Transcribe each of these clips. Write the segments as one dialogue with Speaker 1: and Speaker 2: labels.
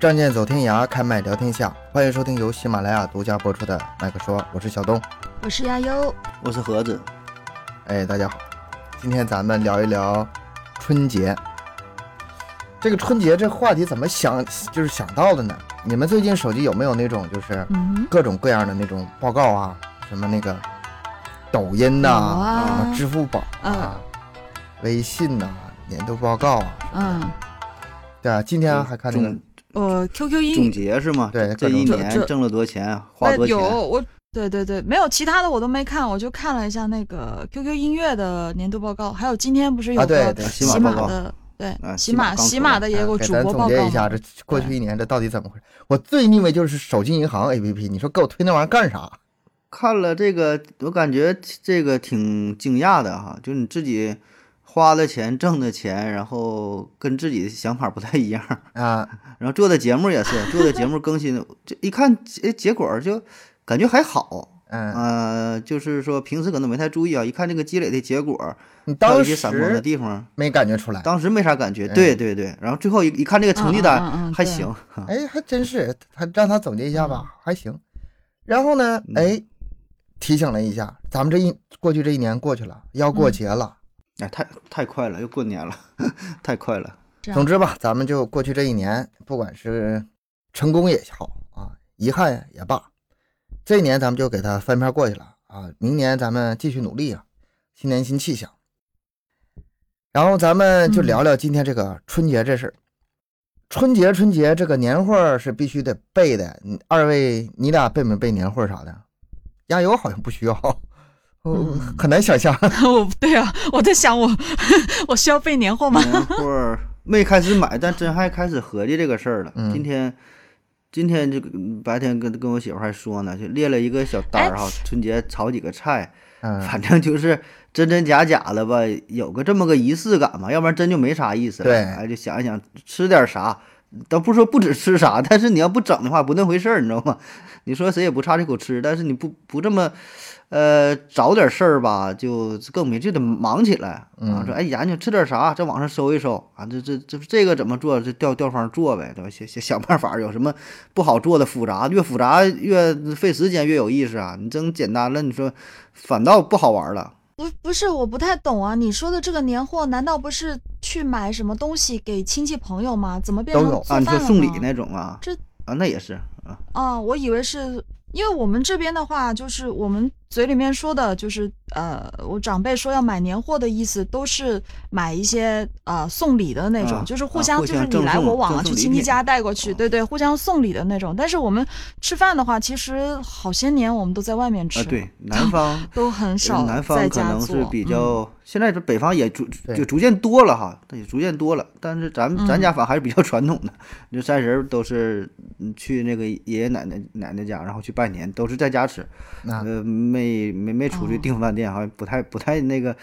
Speaker 1: 仗剑走天涯，开麦聊天下，欢迎收听由喜马拉雅独家播出的《麦克说》，我是小东。
Speaker 2: 我是亚优，
Speaker 3: 我是盒子，
Speaker 1: 哎，大家好，今天咱们聊一聊春节。这个春节这话题怎么想，就是想到的呢？你们最近手机有没有那种就是
Speaker 2: 嗯，
Speaker 1: 各种各样的那种报告啊，什么那个抖音呐、
Speaker 2: 有啊嗯
Speaker 1: 支付宝啊、微信呐、年度报告啊，
Speaker 2: 嗯，
Speaker 1: 对啊，今天还看那个
Speaker 3: 总
Speaker 4: 呃，QQ 英
Speaker 3: 总
Speaker 4: 语
Speaker 3: 结是吗？
Speaker 1: 对
Speaker 3: 这一
Speaker 4: 各种这
Speaker 3: 年
Speaker 4: 这
Speaker 3: 挣了多少钱啊，花
Speaker 4: 那
Speaker 3: 多少
Speaker 4: 有
Speaker 3: 钱？
Speaker 4: 我，对对对，没有其他的我都没看，我就看了一下那个 QQ 音乐的年度报告，还有今天不是有
Speaker 1: 啊对
Speaker 4: 个
Speaker 1: 对
Speaker 3: 喜
Speaker 4: 喜
Speaker 3: 马
Speaker 4: 马
Speaker 3: 报告
Speaker 4: 的对
Speaker 3: 啊喜
Speaker 4: 喜
Speaker 3: 马
Speaker 4: 马
Speaker 3: 刚
Speaker 4: 喜
Speaker 3: 出啊
Speaker 4: 马
Speaker 3: 来
Speaker 4: 的也有
Speaker 1: 哎给
Speaker 4: 主
Speaker 1: 咱
Speaker 4: 播
Speaker 1: 总
Speaker 4: 报告
Speaker 1: 结一下
Speaker 4: 嘛，嗯
Speaker 1: 这过去一年这到底怎么回事？我最腻歪就是手机银行 APP，你说给我推那玩意儿干啥？
Speaker 3: 看了这个，我感觉这个挺惊讶的哈，就你自己花的钱挣的钱，然后跟自己的想法不太一样，
Speaker 1: 啊，
Speaker 3: 然后做的节目 也是做的节目更新，这一看结结果就感觉还好，
Speaker 1: 嗯，
Speaker 3: 呃，就是说平时可能没太注意啊，一看这个积累的结果，
Speaker 1: 你
Speaker 3: 还有
Speaker 1: 当
Speaker 3: 一些闪光的
Speaker 1: 时
Speaker 3: 地方，
Speaker 1: 没感觉出来，
Speaker 3: 当时没啥感觉，
Speaker 1: 嗯
Speaker 3: 对对对，然后最后一一看这个成绩
Speaker 4: 嗯嗯嗯
Speaker 3: 单
Speaker 4: 嗯
Speaker 3: 还
Speaker 4: 对
Speaker 3: 行，
Speaker 1: 哎，还真是，他让他总结一下吧，还行。然后呢，哎，提醒了一下，咱们这一过去这一年过去了，要过节了。
Speaker 3: 哎，太太快了，又过年了， 太快了。
Speaker 4: 这样
Speaker 1: 总之吧，咱们就过去这一年，不管是成功也好啊，遗憾也罢，这一年咱们就给它翻篇过去了啊。明年咱们继续努力啊，新年新气象。然后咱们就聊聊今天这个春节这事儿。春节春节这个年货儿是必须得备的，你二位你俩备没备年货儿啥的？亚游好像不需要， 我
Speaker 2: 嗯
Speaker 1: 很难想象。
Speaker 4: 我对啊，我在想我我需要备年货吗？
Speaker 3: 年货儿没开始买，但真还开始合计这个事儿了。
Speaker 1: 嗯
Speaker 3: 今天，今天这个白天跟跟我媳妇儿还说呢，就列了一个小单儿哈，春节炒几个菜，
Speaker 1: 嗯，
Speaker 3: 反正就是真真假假的吧，有个这么个仪式感嘛，要不然真就没啥意思了。
Speaker 1: 对
Speaker 3: 哎，就想一想吃点啥，倒不是说不止吃啥，但是你要不整的话，不那回事儿，你知道吗？ 你说谁也不差这口吃，但是你不不这么，呃，找点事儿吧，就更没就得忙起来啊。
Speaker 1: 嗯
Speaker 3: 说哎，研究吃点啥，在网上搜一搜啊，这这这这个怎么做，这调调方做呗，对吧？想想想办法，有什么不好做的复杂，越复杂越费时间，越有意思啊。你真简单了，你说反倒不好玩了。
Speaker 4: 不不是，我不太懂啊，你说的这个年货难道不是去买什么东西给亲戚朋友吗？怎么变
Speaker 1: 都
Speaker 4: 成
Speaker 1: 有
Speaker 3: 啊，
Speaker 4: 做
Speaker 3: 你
Speaker 4: 饭
Speaker 3: 说
Speaker 4: 了
Speaker 3: 送礼
Speaker 4: 呢
Speaker 3: 那种啊，
Speaker 4: 这
Speaker 3: 啊那也是啊，
Speaker 4: 啊，我以为是因为我们这边的话，就是我们嘴里面说的，就是呃，我长辈说要买年货的意思，都是买一些呃送礼的那种，
Speaker 3: 啊
Speaker 4: 就是
Speaker 3: 啊
Speaker 4: 互相
Speaker 3: 互
Speaker 4: 就是
Speaker 3: 相
Speaker 4: 你
Speaker 3: 赠
Speaker 4: 来
Speaker 3: 送
Speaker 4: 我往
Speaker 3: 赠
Speaker 4: 啊，
Speaker 3: 送
Speaker 4: 去
Speaker 3: 礼
Speaker 4: 亲戚
Speaker 3: 品
Speaker 4: 家带过去，
Speaker 3: 啊
Speaker 4: 对对，互相送礼的那种。但是我们吃饭的话，其实好些年我们都在外面吃，
Speaker 3: 啊，对，南方
Speaker 4: 都很 少
Speaker 3: 南
Speaker 4: 在
Speaker 3: 方可
Speaker 4: 家
Speaker 3: 能
Speaker 4: 做
Speaker 3: 是比
Speaker 4: 嗯
Speaker 3: 较，现在这北方也逐
Speaker 1: 对
Speaker 3: 就逐渐多了哈，但也逐渐多了。但是咱
Speaker 4: 嗯
Speaker 3: 们咱家反还是比较传统的，就三十儿都是嗯去那个爷爷奶奶奶奶家，然后去拜年，都是在家吃，
Speaker 1: 那
Speaker 3: 呃，没没没出去
Speaker 4: 哦
Speaker 3: 订饭店，好像不太不太那个，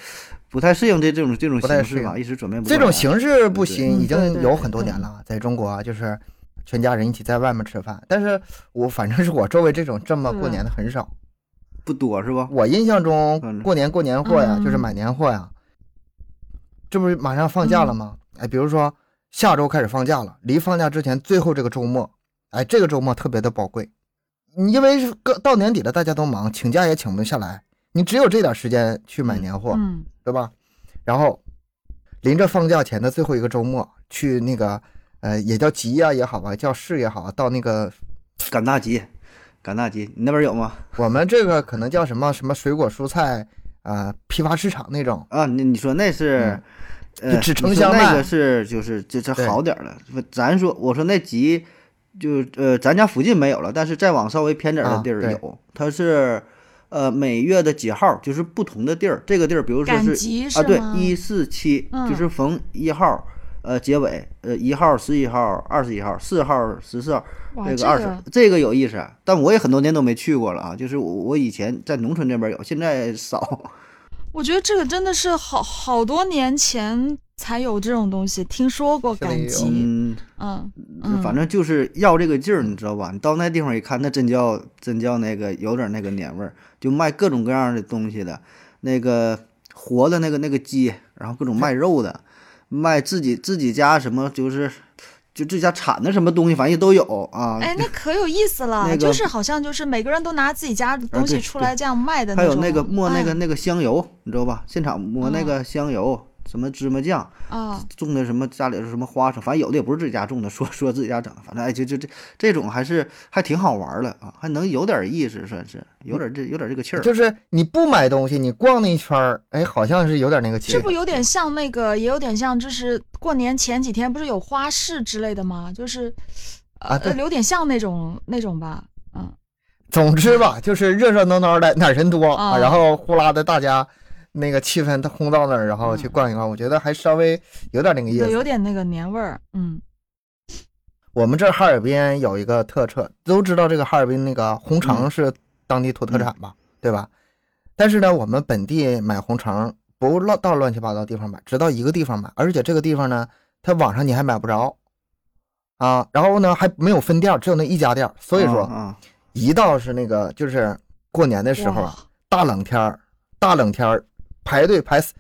Speaker 3: 不太适应这这种这种
Speaker 1: 不太
Speaker 3: 形
Speaker 1: 适
Speaker 3: 式
Speaker 1: 应
Speaker 3: 吧，一时转变不
Speaker 1: 这
Speaker 3: 过
Speaker 1: 种
Speaker 3: 来
Speaker 1: 形式不
Speaker 3: 对
Speaker 1: 新，
Speaker 4: 嗯
Speaker 1: 已
Speaker 4: 对
Speaker 1: 经
Speaker 4: 对
Speaker 1: 有
Speaker 4: 对
Speaker 1: 很多
Speaker 4: 对
Speaker 1: 年了，在中国啊，就是全家人一起在外面吃饭。但是我反正是我周围这种这么过年的
Speaker 4: 嗯
Speaker 1: 很少。
Speaker 3: 不多是吧？
Speaker 1: 我印象中
Speaker 3: 嗯
Speaker 1: 过年过年货呀，就是
Speaker 4: 嗯
Speaker 1: 买年货呀。这不是马上放假了吗？
Speaker 4: 嗯
Speaker 1: 哎，比如说下周开始放假了，离放假之前最后这个周末，哎，这个周末特别的宝贵，因为是个到年底了，大家都忙，请假也请不下来，你只有这点时间去买
Speaker 3: 嗯
Speaker 1: 年货。
Speaker 4: 嗯
Speaker 1: 对吧？然后临着放假前的最后一个周末，去那个呃，也叫集呀、也好吧，叫市也好，啊到那个
Speaker 3: 赶大集，赶大集，你那边有吗？
Speaker 1: 我们这个可能叫什么什么水果蔬菜啊、呃批发市场那种，
Speaker 3: 啊，你你说那是，
Speaker 1: 嗯就
Speaker 3: 呃，
Speaker 1: 只
Speaker 3: 你
Speaker 1: 盛
Speaker 3: 说
Speaker 1: 相
Speaker 3: 那
Speaker 1: 卖
Speaker 3: 个是就是就是
Speaker 1: 对
Speaker 3: 好点儿了。不咱说我说那集就呃咱家附近没有了，但是再往稍微偏点儿
Speaker 1: 啊
Speaker 3: 的地儿
Speaker 1: 对
Speaker 3: 有，它是呃每月的几号，就是不同的地儿，这个地儿比如说
Speaker 4: 赶
Speaker 3: 是
Speaker 4: 集
Speaker 3: 啊
Speaker 4: 是
Speaker 3: 对
Speaker 4: 吗嗯
Speaker 3: 一四七，就是逢一号。呃，结尾，呃，一号、十一号、二十一号、四号、十四号，
Speaker 4: 哇
Speaker 3: 这
Speaker 4: 这
Speaker 3: 个二十，这个有意思，啊但我也很多年都没去过了啊。就是我我以前在农村这边有，现在少。
Speaker 4: 我觉得这个真的是好好多年前才有这种东西，听说过
Speaker 1: 现在
Speaker 4: 赶
Speaker 1: 也有
Speaker 4: 集，
Speaker 3: 嗯，
Speaker 4: 嗯
Speaker 3: 就反正就是要这个劲儿，你知道吧？你到那地方一看，那真叫真叫那个有点那个年味儿，就卖各种各样的东西的，那个活的那个那个鸡，然后各种卖肉的，卖自己自己家什么就是就自家产的什么东西，反正也都有啊。
Speaker 4: 哎，那可有意思了，
Speaker 3: 那个
Speaker 4: 就是好像就是每个人都拿自己家的东
Speaker 3: 啊
Speaker 4: 西
Speaker 3: 对
Speaker 4: 出来这样卖的
Speaker 3: 还
Speaker 4: 那种。
Speaker 3: 有那个磨那个
Speaker 4: 哎嗯
Speaker 3: 那个香油，你知道吧？现场磨那个香油，什么芝麻酱，
Speaker 4: 啊，
Speaker 3: 种的什么家里有什么花生，反正有的也不是自己家种的，说说自己家整的，反正哎，就就这这种还是还挺好玩儿的啊，还能有点意识，算是有点这有点这个气儿。
Speaker 1: 就是你不买东西，你逛那一圈儿，哎，好像是有点那个气
Speaker 4: 这
Speaker 1: 儿。
Speaker 4: 不有点像那个，也有点像，就是过年前几天不是有花市之类的吗？就是，
Speaker 1: 啊
Speaker 4: 呃，
Speaker 1: 对
Speaker 4: 有点像那种那种吧，嗯，
Speaker 1: 总之吧，就是热热闹闹的，哪儿人多
Speaker 4: 啊
Speaker 1: 然后呼啦的大家那个气氛它轰到那儿，然后去
Speaker 4: 嗯
Speaker 1: 逛一逛，我觉得还稍微有点那个意
Speaker 4: 对，
Speaker 1: 思。
Speaker 4: 有点那个年味儿，嗯，
Speaker 1: 我们这儿哈尔滨有一个特色，都知道这个哈尔滨那个红肠是当地土特产吧，对吧？但是呢，我们本地买红肠不乱到乱七八糟地方买，只到一个地方买，而且这个地方呢，它网上你还买不着啊，然后呢还没有分店，只有那一家店，所以说。
Speaker 3: 啊，
Speaker 1: 一到是那个就是过年的时候啊，大冷天儿，大冷天儿排队排四，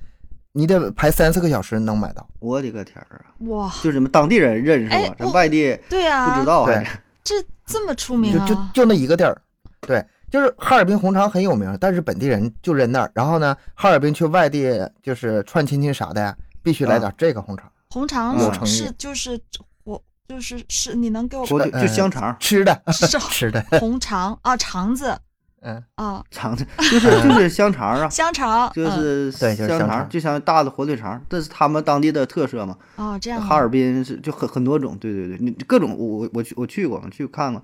Speaker 1: 你得排三四个小时能买到。
Speaker 3: 我的个天儿啊！
Speaker 4: 哇，哇，
Speaker 3: 就是你们当地人认识
Speaker 4: 哎
Speaker 3: 吧？咱
Speaker 4: 我
Speaker 3: 外地
Speaker 4: 对啊，
Speaker 3: 不知道还
Speaker 1: 对
Speaker 3: 是。
Speaker 4: 这这么出名
Speaker 1: 就
Speaker 4: 啊，
Speaker 1: 就就那一个地儿，对，就是哈尔滨红肠很有名，但是本地人就认那儿。然后呢，哈尔滨去外地就是串亲戚啥的，必须来点这个红肠，
Speaker 4: 红
Speaker 3: 有
Speaker 4: 肠
Speaker 1: 诚
Speaker 4: 是
Speaker 1: 意
Speaker 4: 就是我就是是，你能给我
Speaker 3: 火腿
Speaker 1: 呃
Speaker 3: 就香肠，
Speaker 1: 吃的
Speaker 4: 是
Speaker 1: 吃的，
Speaker 4: 红肠啊，肠子
Speaker 1: 嗯，
Speaker 4: 啊，，
Speaker 3: 肠子就是就是香肠啊
Speaker 4: 香肠，
Speaker 3: 就
Speaker 4: 嗯
Speaker 3: 是
Speaker 1: 对就是香肠
Speaker 3: 肠，就像大的火腿肠，这是他们当地的特色嘛。
Speaker 4: 哦，这样啊
Speaker 3: 哈尔滨是就很很多种，对对对，你各种我我我去我去过，去看过，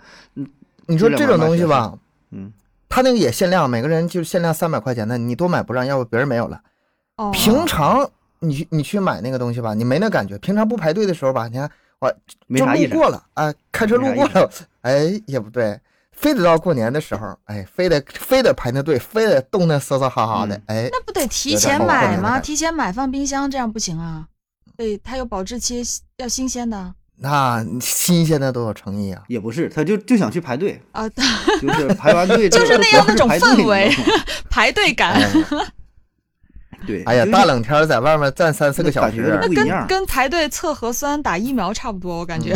Speaker 1: 你说这种东西吧，
Speaker 3: 嗯，
Speaker 1: 他那个也限量，每个人就限量三百块钱的，你多买不让，要不别人没有了。
Speaker 4: 哦，
Speaker 1: 平常你去你去买那个东西吧，你没那感觉。平常不排队的时候吧，你看
Speaker 3: 没
Speaker 1: 就
Speaker 3: 啥意
Speaker 1: 路
Speaker 3: 思。
Speaker 1: 过了啊，开车路
Speaker 3: 没啥
Speaker 1: 过
Speaker 3: 意
Speaker 1: 了，哎，也不对，非得到过年的时候，哎，非得非得排那队，非得冻得瑟瑟哈哈的
Speaker 3: 嗯，
Speaker 1: 哎，
Speaker 4: 那不得提
Speaker 1: 有点
Speaker 4: 前
Speaker 1: 冒犯
Speaker 4: 买
Speaker 1: 了
Speaker 4: 吗？
Speaker 1: 感觉
Speaker 4: 提前买放冰箱这样不行啊，对，它有保质期，要新鲜的
Speaker 1: 那新鲜的都有诚 意啊。
Speaker 3: 也不是，他就就想去排队，
Speaker 4: 啊，
Speaker 3: 就是排完队
Speaker 4: 就是那样那种氛围，
Speaker 3: 主要是排队你知道吗
Speaker 4: 排队感。
Speaker 1: 哎
Speaker 3: 对，
Speaker 1: 哎呀，
Speaker 3: 就是
Speaker 1: 大冷天儿在外面站三四个小时
Speaker 3: 那感觉，不一样
Speaker 4: 跟跟排队测核酸打疫苗差不多，我感觉、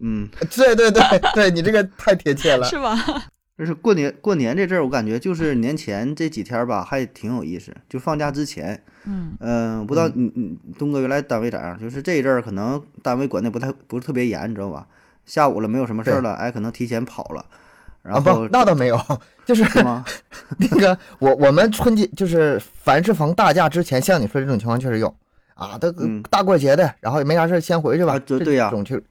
Speaker 3: 嗯，
Speaker 1: 对对对对，你这个太贴切了。
Speaker 4: 是吧？
Speaker 3: 就是过年过年这阵儿，我感觉就是年前这几天儿吧，还挺有意思。就放假之前，
Speaker 4: 嗯，
Speaker 3: 嗯，不知道你你东哥原来单位咋样？就是这一阵儿可能单位管的不太不是特别严，你知道吧？下午了没有什么事儿了，哎，可能提前跑了，
Speaker 1: 啊
Speaker 3: 然后
Speaker 1: 不，那倒没有，就是
Speaker 3: 是吗？
Speaker 1: 那个我我们春节就是凡是逢大假之前，像你说这种情况确实有啊，都
Speaker 3: 嗯
Speaker 1: 大过节的，然后也没啥事儿先回去吧
Speaker 3: 啊，对对
Speaker 1: 这
Speaker 3: 呀
Speaker 1: 种去，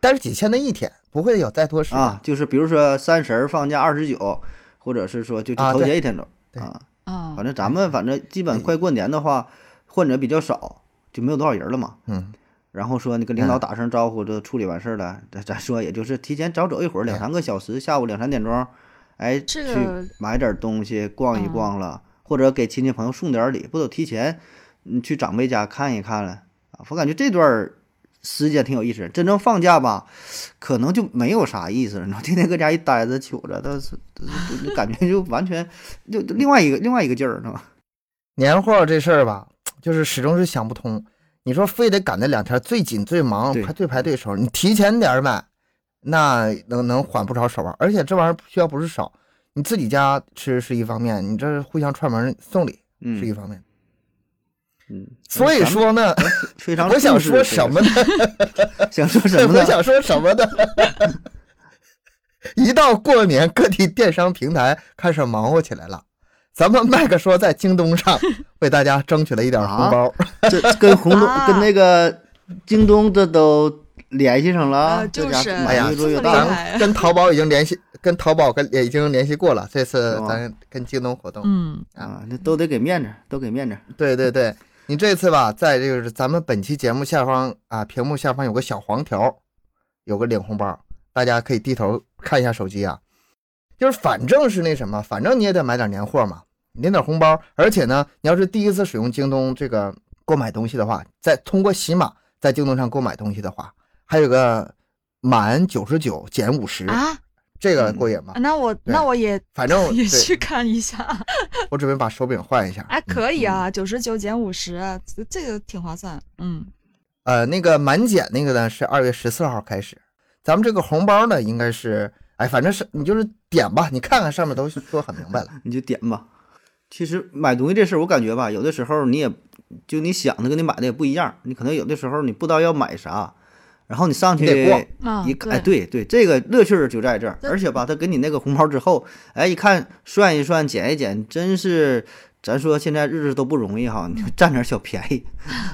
Speaker 1: 但是仅限那一天，不会有再多事
Speaker 3: 啊，就是比如说三十儿放假二十九，或者是说就就
Speaker 1: 啊
Speaker 3: 头
Speaker 1: 对
Speaker 3: 节一天走
Speaker 1: 对
Speaker 3: 啊，
Speaker 4: 啊、
Speaker 3: 反正咱们反正基本快过年的话，患者比较少，就没有多少人了嘛。
Speaker 1: 嗯，
Speaker 3: 然后说你跟领导打声招呼，就处理完事儿了。咱咱说也就是提前早走一会儿，
Speaker 1: 嗯
Speaker 3: 两三个小时，下午两三点钟，哎，
Speaker 4: 这
Speaker 3: 去
Speaker 4: 个
Speaker 3: 买点东西，逛一
Speaker 4: 嗯
Speaker 3: 逛了，或者给亲戚朋友送点礼，不都提前你去长辈家看一看了啊？我感觉这段儿时间挺有意思。真正放假吧，可能就没有啥意思了，你知道，天天搁家一待着，杵着，但是都是都感觉就完全就就另外一个另外一个劲儿，是吧？
Speaker 1: 年货这事儿吧，就是始终是想不通。你说非得赶那两天最紧最忙
Speaker 3: 对
Speaker 1: 排队排队的时候，你提前点儿买，那能能缓不少手啊。而且这玩意儿需要不是少，你自己家吃是一方面，你这互相串门送礼
Speaker 3: 嗯
Speaker 1: 是一方面。
Speaker 3: 嗯，
Speaker 1: 所以说呢，
Speaker 3: 非常
Speaker 1: 我想
Speaker 3: 重视
Speaker 1: 说
Speaker 3: 这个
Speaker 1: 什么呢？
Speaker 3: 想说什
Speaker 1: 对，
Speaker 3: 么
Speaker 1: 我
Speaker 3: 呢？
Speaker 1: 想说什么呢？一到过年，各地电商平台开始忙活起来了。咱们麦克说在京东上为大家争取了一点红包，
Speaker 3: 这跟红东、
Speaker 4: 啊
Speaker 3: 跟那个京东这都联系上了啊，
Speaker 4: 呃就
Speaker 3: 这家
Speaker 4: 是
Speaker 1: 哎呀
Speaker 3: 买越做越
Speaker 4: 这么
Speaker 3: 大
Speaker 4: 厉
Speaker 3: 了
Speaker 4: 害。
Speaker 1: 咱跟淘宝已经联系，跟淘宝跟也已经联系过了。这次
Speaker 3: 是吗
Speaker 1: 咱跟京东活动，
Speaker 4: 嗯，
Speaker 3: 啊，那都得给面子，都给面子。
Speaker 1: 对对对，你这次吧，在这个是咱们本期节目下方啊，屏幕下方有个小黄条，有个领红包，大家可以低头看一下手机啊。就是反正是那什么，反正你也得买点年货嘛，领点红包。而且呢，你要是第一次使用京东这个购买东西的话，再通过喜马在京东上购买东西的话，还有个满九十九减五十，
Speaker 4: 啊，
Speaker 1: 这个过瘾吧？
Speaker 3: 啊
Speaker 4: 那我那我也
Speaker 1: 反
Speaker 3: 哦
Speaker 1: 正
Speaker 4: 也啊
Speaker 1: 对
Speaker 4: 去看一
Speaker 3: 嗯
Speaker 4: 下，
Speaker 1: 我准备把手柄换一下。嗯
Speaker 4: 哎，可以啊，九十九减五十，这个挺划算，嗯，
Speaker 1: 呃，那个满减那个呢是二月十四号开始，咱们这个红包呢应该是，哎，反正是你就是点吧，你看看上面都说很明白了。
Speaker 3: 你就点吧。其实买东西这事儿，我感觉吧，有的时候你也就你想的跟你买的也不一样，你可能有的时候你不知道要买啥，然后你上去
Speaker 1: 你得逛
Speaker 4: 啊
Speaker 3: 一
Speaker 4: 对
Speaker 3: 哎，对对，这个乐趣儿就在这儿，
Speaker 4: 对
Speaker 3: 而且吧，他给你那个红包之后，哎，一看算一算，减一减，真是。咱说现在日子都不容易哈，你就占点小便 宜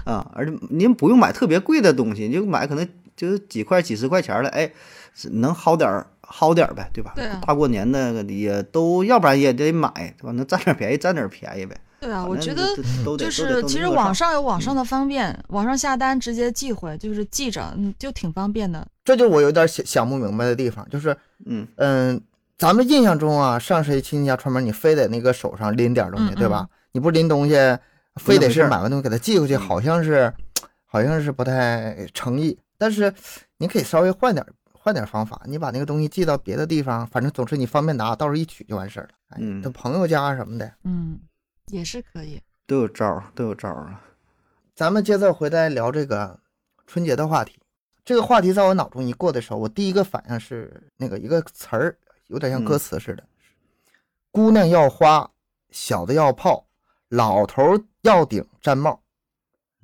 Speaker 3: 啊，而且您不用买特别贵的东西，你就买可能就是几块几十块钱儿的，哎，是能好点儿好点儿呗，对吧？
Speaker 4: 对啊
Speaker 3: 大过年的也都，要不然也得买，对吧？能占点便宜占点便宜呗。
Speaker 4: 对啊，
Speaker 3: 反
Speaker 4: 我觉
Speaker 3: 正都
Speaker 4: 得
Speaker 3: 都都得嗯
Speaker 4: 就是其实网，上有网上的方便，网上下单直接寄回，就是记着，嗯，就挺方便的。
Speaker 1: 这就是我有点想想不明白的地方，就是
Speaker 3: 都得弄嗯，
Speaker 1: 嗯，咱们印象中啊，上谁亲戚家串门，你非得那个手上拎点东西，
Speaker 4: 嗯
Speaker 1: 对吧？你不拎东西，非得是买完东西给他寄过去，好像是，好像是不太诚意。但是你可以稍微换点换点方法，你把那个东西寄到别的地方，反正总之你方便拿，到时候一取就完事儿了。哎
Speaker 3: 嗯，
Speaker 1: 到朋友家什么的，
Speaker 4: 嗯，也是可以。
Speaker 3: 都有招儿，都有招儿啊。
Speaker 1: 咱们接着回来聊这个春节的话题。这个话题在我脑中一过的时候，我第一个反应是那个一个词儿，有点
Speaker 3: 嗯
Speaker 1: 像歌词似的：“姑娘要花，小子要炮，老头儿要顶毡帽。”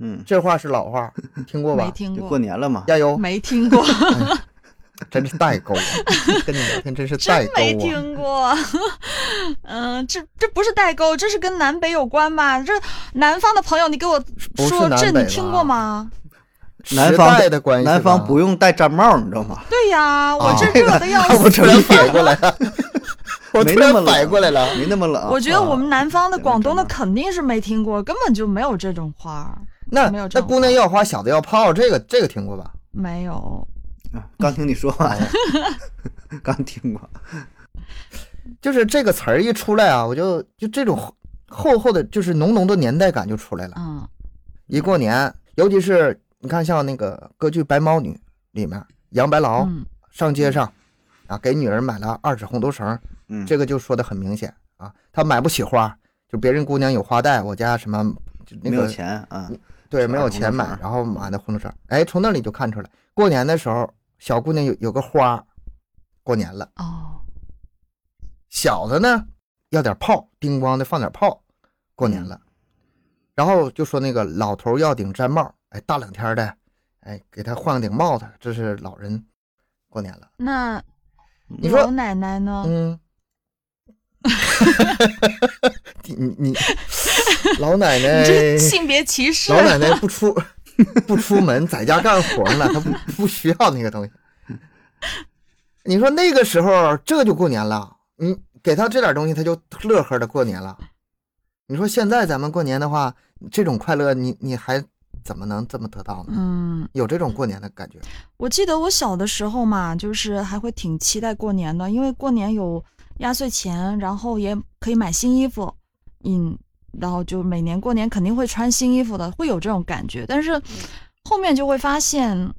Speaker 3: 嗯，
Speaker 1: 这话是老话，听过
Speaker 4: 没
Speaker 1: 吧？
Speaker 4: 听
Speaker 3: 就
Speaker 4: 过，
Speaker 3: 过年了嘛，
Speaker 1: 加油！
Speaker 4: 没 听过，
Speaker 1: 真是代 沟啊，跟你聊天真是代
Speaker 4: 真
Speaker 1: 沟
Speaker 4: 没
Speaker 1: 啊！
Speaker 4: 听过。 嗯，这这不是代沟，这是跟南北有关吧？这南方的朋友，你给我
Speaker 1: 不是
Speaker 4: 说，
Speaker 1: 南
Speaker 4: 这
Speaker 1: 北
Speaker 4: 你听
Speaker 1: 吧
Speaker 4: 过吗？
Speaker 3: 南
Speaker 1: 时
Speaker 3: 方
Speaker 1: 代的关系吧，
Speaker 3: 南方不用戴毡帽，你知道 吗？
Speaker 4: 对呀，我
Speaker 1: 啊
Speaker 4: 这
Speaker 3: 这
Speaker 4: 热
Speaker 3: 个
Speaker 4: 的要
Speaker 1: 我
Speaker 4: 死
Speaker 1: 突。然反过来了，我
Speaker 3: 没
Speaker 1: 突
Speaker 3: 那么
Speaker 1: 然
Speaker 3: 冷
Speaker 1: 反过来了。哦
Speaker 3: 没那么冷。
Speaker 4: 我觉得我们南方的、
Speaker 3: 啊
Speaker 4: 广东的
Speaker 3: 这个
Speaker 4: 肯定是没听过，根本就没有这种花儿，
Speaker 1: 那
Speaker 4: 没有这
Speaker 1: 那
Speaker 4: 种
Speaker 1: 姑娘要花，小子要炮，这个这个听过吧？
Speaker 4: 没有。
Speaker 3: 啊刚听你说完， 刚 听过。
Speaker 1: 就是这个词儿一出来啊，我就就这种厚厚厚的，就是浓浓的年代感就出来了。
Speaker 4: 嗯
Speaker 1: 一过年，尤其是你看像那个歌剧《白毛女》里面，杨白劳
Speaker 4: 嗯
Speaker 1: 上街上啊，给女人买了二指红豆绳儿，
Speaker 3: 嗯，
Speaker 1: 这个就说的很明显啊，她买不起花，就别人姑娘有花带，我家什么就那
Speaker 3: 没有
Speaker 1: 个
Speaker 3: 钱啊，
Speaker 1: 对，
Speaker 3: 是
Speaker 1: 没
Speaker 3: 吧
Speaker 1: 有
Speaker 3: 红
Speaker 1: 钱
Speaker 3: 豆
Speaker 1: 买
Speaker 3: 绳儿，
Speaker 1: 然后买的红豆绳儿。哎，从那里就看出来，过年的时候，小姑娘有有个花儿，过年了。
Speaker 4: 哦，
Speaker 1: 小的呢要点炮，叮咣的放点炮，过
Speaker 4: 嗯
Speaker 1: 年了。然后就说那个老头儿要顶毡帽，哎，大冷天的，哎，给他换顶帽子，这是老人过年了。
Speaker 4: 那
Speaker 1: 你说
Speaker 4: 老奶奶呢？
Speaker 1: 嗯， 你你你老奶
Speaker 4: 你这
Speaker 1: 奶，
Speaker 4: 性别歧视
Speaker 1: 哎老，奶奶不出不出门，在家干活呢，她不不需要那个东西。嗯你说那个时候这就过年了，你给她这点东西，她就乐呵的过年了。你说现在咱们过年的话，这种快乐你你还怎么能这么得到呢？
Speaker 4: 嗯，
Speaker 1: 有这种过年的感觉，
Speaker 4: 我记得我小的时候嘛，就是还会挺期待过年的，因为过年有压岁钱，然后也可以买新衣服，嗯，然后就每年过年肯定会穿新衣服的，会有这种感觉。但是后面就会发现，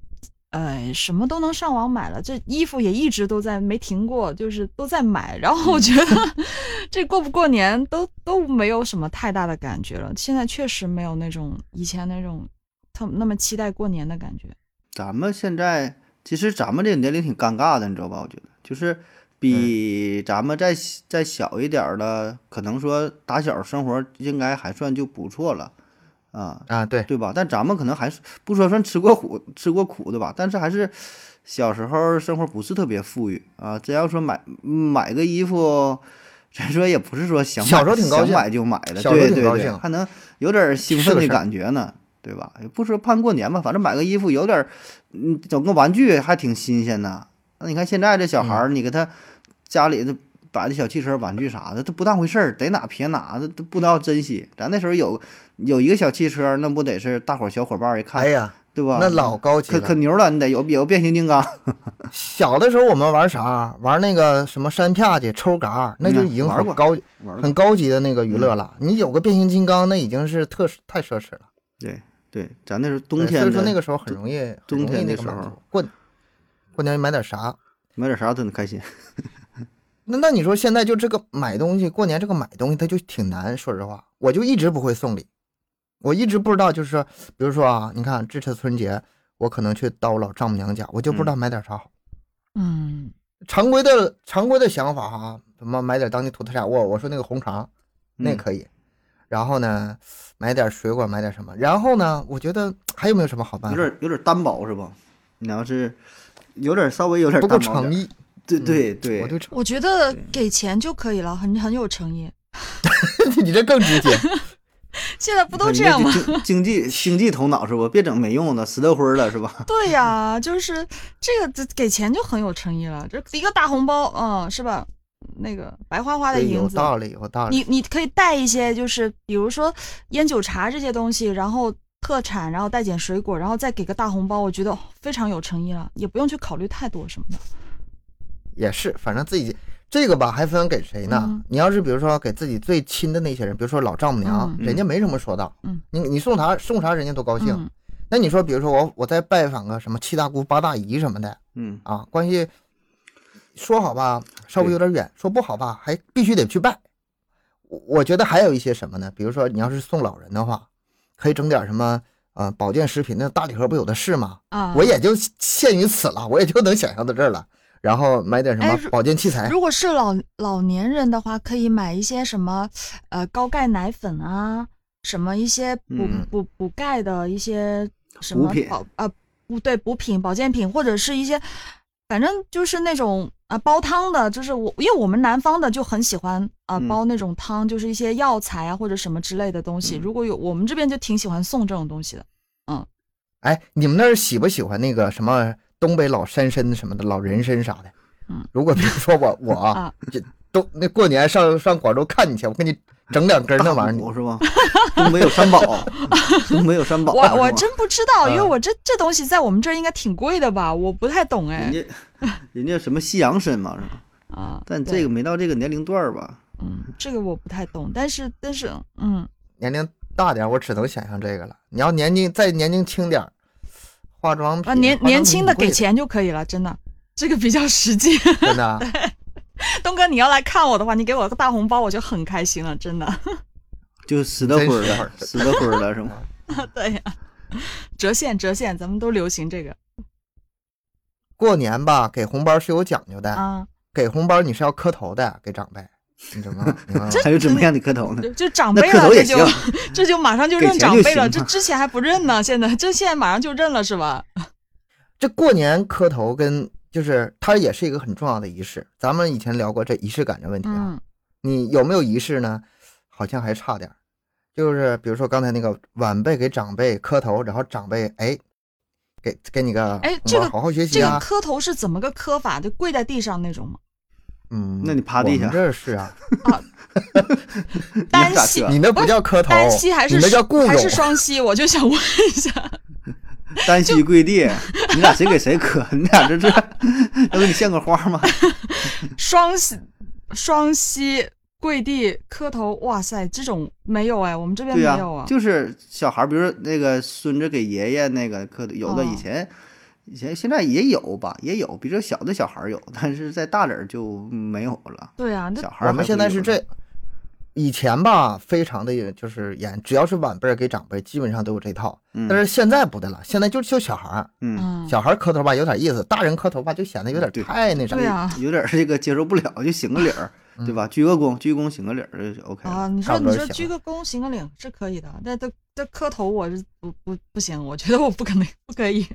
Speaker 4: 呃，什么都能上网买了，这衣服也一直都在没停过，就是都在买。然后我觉得这过不过年都都没有什么太大的感觉了。现在确实没有那种以前那种特那么期待过年的感觉。
Speaker 3: 咱们现在其实咱们这个年龄挺尴尬的，你知道吧？我觉得就是
Speaker 1: 嗯
Speaker 3: 比咱们再再小一点儿的，可能说打小生活应该还算就不错了，啊，
Speaker 1: 啊，对，
Speaker 3: 对吧？但咱们可能还是不说算吃过苦，吃过苦，对吧？但是还是小时候生活不是特别富裕啊。真要说买买个衣服，咱说也不是说想买
Speaker 1: 小时候挺高兴
Speaker 3: 想买就买的，
Speaker 1: 小时候
Speaker 3: 对
Speaker 1: 挺
Speaker 3: 对
Speaker 1: 高
Speaker 3: 对，
Speaker 1: 兴
Speaker 3: 还能有点兴奋
Speaker 1: 是个
Speaker 3: 的
Speaker 1: 事儿
Speaker 3: 感觉呢，对吧？也不说盼过年吧，反正买个衣服有点儿，嗯，整个玩具还挺新鲜的。那你看现在这小
Speaker 1: 嗯
Speaker 3: 孩儿，你给他家里的摆的小汽车、玩具啥的，他不当回事儿，逮哪撇哪，他都不知道珍惜。咱那时候有有一个小汽车，那不得是大伙儿小伙伴儿一看，
Speaker 1: 哎呀，
Speaker 3: 对吧？
Speaker 1: 那老高级
Speaker 3: 可
Speaker 1: 了。
Speaker 3: 可牛了，你得有有变形金刚，
Speaker 1: 小的时候我们玩啥？玩那个什么山啪去、抽嘎儿，那就已经
Speaker 3: 嗯玩
Speaker 1: 很
Speaker 3: 过
Speaker 1: 高
Speaker 3: 玩嗯儿
Speaker 1: 很高级的那个娱乐了。你有个变形金刚，那已经是特殊太奢侈了。
Speaker 3: 对对，咱那时候冬
Speaker 1: 对
Speaker 3: 天
Speaker 1: 所
Speaker 3: 的
Speaker 1: 以说那个时候很容易，很
Speaker 3: 冬
Speaker 1: 容易
Speaker 3: 天
Speaker 1: 那
Speaker 3: 的
Speaker 1: 个
Speaker 3: 时
Speaker 1: 满
Speaker 3: 候
Speaker 1: 足过过年买点啥？
Speaker 3: 买点啥都能开心。
Speaker 1: 那那你说现在就这个买东西，过年这个买东西它就挺难。说实话，我就一直不会送礼，我一直不知道，就是说比如说啊，你看这次春节我可能去到我老丈母娘家，我就不知道买点啥好。
Speaker 4: 嗯，
Speaker 1: 常规的常规的想法哈、怎么买点当地土特产？我我说那个红肠，那
Speaker 3: 嗯
Speaker 1: 可以。然后呢，买点水果，买点什么？然后呢，我觉得还有没有什么好办
Speaker 3: 有
Speaker 1: 法？
Speaker 3: 点有点单薄是吧？你要是有点稍微有点
Speaker 1: 不够
Speaker 3: 单薄点
Speaker 1: 诚，意，嗯
Speaker 3: 对对对，
Speaker 1: 我对诚
Speaker 4: 我觉得
Speaker 3: 对
Speaker 4: 给钱就可以了，很很有诚意。
Speaker 1: 意， 你这更直 接。
Speaker 4: 现在不都
Speaker 3: 你
Speaker 4: 这样吗？
Speaker 3: 经？经经济经济头脑是吧？别整没用的，死得灰儿了是吧？
Speaker 4: 对呀、就是这个这给钱就很有诚意了，这一个大红包，嗯，是吧？那个白花花的
Speaker 1: 对，有
Speaker 4: 银子，
Speaker 1: 道理，有道理。
Speaker 4: 你你可以带一些，就是比如说烟酒茶这些东西，然后特产，然后带点水果，然后再给个大红包，我觉得哦非常有诚意了，也不用去考虑太多什么的。
Speaker 1: 也是，反正自己这个吧，还分给谁呢？
Speaker 4: 嗯
Speaker 1: 你要是比如说给自己最亲的那些人，比如说老丈母娘，
Speaker 4: 嗯
Speaker 1: 人家没什么说道，
Speaker 4: 嗯
Speaker 1: 你你送啥送啥，人家都高兴。
Speaker 4: 嗯
Speaker 1: 那你说，比如说我我再拜访个什么七大姑八大姨什么的
Speaker 3: 嗯，
Speaker 1: 啊，关系说好吧，稍微有点远；说不好吧，还必须得去拜。我我觉得还有一些什么呢？比如说你要是送老人的话，可以整点什么呃保健食品，那大礼盒不有的是吗？
Speaker 4: 啊，
Speaker 1: 我也就限于此了，我也就能想象到这儿了。然后买点什
Speaker 4: 哎
Speaker 1: 么
Speaker 4: 如
Speaker 1: 保健器材，
Speaker 4: 如果是老老年人的话，可以买一些什么，呃，高钙奶粉啊，什么一些补、
Speaker 3: 嗯
Speaker 4: 补补钙的一些什么
Speaker 3: 补品
Speaker 4: 保啊不对补品、保健品，或者是一些，反正就是那种啊、煲汤的，就是我因为我们南方的就很喜欢啊、
Speaker 3: 嗯
Speaker 4: 煲那种汤，就是一些药材啊或者什么之类的东西。
Speaker 3: 嗯
Speaker 4: 如果有我们这边就挺喜欢送这种东西的，
Speaker 1: 哎，你们那儿喜不喜欢那个什么东北老山参什么的，老人参啥的？
Speaker 4: 嗯
Speaker 1: 如果比如说我我啊
Speaker 4: 啊，
Speaker 1: 这都那过年上上广州看你去，我给你整两根儿那玩意
Speaker 3: 大
Speaker 1: 儿，
Speaker 3: 补是吧？东北有 三宝，东北有三宝，
Speaker 4: 我
Speaker 3: 哦是吧
Speaker 4: 我真不知道，因为
Speaker 1: 嗯
Speaker 4: 我这这东西在我们这儿应该挺贵的吧，我不太懂
Speaker 3: 人
Speaker 4: 哎
Speaker 3: 家人家什么西洋参嘛是吧？
Speaker 4: 啊。
Speaker 3: 但
Speaker 4: 对
Speaker 3: 这个没到这个年龄段儿吧？
Speaker 4: 嗯，这个我不太懂，但是但是嗯，
Speaker 1: 年龄大点儿，我只能想象这个了。你要年纪再年龄轻点儿，化妆品
Speaker 4: 啊年
Speaker 1: 化妆
Speaker 4: 年
Speaker 1: 品
Speaker 4: 轻
Speaker 1: 挺
Speaker 4: 的
Speaker 1: 贵
Speaker 4: 给
Speaker 1: 的，
Speaker 4: 钱就可以了，真的，这个比较实际。
Speaker 1: 真的啊。
Speaker 4: 东哥，你要来看我的话，你给我个大红包，我就很开心了，真的。
Speaker 3: 就死得灰儿
Speaker 1: 真
Speaker 3: 了，死得灰儿了是吗？
Speaker 4: 对呀、折现折现，咱们都流行这个
Speaker 1: 过年吧，给红包是有讲究的，
Speaker 4: 啊，
Speaker 1: 给红包你是要磕头的，给长辈，你知道 吗？你知道吗
Speaker 3: 还有怎么样的磕头呢？
Speaker 4: 就就长
Speaker 3: 那
Speaker 4: 辈
Speaker 3: 磕
Speaker 4: 了，
Speaker 3: 头
Speaker 4: 这
Speaker 3: 也行
Speaker 4: 就，这就马上就
Speaker 3: 给
Speaker 4: 认
Speaker 3: 钱
Speaker 4: 长
Speaker 3: 就
Speaker 4: 辈了，
Speaker 3: 行
Speaker 4: 这
Speaker 3: 嘛
Speaker 4: 之前还不认呢，现在这现在马上就认了是吧？
Speaker 1: 这过年磕头跟就是它也是一个很重要的仪式。咱们以前聊过这仪式感的问题啊，
Speaker 4: 嗯
Speaker 1: 你有没有仪式呢？好像还差点儿。就是比如说刚才那个晚辈给长辈磕头，然后长辈哎，给给你个
Speaker 4: 哎
Speaker 1: 红
Speaker 4: 这
Speaker 1: 包
Speaker 4: 个
Speaker 1: 好好学
Speaker 4: 这
Speaker 1: 习
Speaker 4: 个
Speaker 1: 啊。
Speaker 4: 磕头是怎么个磕法？就跪在地上那种吗？
Speaker 1: 嗯，
Speaker 3: 那你趴地
Speaker 1: 我们
Speaker 3: 下
Speaker 1: 这儿是 啊，
Speaker 4: 单
Speaker 3: 咋
Speaker 4: 膝
Speaker 3: 磕
Speaker 1: 你那不叫磕头，
Speaker 4: 单膝还是
Speaker 1: 你那叫啊固
Speaker 4: 还
Speaker 1: 肉
Speaker 4: 是。双膝？我就想问一下，
Speaker 3: 单膝跪地， 你俩谁给谁磕？你俩这这，要不你献个花吗？
Speaker 4: 双膝双膝跪地磕头，哇塞，这种没有哎，我们这边
Speaker 3: 对
Speaker 4: 没
Speaker 3: 呀、
Speaker 4: 有啊。
Speaker 3: 就是小孩儿，比如说那个孙子给爷爷那个磕头，有的
Speaker 4: 哦
Speaker 3: 以前、以前现在也有吧，也有，比这小的小孩儿有，但是在大点儿就没有了。
Speaker 4: 对啊，那
Speaker 3: 小孩儿
Speaker 1: 我
Speaker 3: 还
Speaker 1: 们
Speaker 3: 会
Speaker 1: 现在是
Speaker 3: 有
Speaker 1: 这，以前吧，非常的就是严，只要是晚辈儿给长辈，基本上都有这套。
Speaker 3: 嗯
Speaker 1: 但是现在不对了，现在就就小孩儿，
Speaker 3: 嗯，
Speaker 4: 嗯，
Speaker 1: 小孩磕头吧有点意思，大人磕头吧就显得有点
Speaker 3: 对
Speaker 1: 太那啥
Speaker 4: 对。啊
Speaker 3: 有点儿这个接受不了，就行个礼儿，对吧？鞠个躬，鞠躬行个礼儿就 OK 了。
Speaker 4: 啊，你
Speaker 1: 差
Speaker 4: 说
Speaker 1: 不多
Speaker 4: 你
Speaker 1: 就行
Speaker 4: 说鞠个躬行个礼是可以的，但这这磕头我是不不不行，我觉得我不可能不可以。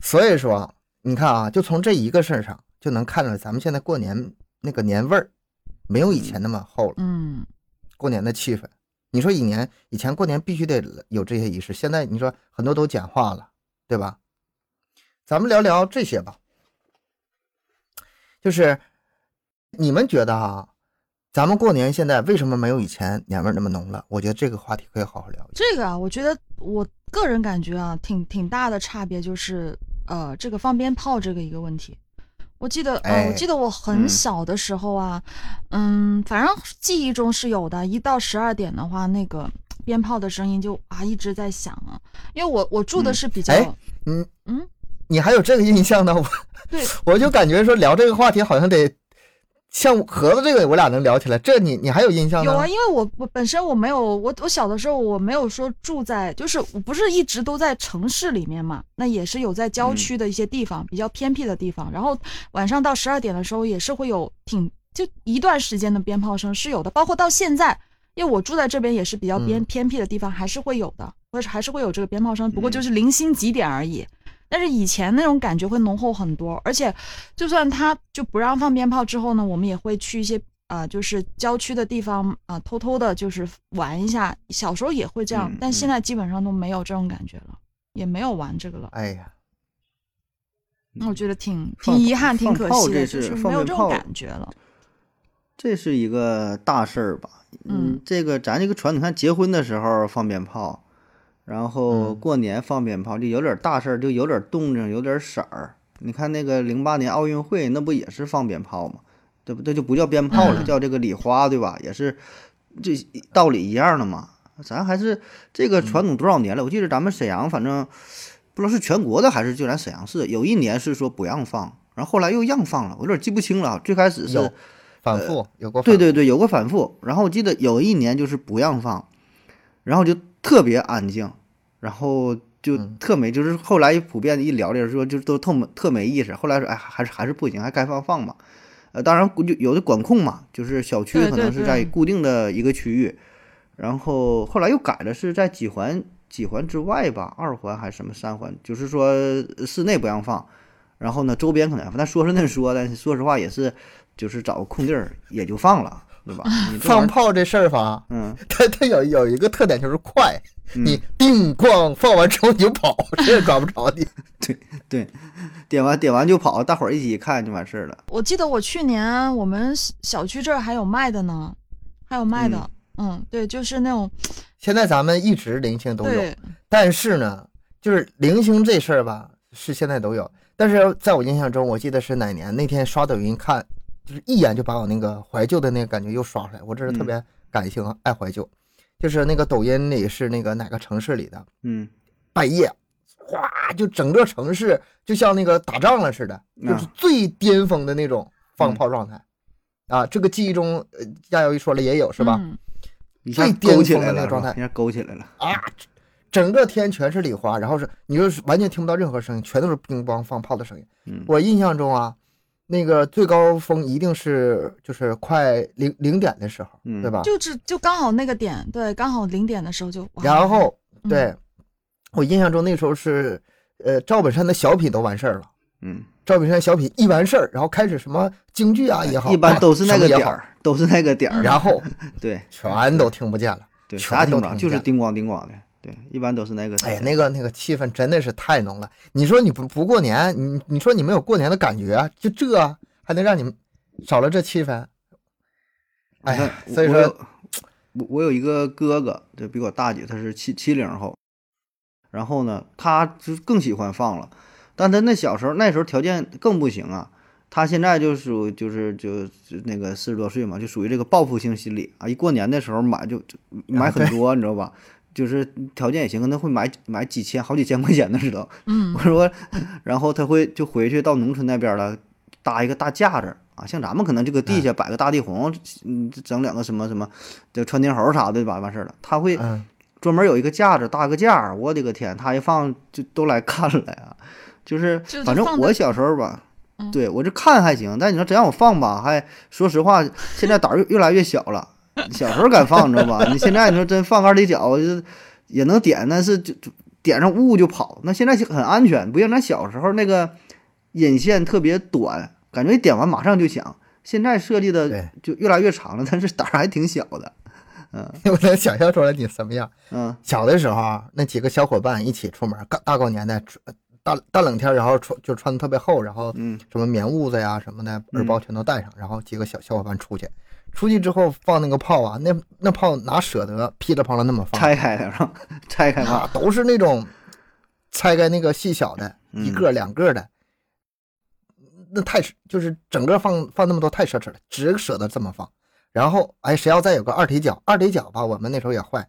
Speaker 1: 所以说，你看啊，就从这一个事儿上就能看出来，咱们现在过年那个年味儿没有以前那么厚了，
Speaker 4: 嗯，
Speaker 1: 过年的气氛。你说以前以前过年必须得有这些仪式，现在你说很多都简化了，对吧？咱们聊聊这些吧，就是你们觉得啊，咱们过年现在为什么没有以前年味儿那么浓了？我觉得这个话题可以好好聊一下。
Speaker 4: 这个啊，我觉得我个人感觉啊，挺挺大的差别就是呃，这个放鞭炮这个一个问题。我记得，呃，
Speaker 1: 哎
Speaker 4: 我记得我很
Speaker 3: 嗯
Speaker 4: 小的时候啊，嗯反正记忆中是有的。一到十二点的话，那个鞭炮的声音就啊一直在响啊，因为我我住的
Speaker 3: 嗯
Speaker 4: 是比较，
Speaker 1: 哎嗯
Speaker 4: 嗯，
Speaker 1: 你还有这个印象呢？我
Speaker 4: 对，
Speaker 1: 我就感觉说聊这个话题好像得像盒子这个，我俩能聊起来，这你你还有印象呢？
Speaker 4: 有啊，因为我我本身我没有我我小的时候我没有说住在，就是我不是一直都在城市里面嘛，那也是有在
Speaker 1: 嗯
Speaker 4: 郊区的一些地方，比较偏僻的地方。然后晚上到十二点的时候也是会有挺就一段时间的鞭炮声是有的，包括到现在，因为我住在这边也是比较偏
Speaker 1: 嗯
Speaker 4: 偏僻的地方，还是会有的，或者还是会有这个鞭炮声，
Speaker 1: 嗯
Speaker 4: 不过就是零星几点而已。但是以前那种感觉会浓厚很多，而且就算他就不让放鞭炮之后呢，我们也会去一些啊、呃就是郊区的地方啊、呃偷偷的就是玩一下。小时候也会这样，
Speaker 3: 嗯
Speaker 4: 但
Speaker 3: 嗯
Speaker 4: 现在基本上都没有这种感觉了，也没有玩这个了。
Speaker 1: 哎呀，
Speaker 4: 那我觉得挺
Speaker 3: 嗯放
Speaker 4: 挺遗憾，挺
Speaker 3: 放
Speaker 4: 可
Speaker 3: 炮
Speaker 4: 惜的，
Speaker 3: 这
Speaker 4: 就是没
Speaker 3: 放
Speaker 4: 有
Speaker 3: 鞭
Speaker 4: 这
Speaker 3: 炮
Speaker 4: 种感觉了。
Speaker 3: 这是一个大事儿吧？
Speaker 4: 嗯，
Speaker 3: 这个咱这个传统，你看结婚的时候放鞭炮，然后
Speaker 1: 嗯
Speaker 3: 过年放鞭炮，就有点大事儿，就有点动静，有点色儿。你看那个零八年奥运会，那不也是放鞭炮吗？对不对？就不叫鞭炮了，
Speaker 4: 嗯
Speaker 3: 叫这个礼花，对吧？也是这道理一样的嘛。咱还是这个
Speaker 4: 嗯
Speaker 3: 传统多少年了？我记得咱们沈阳，反正不知道是全国的还是就咱沈阳市，有一年是说不让放，然后后来又让放了，我有点记不清了。最开始是
Speaker 1: 有反复、有过反
Speaker 3: 对
Speaker 1: 复，
Speaker 3: 对对，有过反复。然后我记得有一年就是不让放，然后就特别安静，然后就
Speaker 1: 嗯
Speaker 3: 特没，就是后来普遍一聊这事说，就都特没特没意思。后来说，哎，还是还是不行，还该放放吧。呃，当然估计有的管控嘛，就是小区
Speaker 4: 对
Speaker 3: 可能
Speaker 4: 对
Speaker 3: 是在
Speaker 4: 对
Speaker 3: 固定的一个区域，然后后来又改了，是在几环几环之外吧，二环还是什么三环，就是说呃室内不让放，然后呢周边可能要放，但说是那么说，但是说实话也是，就是找个空地儿也就放了，对 吧？你这玩
Speaker 1: 放
Speaker 3: 意儿，
Speaker 1: 炮这事儿吧，
Speaker 3: 嗯，
Speaker 1: 它它有有一个特点就是快，
Speaker 3: 嗯
Speaker 1: 你叮咣放完之后你就跑，谁也抓不着你。
Speaker 3: 点完点完就跑，大伙儿一起看就完事儿了。
Speaker 4: 我记得我去年我们小小区这儿还有卖的呢，还有卖的。嗯对，就是那种
Speaker 1: 现在咱们一直零星都有，
Speaker 4: 对，
Speaker 1: 但是呢，就是零星这事儿吧，是现在都有。但是在我印象中，我记得是哪年那天刷抖音看，就是一眼就把我那个怀旧的那个感觉又刷出来。我这是特别感性、啊，爱怀旧，就是那个抖音里是那个哪个城市里的
Speaker 3: 嗯，
Speaker 1: 半夜，哗，就整个城市就像那个打仗了似的，就是
Speaker 3: 啊嗯
Speaker 1: 最巅峰的那种放炮状态。啊，这个记忆中，呃，亚瑶一说了也有是吧？
Speaker 4: 嗯
Speaker 3: 一下
Speaker 1: 最巅
Speaker 3: 勾起
Speaker 1: 峰
Speaker 3: 来
Speaker 1: 的那
Speaker 3: 了
Speaker 1: 个
Speaker 3: 是
Speaker 1: 状
Speaker 3: 吧，
Speaker 1: 态
Speaker 3: 一下勾起来了。
Speaker 1: 啊，整个天全是礼花，然后是你就是完全听不到任何声音，全都是乒乓放炮的声音。
Speaker 3: 嗯
Speaker 1: 我印象中啊，那个最高峰一定是就是快零零点的时候，
Speaker 3: 嗯
Speaker 1: 对吧？
Speaker 4: 就是就刚好那个点，对，刚好零点的时候就。哇
Speaker 1: 然后
Speaker 4: 嗯
Speaker 1: 对、我印象中那时候是呃赵本山的小品都完事儿了。
Speaker 3: 嗯，
Speaker 1: 赵本山小品一完事儿，然后开始什么京剧啊也好，
Speaker 3: 哎一般都是那
Speaker 1: 什么
Speaker 3: 个
Speaker 1: 也
Speaker 3: 点
Speaker 1: 好，
Speaker 3: 儿，都是那个点儿。
Speaker 1: 然后
Speaker 3: 对
Speaker 1: 全都听不见 了。
Speaker 3: 对，
Speaker 1: 全
Speaker 3: 啥也
Speaker 1: 都
Speaker 3: 听不着，
Speaker 1: 听
Speaker 3: 就是
Speaker 1: 见
Speaker 3: 叮咣叮咣的。对，一般都是那个。
Speaker 1: 哎呀，那个那个气氛真的是太浓了。你说你不不过年，你你说你没有过年的感觉啊，就这啊还能让你少了这气氛？哎呀，
Speaker 3: 你看
Speaker 1: 所以
Speaker 3: 我我
Speaker 1: 说
Speaker 3: 有我我有一个哥哥，就比我大几，他是七七零后，然后呢，他就更喜欢放了，但他那小时候那时候条件更不行啊。他现在就属就是就就那个四十多岁嘛，就属于这个报复性心理啊！一过年的时候买就就
Speaker 1: 啊
Speaker 3: 买很多，你知道吧？就是条件也行，可能会买买几千、好几千块钱的知道。
Speaker 4: 嗯
Speaker 3: 我，说，然后他会就回去到农村那边了，搭一个大架子啊，像咱们可能这个地下摆个大地红，嗯，整两个什么什么的穿天猴啥的对吧，完事儿了。他会
Speaker 1: 嗯，
Speaker 3: 专门有一个架子搭个架儿，我的个天，他一放就都来看了呀。就是
Speaker 4: 就就
Speaker 3: 反正
Speaker 4: 放
Speaker 3: 我
Speaker 4: 在
Speaker 3: 小时候吧
Speaker 4: 嗯，
Speaker 3: 对我这看还行，但你说真让我放吧，还说实话，现在胆儿越越来越小了。小时候敢放，你知道吧？你现在你说真放杆里脚，就是也能点，但是就就点上呜就跑。那现在很安全，不像咱小时候那个引线特别短，感觉一点完马上就响。现在设计的
Speaker 1: 对
Speaker 3: 就越来越长了，但是胆儿还挺小的。嗯
Speaker 1: 我能想象出来你什么样。
Speaker 3: 嗯
Speaker 1: 小的时候啊，那几个小伙伴一起出门，大大过年的，穿大大冷天儿，然后穿就穿的特别厚，然后
Speaker 3: 嗯
Speaker 1: 什么棉褥子呀什么的，耳包全都带上，然后几个小小伙伴出去，出去之后放那个炮啊，那那炮哪舍得噼里啪啦那么放，
Speaker 3: 拆开了是吧？ 拆开
Speaker 1: 嗯啊
Speaker 3: 了，，
Speaker 1: 都是那种拆开那个细小的，
Speaker 3: 嗯
Speaker 1: 一个两个的，那太奢就是整个放放那么多太奢侈了，只舍得这么放。然后哎，谁要再有个二踢脚，二踢脚吧，我们那时候也坏，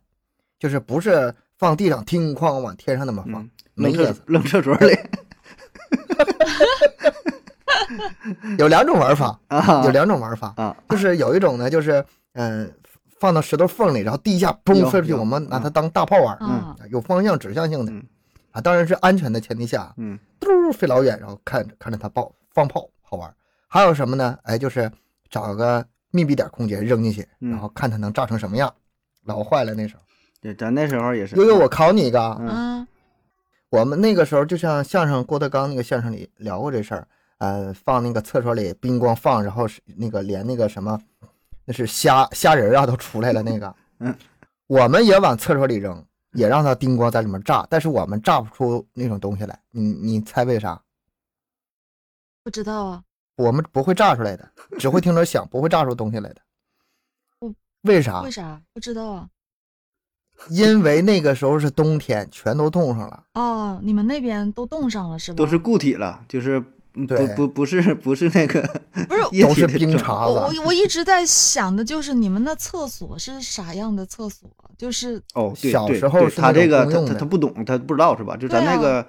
Speaker 1: 就是不是放地上听哐往天上那么放，
Speaker 3: 嗯，
Speaker 1: 没
Speaker 3: 扔
Speaker 1: 意
Speaker 3: 厕
Speaker 1: 思。
Speaker 3: 扔厕所里。
Speaker 1: 有两种玩法，
Speaker 3: 啊
Speaker 1: 有两种玩法，
Speaker 3: 啊，
Speaker 1: 就是有一种呢，就是嗯、放到石头缝里，然后地下
Speaker 3: 有
Speaker 1: 嘣飞出去，
Speaker 3: 有
Speaker 1: 我们拿
Speaker 3: 嗯
Speaker 1: 它当大炮玩，
Speaker 4: 啊，
Speaker 1: 有方向指向性的
Speaker 3: 嗯
Speaker 1: 啊，当然是安全的前提下，
Speaker 3: 嗯
Speaker 1: 嘟飞老远，然后看着看着它爆放炮，好玩。还有什么呢？哎，就是找个密闭点空间扔进去，
Speaker 3: 嗯
Speaker 1: 然后看它能炸成什么样。老坏了那时候，
Speaker 3: 对，咱那时候也是。
Speaker 1: 悠悠，我考你一个啊，
Speaker 3: 嗯
Speaker 4: 啊，
Speaker 1: 我们那个时候就像相声郭德纲那个相声里聊过这事儿，呃，放那个厕所里冰光放，然后是那个连那个什么，那是虾虾仁儿啊都出来了那个，
Speaker 3: 嗯，
Speaker 1: 我们也往厕所里扔，也让它叮咣在里面炸，但是我们炸不出那种东西来，你你猜为啥？
Speaker 4: 不知道啊，
Speaker 1: 我们不会炸出来的，只会听着响，不会炸出东西来的
Speaker 4: 不。
Speaker 1: 为
Speaker 3: 啊
Speaker 1: 啥
Speaker 4: 为？啥？不知道啊。
Speaker 1: 因为那个时候是冬天，全都冻上 了。
Speaker 4: 哦，你们那边都冻上了是吧？
Speaker 3: 都是固体了，就是嗯不
Speaker 1: 对
Speaker 3: 不不是不是那个
Speaker 4: 不是
Speaker 3: 液
Speaker 1: 都
Speaker 3: 体
Speaker 1: 是
Speaker 3: 的
Speaker 1: 冰
Speaker 3: 状
Speaker 1: 碴
Speaker 4: 我
Speaker 1: 子，
Speaker 4: 我我一直在想的就是你们那厕所是啥样的厕所？就是
Speaker 3: 哦，对
Speaker 1: 小
Speaker 3: 对
Speaker 1: 时候
Speaker 3: 对
Speaker 1: 是
Speaker 3: 他
Speaker 1: 那种
Speaker 3: 这个
Speaker 1: 公
Speaker 3: 他
Speaker 1: 用
Speaker 3: 他
Speaker 1: 的
Speaker 3: 他不懂，他不知道是吧？就咱
Speaker 4: 对啊
Speaker 3: 那个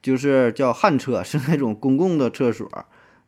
Speaker 3: 就是叫旱厕，是那种公共的厕所，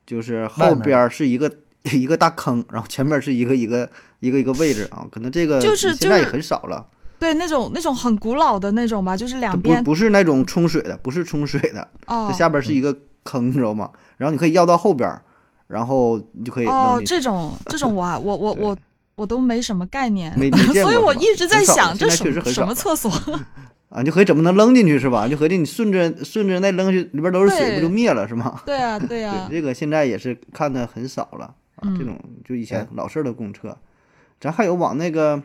Speaker 3: 就是
Speaker 1: 外
Speaker 3: 后
Speaker 1: 面
Speaker 3: 边儿是一个一个大坑，然后前面是一个一个一个一个位置啊，可能这个
Speaker 4: 就是
Speaker 3: 现在也
Speaker 4: 就是
Speaker 3: 很少了，
Speaker 4: 对那种那种很古老的那种吧，就是
Speaker 3: 它
Speaker 4: 两
Speaker 3: 不
Speaker 4: 边
Speaker 3: 不是那种冲水的，不是冲水的，
Speaker 4: 哦
Speaker 3: 它下边是一个坑，你知道吗？然后你可以绕到后边儿，然后你就可以弄
Speaker 4: 哦
Speaker 3: 进去
Speaker 4: 这种这种我啊我我
Speaker 3: 对
Speaker 4: 我我都没什么概念
Speaker 3: 没没，见
Speaker 4: 所以
Speaker 3: 过
Speaker 4: 我
Speaker 3: 是吧
Speaker 4: 一直在
Speaker 3: 很少
Speaker 4: 想
Speaker 3: 了
Speaker 4: 这
Speaker 3: 现在
Speaker 4: 什
Speaker 3: 确实
Speaker 4: 么
Speaker 3: 很
Speaker 4: 什
Speaker 3: 少
Speaker 4: 么
Speaker 3: 了
Speaker 4: 厕所？
Speaker 3: 啊，你就合计怎么能扔进去是吧？你就合计你顺着顺着那扔进去，里边都是水，
Speaker 4: 对
Speaker 3: 不就灭了是吗？
Speaker 4: 对 啊对啊
Speaker 3: 对，，这个现在也是看的很少了啊，这
Speaker 4: 嗯
Speaker 3: 种就以前
Speaker 1: 对
Speaker 3: 老式儿的公厕，咱还有往那个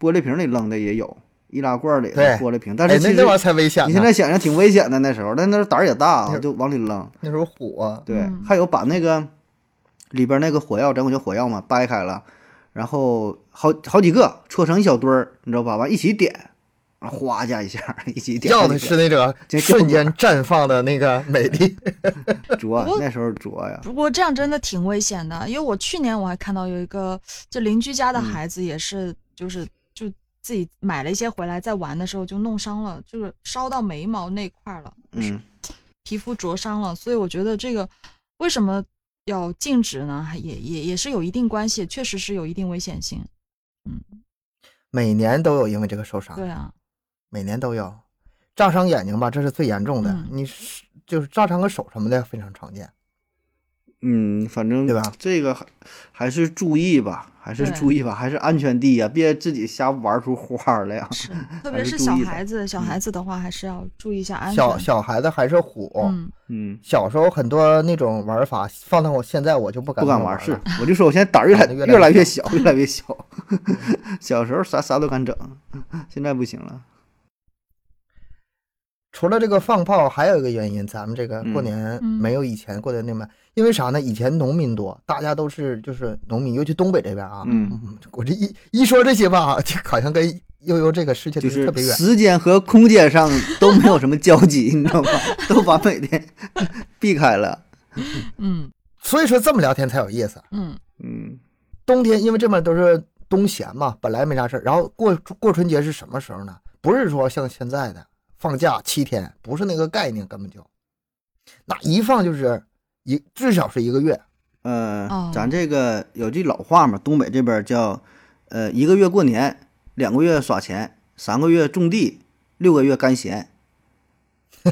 Speaker 3: 玻璃瓶里扔的也有，易拉罐里
Speaker 1: 对
Speaker 3: 的玻璃瓶，但
Speaker 1: 哎
Speaker 3: 是，其
Speaker 1: 那
Speaker 3: 实
Speaker 1: 那玩意儿才危险呢。
Speaker 3: 你现在想想挺危险的那时候，但那时候胆儿也大啊，就往里扔。
Speaker 1: 那时候火、
Speaker 3: 对，
Speaker 4: 嗯
Speaker 3: 还有把那个里边那个火药，咱管叫火药嘛，掰开了，然后好好几个搓成一小堆儿，你知道吧？完一起点，啊哗一下一下，一起点。
Speaker 1: 要的是那个
Speaker 3: 这
Speaker 1: 瞬间绽放的那个美丽。
Speaker 3: 拙
Speaker 4: 不，过
Speaker 3: 那时候拙呀。
Speaker 4: 不过这样真的挺危险的，因为我去年我还看到有一个，就邻居
Speaker 3: 嗯
Speaker 4: 家的孩子也是，就是就自己买了一些回来，在玩的时候就弄伤了，就是烧到眉毛那块儿了，就是
Speaker 3: 嗯，
Speaker 4: 皮肤灼伤了。所以我觉得这个为什么要禁止呢？还也也也是有一定关系，确实是有一定危险性。
Speaker 1: 每年都有因为这个受伤，
Speaker 4: 对啊，
Speaker 1: 每年都有。炸伤眼睛吧，这是最严重的，
Speaker 4: 嗯
Speaker 1: 你是就是炸伤个手什么的非常常见。
Speaker 3: 嗯，反正
Speaker 1: 对吧
Speaker 3: 这个还还是注意吧，还是
Speaker 4: 对
Speaker 3: 注意吧，还是安全第一啊，别自己瞎玩出花儿来啊 呀。
Speaker 4: 是，特
Speaker 3: 还
Speaker 4: 别
Speaker 3: 是
Speaker 4: 是
Speaker 3: 注
Speaker 4: 小
Speaker 3: 意的嗯
Speaker 4: 孩子，小孩子的话还是要注意一下安全。
Speaker 1: 小小孩子还是虎，
Speaker 4: 嗯，
Speaker 3: 嗯，
Speaker 1: 小时候很多那种玩法，放到我现在我就不敢
Speaker 3: 不敢
Speaker 1: 那么
Speaker 3: 玩儿，
Speaker 1: 玩
Speaker 3: 是
Speaker 1: 了，
Speaker 3: 我就说我现在胆儿越来
Speaker 1: 长得越来
Speaker 3: 越来
Speaker 1: 越
Speaker 3: 越小，越来越小。 小时候啥啥都敢整，现在不行了。
Speaker 1: 除了这个放炮，还有一个原因，咱们这个过
Speaker 3: 嗯
Speaker 1: 年
Speaker 4: 嗯
Speaker 1: 没有以前过的那么，因为啥呢？以前农民多，大家都是就是农民，尤其东北这边啊，
Speaker 3: 嗯，
Speaker 1: 嗯我这一一说这些吧，就好像跟悠悠这个世界
Speaker 3: 就
Speaker 1: 离
Speaker 3: 是
Speaker 1: 特别远。
Speaker 3: 时间和空间上都没有什么交集， 你知道吗？都把 每天避开了。
Speaker 4: 嗯
Speaker 1: 所以说这么聊天才有意思。
Speaker 4: 嗯
Speaker 3: 嗯，
Speaker 1: 冬天因为这边都是冬闲嘛，本来没啥事儿，然后过过春节是什么时候呢？不是说像现在的放假七天，不是那个概念，根本就，那一放就是一至少是一个月。
Speaker 3: 呃
Speaker 4: 哦，
Speaker 3: 咱这个有句老话嘛，东北这边叫，呃，一个月过年，两个月耍钱，三个月种地，六个月干闲，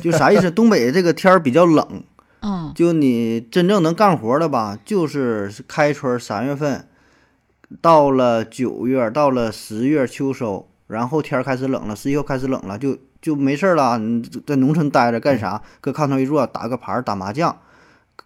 Speaker 3: 就 啥意思？东北这个天儿比较冷，
Speaker 4: 嗯，
Speaker 3: 就你真正能干活的吧，就是开春三月份，到了九月，到了十月秋收，然后天儿开始冷了，十一又开始冷了，就就没事儿了。你在农村待着干啥？搁炕上一坐，打个牌儿，打麻将，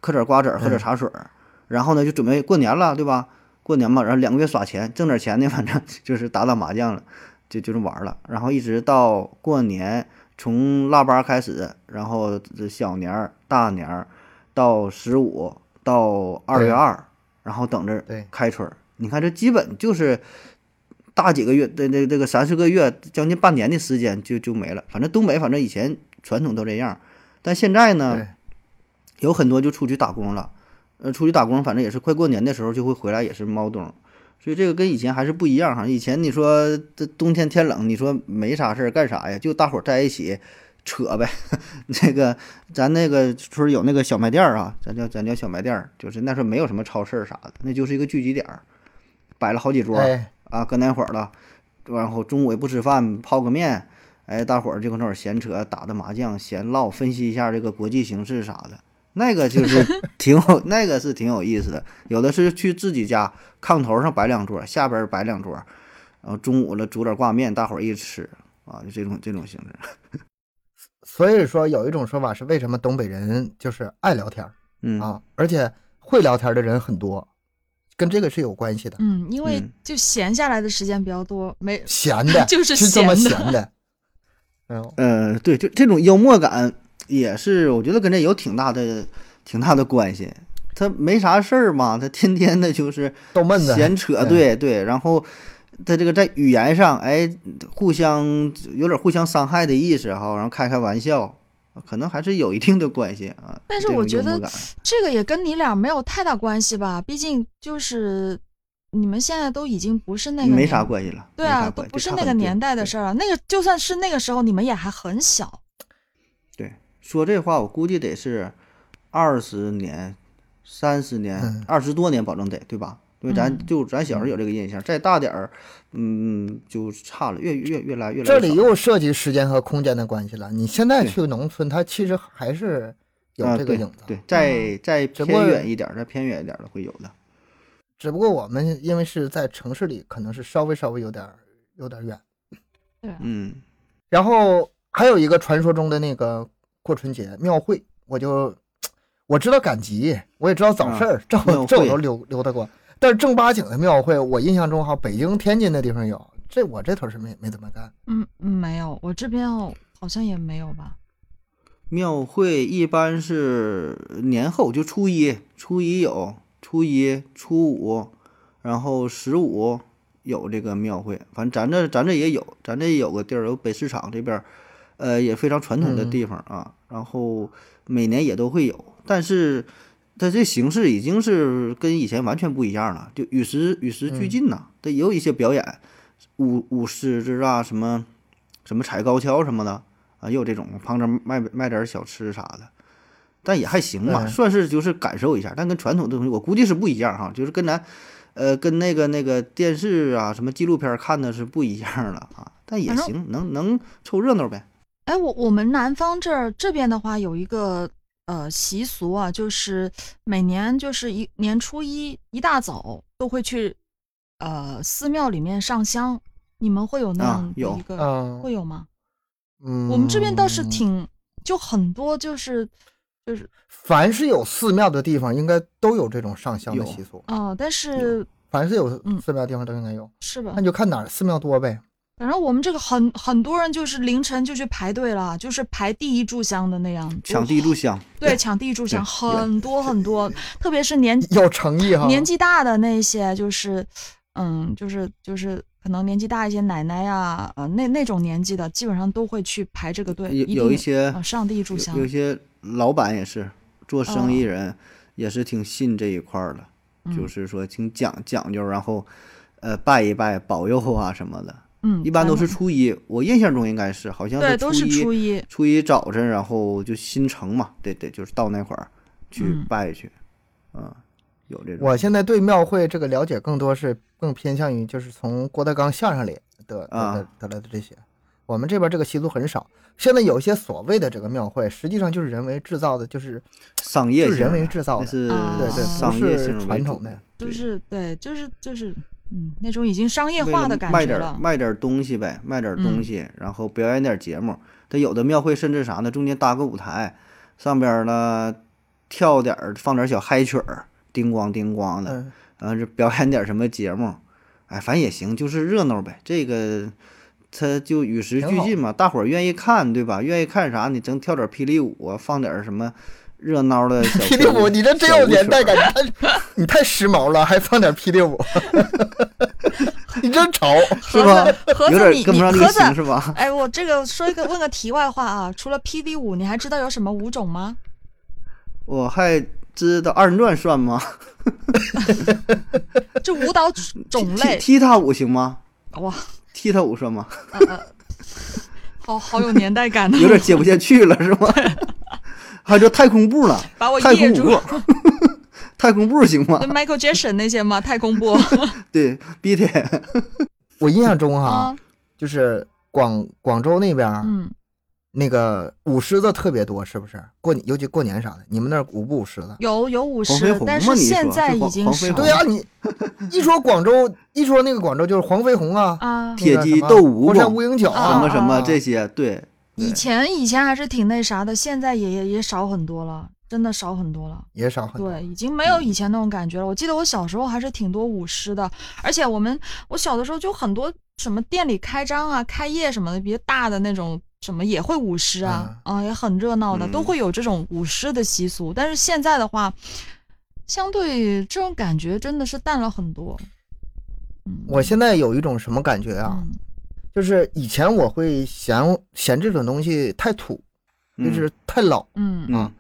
Speaker 3: 嗑点瓜子儿，喝点茶水儿，然后呢就准备过年了，对吧？过年嘛，然后两个月耍钱，挣点钱呢，反正 就是打打麻将了，就就是玩儿了，然后一直到过年。从腊八开始，然后这小年儿、大年儿，到十五到二月二，然后等着
Speaker 1: 对
Speaker 3: 开春儿。你看，这基本就是大几个月，这这这个三四个月，将近半年的时间就就没了。反正东北，反正以前传统都这样，但现在呢
Speaker 1: 对，，
Speaker 3: 有很多就出去打工了。呃，出去打工，反正也是快过年的时候就会回来，也是猫冬。所以这个跟以前还是不一样哈。以前你说这冬天天冷，你说没啥事儿干啥呀？就大伙儿在一起扯呗。 这个咱那个村儿有那个小卖店儿啊，咱叫咱叫小卖店儿，就是那时候没有什么超市啥的，那就是一个聚集点儿，摆了好几桌儿
Speaker 1: 哎，
Speaker 3: 啊，搁那会儿了，然后中午也不吃饭，泡个面，哎，大伙儿就搁那会儿闲扯，打打麻将，闲唠，分析一下这个国际形势啥的。那个就是 挺有，那个是挺有意思的。有的是去自己家炕头上摆两桌，下边儿摆两桌，然后中午了煮点挂面，大伙儿一吃啊，就这种这种形式。
Speaker 1: 所以说有一种说法是为什么东北人就是爱聊天儿
Speaker 3: 嗯，
Speaker 1: 啊，而且会聊天儿的人很多，跟这个是有关系的。
Speaker 4: 嗯，因为
Speaker 3: 嗯
Speaker 4: 就闲下来的时间比较多，没
Speaker 1: 闲 的，
Speaker 4: 就是
Speaker 1: 这么
Speaker 4: 闲
Speaker 1: 闲
Speaker 4: 的
Speaker 1: 的。嗯，
Speaker 3: 呃，对，就这种幽默感也是，我觉得跟这有挺大的挺大的关系。他没啥事儿嘛，他天天的就是
Speaker 1: 逗闷子，
Speaker 3: 闲扯，对对，然后他这个在语言上，哎，互相有点互相伤害的意识哈，然后开开玩笑，可能还是有一定的关系 啊。
Speaker 4: 但是
Speaker 3: 这种
Speaker 4: 我觉
Speaker 3: 幽默
Speaker 4: 得
Speaker 3: 感
Speaker 4: 这个也跟你俩没有太大关系吧，毕竟就是你们现在都已经不是那个
Speaker 3: 没
Speaker 4: 年
Speaker 3: 啥关系了，
Speaker 4: 对
Speaker 3: 没啥
Speaker 4: 啊，都
Speaker 3: 关系
Speaker 4: 不是
Speaker 3: 差
Speaker 4: 那
Speaker 3: 很
Speaker 4: 个
Speaker 3: 多
Speaker 4: 年代的
Speaker 3: 对
Speaker 4: 事儿了。那个就算是那个时候，你们也还很小。
Speaker 3: 对，说这话我估计得是二十年、三十年
Speaker 1: 嗯、
Speaker 3: 二十、多年，保证得对吧？因为咱
Speaker 4: 嗯
Speaker 3: 就咱小时候有这个印象，再大点儿，嗯，就差了，越越越来越来越
Speaker 1: 这里
Speaker 3: 少
Speaker 1: 又涉及时间和空间的关系了。你现在
Speaker 3: 对
Speaker 1: 去农村，它其实还是
Speaker 3: 嗯啊
Speaker 1: 有这个
Speaker 3: 对
Speaker 1: 影子，
Speaker 3: 对，再再
Speaker 1: 只
Speaker 3: 偏
Speaker 1: 不过
Speaker 3: 远一点儿，再偏远一点儿的会有的。
Speaker 1: 只不过我们因为是在城市里，可能是稍微稍微有点儿有点儿远。
Speaker 4: 对啊，
Speaker 3: 嗯，
Speaker 1: 然后还有一个传说中的那个过春节庙会，我就我知道赶集，我也知道早市儿，这
Speaker 3: 啊庙
Speaker 1: 我这我
Speaker 3: 会
Speaker 1: 都溜溜达过。但是正八经的庙会，我印象中哈，北京、天津那地方有，这我这头是没没怎么干。
Speaker 4: 嗯，嗯没有，我这边哦好像也没有吧。
Speaker 3: 庙会一般是年后，就初一，初一有，初一、初五，然后十五有这个庙会。反正咱这咱这也有，咱这也有个地儿，有北市场这边儿，呃，也非常传统的地方啊。然后每年也都会有，但是它这形式已经是跟以前完全不一样了，就与时与时俱进呐、它也有一些表演，舞舞狮子啊，什么什么踩高跷什么的。啊，也有这种旁边卖卖点儿小吃啥的，但也还行吧，
Speaker 1: 嗯
Speaker 3: 算是就是感受一下。但跟传统的东西，我估计是不一样哈，就是跟咱，呃，跟那个那个电视啊什么纪录片儿看的是不一样了啊。但也
Speaker 4: 反正
Speaker 3: 行，能能凑热闹呗。
Speaker 4: 哎，我我们南方这儿这边的话，有一个呃习俗啊，就是每年就是一年初一一大早都会去呃寺庙里面上香。你们会有那
Speaker 3: 啊
Speaker 4: 样的
Speaker 3: 有
Speaker 4: 一个、
Speaker 1: 嗯
Speaker 4: 会有吗？
Speaker 1: 嗯，
Speaker 4: 我们这边倒是，挺就很多就是就是
Speaker 1: 凡是有寺庙的地方，应该都有这种上香的
Speaker 3: 有
Speaker 1: 习俗。
Speaker 4: 哦、但是
Speaker 1: 凡是有
Speaker 4: 嗯
Speaker 1: 寺庙的地方都应该有，
Speaker 4: 是吧
Speaker 1: 那？你就看哪儿寺庙多呗。
Speaker 4: 反正我们这个很很多人就是凌晨就去排队了，就是排第一炷香的那样，就
Speaker 3: 抢第一炷香，
Speaker 4: 对，抢第一炷香
Speaker 3: 有
Speaker 4: 很多很多，特别是年
Speaker 1: 有诚意哈，
Speaker 4: 年纪大的那些，就是嗯，就是就是可能年纪大一些奶奶呀、呃那那种年纪的，基本上都会去排这个队，
Speaker 3: 有
Speaker 4: 定
Speaker 3: 有一些
Speaker 4: 呃上第一炷
Speaker 3: 有
Speaker 4: 香
Speaker 3: 有，些老板也是做生意人，也是挺信这一块儿的，就
Speaker 4: 哦嗯
Speaker 3: 是说挺讲讲究，然后，呃，拜一拜保佑啊什么的。
Speaker 4: 嗯，
Speaker 3: 一般都是
Speaker 4: 反
Speaker 3: 初一，我印象中应该是好像
Speaker 4: 正对，都是
Speaker 3: 一
Speaker 4: 初一，
Speaker 3: 初一早晨，然后就新城嘛，得得就是到那块儿去
Speaker 4: 嗯
Speaker 3: 拜去，嗯，有这种。
Speaker 1: 我现在对庙会这个了解更多是更偏向于就是从郭德纲相声里得得
Speaker 3: 啊
Speaker 1: 得得来的这些。我们这边这个习俗很少。现在有一些所谓的这个庙会，实际上就是人为制造的，就是
Speaker 3: 商业
Speaker 1: 就
Speaker 3: 性
Speaker 1: 是
Speaker 3: 的
Speaker 1: 人为制造
Speaker 3: 那
Speaker 1: 的。
Speaker 3: 是
Speaker 4: 啊
Speaker 1: 对对，
Speaker 3: 商
Speaker 1: 不
Speaker 3: 业
Speaker 1: 是
Speaker 3: 性为
Speaker 1: 传
Speaker 3: 主
Speaker 1: 统的。
Speaker 4: 就
Speaker 3: 对
Speaker 4: 是对，就是就是嗯那种已经商业
Speaker 3: 为
Speaker 4: 化
Speaker 3: 了
Speaker 4: 的感
Speaker 3: 卖
Speaker 4: 觉
Speaker 3: 点
Speaker 4: 了，嗯
Speaker 3: 卖点东西呗，卖点东西，然后表演点节目。他有的庙会甚至啥呢，中间搭个舞台，上边呢跳点儿放点小嗨曲儿，叮咣叮咣的，
Speaker 1: 嗯，
Speaker 3: 然后就啊表演点什么节目，哎，反正也行，就是热闹呗。这个它就与时俱进嘛，大伙儿愿意看，对吧？愿意看啥？你整跳点霹雳舞啊，放点什么热闹的小
Speaker 1: 霹雳舞，你这真有年代感， 你太你太时髦了，还放点霹雳舞， 你真潮。
Speaker 3: 是
Speaker 4: 盒
Speaker 3: 吧
Speaker 4: 子？盒
Speaker 3: 有
Speaker 4: 子你
Speaker 3: 点跟
Speaker 4: 你
Speaker 3: 不上流
Speaker 4: 盒
Speaker 3: 行
Speaker 4: 子。
Speaker 3: 是吧？
Speaker 4: 哎，我这个说一个问个题外话啊，除了霹雳舞，你还知道有什么舞种吗？
Speaker 3: 我还知道二人转算吗？
Speaker 4: 就舞蹈 种类
Speaker 3: 踢踢踏舞行吗？
Speaker 4: 哇，
Speaker 3: 踢踏舞算吗？
Speaker 4: 呃，呃好好有年代感的，
Speaker 3: 有点接不下去了，是吗？ 还有这太空步了，
Speaker 4: 把我
Speaker 3: 太
Speaker 4: 噎
Speaker 3: 空
Speaker 4: 住
Speaker 3: 舞
Speaker 4: 了。
Speaker 3: 步， 太空步行吗
Speaker 4: 就？Michael Jackson 那些嘛，太空波
Speaker 3: 对，必得
Speaker 1: 我印象中哈，
Speaker 4: 啊，
Speaker 1: 就是广广州那边儿
Speaker 4: 嗯，
Speaker 1: 那个舞狮子特别多，是不是？过年尤其过年啥的，你们那儿舞不舞狮子？
Speaker 4: 有有舞
Speaker 3: 黄飞
Speaker 4: 狮
Speaker 3: 鸿，
Speaker 4: 但
Speaker 3: 吗
Speaker 4: 是
Speaker 3: 你
Speaker 4: 现
Speaker 3: 说
Speaker 4: 在
Speaker 3: 是
Speaker 4: 已
Speaker 3: 黄
Speaker 4: 经
Speaker 3: 黄飞
Speaker 4: 少
Speaker 3: 鸿
Speaker 1: 对呀、你一说广州，一说那个广州就是黄飞鸿啊，
Speaker 4: 啊。
Speaker 1: 那个
Speaker 3: 铁骑
Speaker 1: 什么
Speaker 3: 斗蜈
Speaker 1: 黄山
Speaker 3: 蚣
Speaker 1: 无影脚
Speaker 3: 什
Speaker 1: 啊
Speaker 3: 么什
Speaker 1: 啊
Speaker 3: 么这些，对，
Speaker 4: 以前以前还是挺那啥的，现在也也也少很多了，真的少很多了。
Speaker 1: 也少很多。
Speaker 4: 对，已经没
Speaker 3: 嗯
Speaker 4: 有以前那种感觉了。我记得我小时候还是挺多舞狮的，而且我们我小的时候就很多什么店里开张啊、开业什么的，比较大的那种什么也会舞狮啊，啊、也很热闹的，都
Speaker 3: 嗯
Speaker 4: 会有这种舞狮的习俗。但是现在的话，相对这种感觉真的是淡了很多。嗯，
Speaker 1: 我现在有一种什么感觉啊？
Speaker 4: 嗯
Speaker 1: 就是以前我会嫌嫌这种东西太土，就
Speaker 3: 嗯
Speaker 1: 是太老，
Speaker 4: 嗯
Speaker 3: 嗯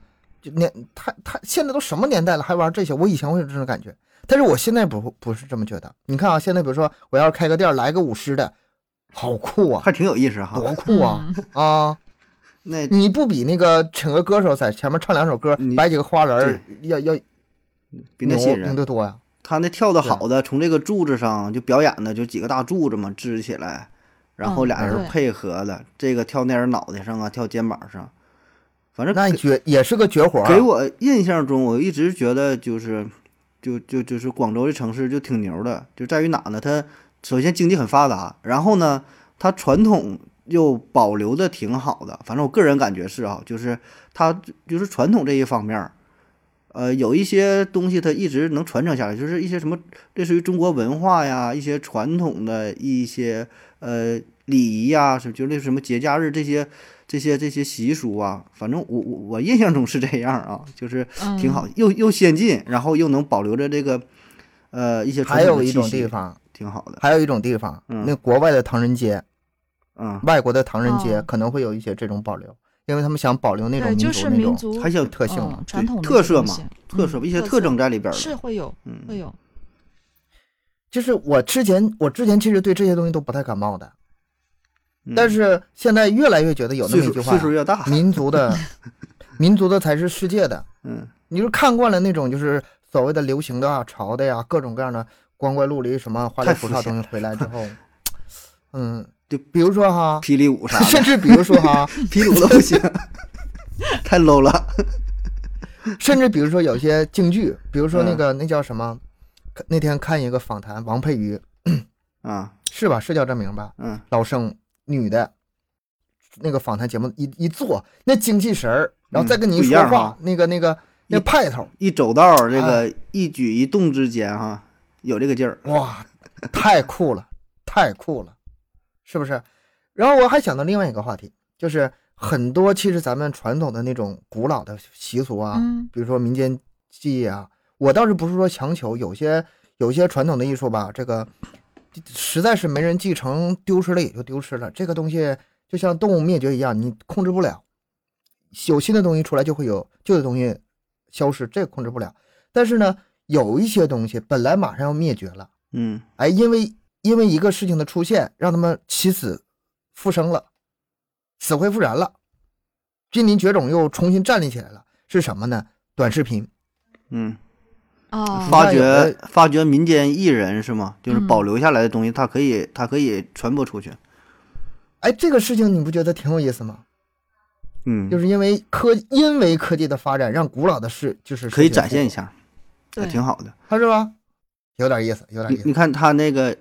Speaker 1: 就年太太现在都什么年代了还玩这些？我以前会有这种感觉，但是我现在不不是这么觉得。你看啊，现在比如说我要是开个店儿来个舞狮的，好酷啊，
Speaker 3: 还挺有意思哈。
Speaker 1: 多酷
Speaker 4: 嗯
Speaker 1: 啊、啊！
Speaker 3: 那
Speaker 1: 你不比那个请个歌手在前面唱两首歌
Speaker 3: 你，
Speaker 1: 摆几个花轮儿要要
Speaker 3: 比那些
Speaker 1: 牛
Speaker 3: 人
Speaker 1: 牛得多呀、
Speaker 3: 他那跳的好的，从这个柱子上就表演的就几个大柱子嘛支起来，然后
Speaker 4: 嗯
Speaker 3: 俩人
Speaker 4: 对
Speaker 3: 配合的，这个跳那人脑袋上啊，跳肩膀上，反正
Speaker 1: 那你绝也是个绝活、啊。
Speaker 3: 给我印象中，我一直觉得就是，就就就是广州这城市就挺牛的，就在于哪呢？它首先经济很发达，然后呢，它传统又保留的挺好的。反正我个人感觉是啊，就是它就是传统这一方面儿，呃，有一些东西它一直能传承下来，就是一些什么类似于中国文化呀，一些传统的一些呃礼仪呀，什么就类似什么节假日这些这些这些习俗啊，反正我我我印象中是这样啊，就是
Speaker 4: 嗯，
Speaker 3: 挺好，又又先进，然后又能保留着这个呃一些传
Speaker 1: 还
Speaker 3: 统
Speaker 1: 有
Speaker 3: 的
Speaker 1: 一
Speaker 3: 气
Speaker 1: 种
Speaker 3: 息
Speaker 1: 地，方，
Speaker 3: 挺好的，
Speaker 1: 还有一种地方，
Speaker 3: 嗯
Speaker 1: 那国外的唐人街，
Speaker 3: 嗯，
Speaker 1: 外国的唐人街
Speaker 4: 哦
Speaker 1: 可能会有一些这种保留，因为他们想保留那种
Speaker 4: 对，就
Speaker 1: 民
Speaker 4: 是
Speaker 1: 族
Speaker 4: 民
Speaker 1: 那种
Speaker 4: 族
Speaker 3: 还想
Speaker 1: 特性嘛。
Speaker 4: 嗯、传
Speaker 3: 对
Speaker 4: 统的
Speaker 3: 特
Speaker 4: 这
Speaker 3: 色
Speaker 4: 东
Speaker 3: 嘛
Speaker 4: 西
Speaker 3: 特
Speaker 4: 嗯
Speaker 3: 色一些特
Speaker 4: 特
Speaker 3: 征在里边儿
Speaker 4: 是
Speaker 3: 的，
Speaker 4: 会有会
Speaker 3: 嗯，
Speaker 4: 有，
Speaker 1: 就是我之前，我之前其实对这些东西都不太感冒的，
Speaker 3: 嗯
Speaker 1: 但是现在越来越觉得有那
Speaker 3: 岁
Speaker 1: 么一
Speaker 3: 数
Speaker 1: 句话
Speaker 3: 岁，数越大，
Speaker 1: 民族的，民族的才是世界的。
Speaker 3: 嗯
Speaker 1: 你就看惯了那种就是所谓的流行的啊、潮的呀、各种各样的光怪陆离、什么花里
Speaker 3: 太
Speaker 1: 胡
Speaker 3: 肤
Speaker 1: 哨的
Speaker 3: 浅
Speaker 1: 东西回来之后，嗯，
Speaker 3: 就
Speaker 1: 比如说 哈，
Speaker 3: 嗯霹雳舞啥
Speaker 1: 甚
Speaker 3: 的，
Speaker 1: 至比如说哈，
Speaker 3: 霹雳舞都不行， 太 low 了，
Speaker 1: 甚至比如说有些京剧，比如说那
Speaker 3: 嗯
Speaker 1: 个、那叫什么，那天看一个访谈，王佩瑜
Speaker 3: 啊
Speaker 1: 是吧？是叫这名吧？
Speaker 3: 嗯
Speaker 1: 老生女的，那个访谈节目一一做，那精气神儿，然后再跟
Speaker 3: 嗯
Speaker 1: 您
Speaker 3: 不一
Speaker 1: 说
Speaker 3: 样
Speaker 1: 话
Speaker 3: 哈，
Speaker 1: 那个那个那
Speaker 3: 一
Speaker 1: 派头，
Speaker 3: 一走道儿这
Speaker 1: 哎
Speaker 3: 个一举一动之间哈、有这个劲儿，
Speaker 1: 哇，太酷了，太酷了，是不是？然后我还想到另外一个话题，就是很多其实咱们传统的那种古老的习俗啊，
Speaker 4: 嗯
Speaker 1: 比如说民间技艺啊，我倒是不是说强求，有些有些传统的艺术吧，这个实在是没人继承，丢失了也就丢失了。这个东西就像动物灭绝一样，你控制不了，有新的东西出来就会有旧的东西消失，这个控制不了。但是呢，有一些东西本来马上要灭绝了。
Speaker 3: 嗯
Speaker 1: 哎，因为因为一个事情的出现，让他们起死复生了，死灰复燃了，濒临绝种又重新站立起来了，是什么呢？短视频，
Speaker 3: 嗯。
Speaker 4: 啊，
Speaker 1: 哦
Speaker 3: 发
Speaker 1: 那有
Speaker 3: 掘
Speaker 1: 的
Speaker 3: 发掘民间艺人是吗？就是
Speaker 4: 嗯
Speaker 3: 保留下来的东西，它可以它可以传播出去。
Speaker 1: 哎，这个事情你不觉得挺有意思吗？
Speaker 3: 嗯，
Speaker 1: 就是因为科，因为科技的发展，让古老的事就是
Speaker 3: 可以展现一
Speaker 1: 下，
Speaker 3: 下，
Speaker 4: 对，
Speaker 3: 挺好的。
Speaker 1: 它是吧？有点意思，有点意
Speaker 3: 你
Speaker 1: 思
Speaker 3: 你看他那个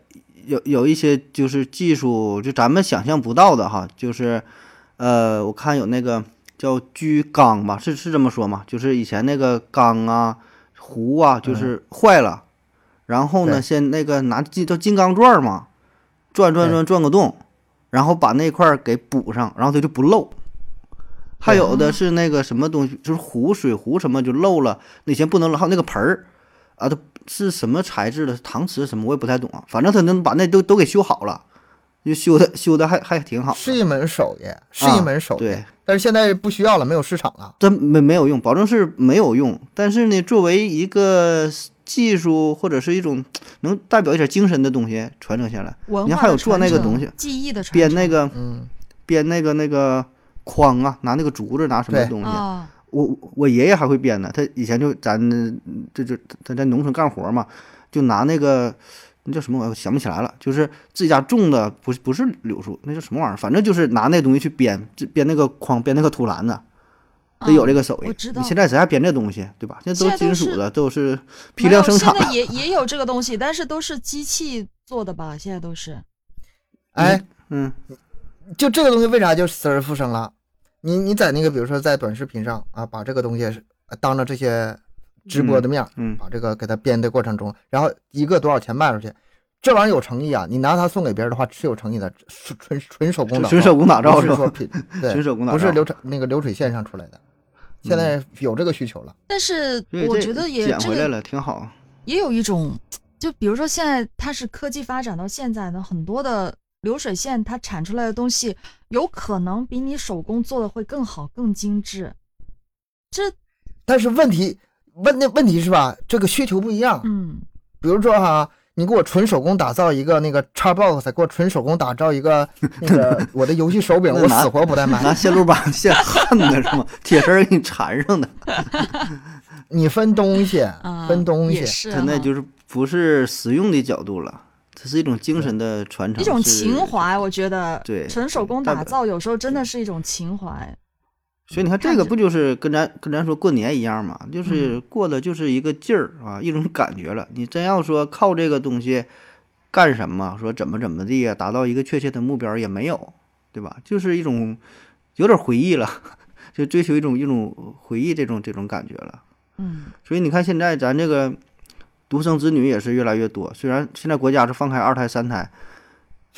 Speaker 3: 有有一些就是技术，就咱们想象不到的哈，就是呃，我看有那个叫锔钢吧，是是这么说吗？就是以前那个钢啊、壶啊，就是坏了，然后呢，
Speaker 1: 对
Speaker 3: 先那个拿金叫金刚钻嘛，转转转转个洞，然后把那块儿给补上，然后它就不漏。还有的是那个什么东西，就是壶、水壶什么就漏了，那以前不能漏。还有那个盆儿，啊，它是什么材质的？搪瓷什么？我也不太懂啊。反正他能把那都都给修好了，就修的修的还还挺好的。
Speaker 1: 是一门手艺，是一
Speaker 3: 啊
Speaker 1: 门手艺，
Speaker 3: 对，
Speaker 1: 但是现在不需要了，没有市场了。
Speaker 3: 真没没有用，保证是没有用。但是呢，作为一个技术或者是一种能代表一点精神的东西传承下来，
Speaker 4: 文
Speaker 3: 你
Speaker 4: 化
Speaker 3: 还有
Speaker 4: 的
Speaker 3: 做
Speaker 4: 传
Speaker 3: 那个
Speaker 4: 承
Speaker 3: 东西
Speaker 4: 记忆的传
Speaker 3: 编
Speaker 4: 承
Speaker 3: 那个
Speaker 1: 嗯，
Speaker 3: 编那个那个筐啊，拿那个竹子拿什么
Speaker 1: 对
Speaker 3: 东西。
Speaker 4: 啊，
Speaker 3: 我我爷爷还会编呢，他以前就咱这就他在农村干活嘛，就拿那个那叫什么玩意儿，我想不起来了，就是自己家种的，不是不是柳树，那叫什么玩意儿，反正就是拿那东西去编，这编那个筐，编那个土篮子，他
Speaker 4: 嗯
Speaker 3: 有这个手艺。
Speaker 4: 哦我知道
Speaker 3: 你现在谁还编这东西，对吧？现在都
Speaker 4: 现在
Speaker 3: 是金
Speaker 4: 都
Speaker 3: 属
Speaker 4: 是
Speaker 3: 的，都是
Speaker 4: 没
Speaker 3: 批
Speaker 4: 有
Speaker 3: 量生产
Speaker 4: 现在
Speaker 3: 的。
Speaker 4: 也也有这个东西，但是都是机器做的吧？现在都是
Speaker 1: 哎，
Speaker 3: 嗯，
Speaker 1: 就这个东西为啥就死而复生了？你你在那个比如说在短视频上啊，把这个东西是呃当着这些直播的面儿，
Speaker 3: 嗯嗯
Speaker 1: 把这个给它编的过程中，然后一个多少钱卖出去，这玩意儿有诚意啊！你拿它送给别人的话是有诚意的，是纯纯手工打造，啊
Speaker 3: 纯手工打造
Speaker 1: 不
Speaker 3: 是
Speaker 1: 是说
Speaker 3: 吧？
Speaker 1: 品，对，
Speaker 3: 纯手工打造嗯
Speaker 1: 不是流程那个流水线上出来的。现在有这个需求了，
Speaker 4: 但是
Speaker 3: 所以
Speaker 4: 我
Speaker 3: 这
Speaker 4: 觉得也
Speaker 3: 捡
Speaker 4: 这
Speaker 3: 回来
Speaker 4: 个
Speaker 3: 了，挺好。
Speaker 4: 也有一种，就比如说现在它是科技发展到现在的很多的流水线，它产出来的东西有可能比你手工做的会更好、更精致。这
Speaker 1: 但是问题问那问题是吧？这个需求不一样，
Speaker 4: 嗯，
Speaker 1: 比如说哈，你给我纯手工打造一个那个 Xbox，给我纯手工打造一 个那个我的游戏手柄，
Speaker 3: 那
Speaker 1: 我
Speaker 3: 拿
Speaker 1: 死活不带买。
Speaker 3: 拿线路板线焊的是吗？铁丝儿给你缠上的。
Speaker 1: 你分东西
Speaker 4: 啊，，
Speaker 1: 分东西，
Speaker 4: 也是
Speaker 3: 现在
Speaker 4: 哈
Speaker 3: 就是不是实用的角度了，这是一种精神的传承，
Speaker 4: 一种
Speaker 3: 是
Speaker 4: 情。怀，我觉得
Speaker 3: 对
Speaker 4: 纯手工
Speaker 3: 大
Speaker 4: 打
Speaker 3: 部
Speaker 4: 造有时候真的是一种情怀。
Speaker 3: 所以你看，这
Speaker 4: 看
Speaker 3: 个
Speaker 4: 着
Speaker 3: 不就是跟咱跟咱说过年一样嘛？
Speaker 4: 嗯
Speaker 3: 就是过的就是一个劲儿啊，一种感觉了。你真要说靠这个东西干什么，说怎么怎么地啊，达到一个确切的目标也没有，对吧？就是一种有点回忆了， 就追求一种一种回忆这种这种感觉了。
Speaker 4: 嗯，
Speaker 3: 所以你看，现在咱这个独生子女也是越来越多。虽然现在国家是放开二胎、三胎，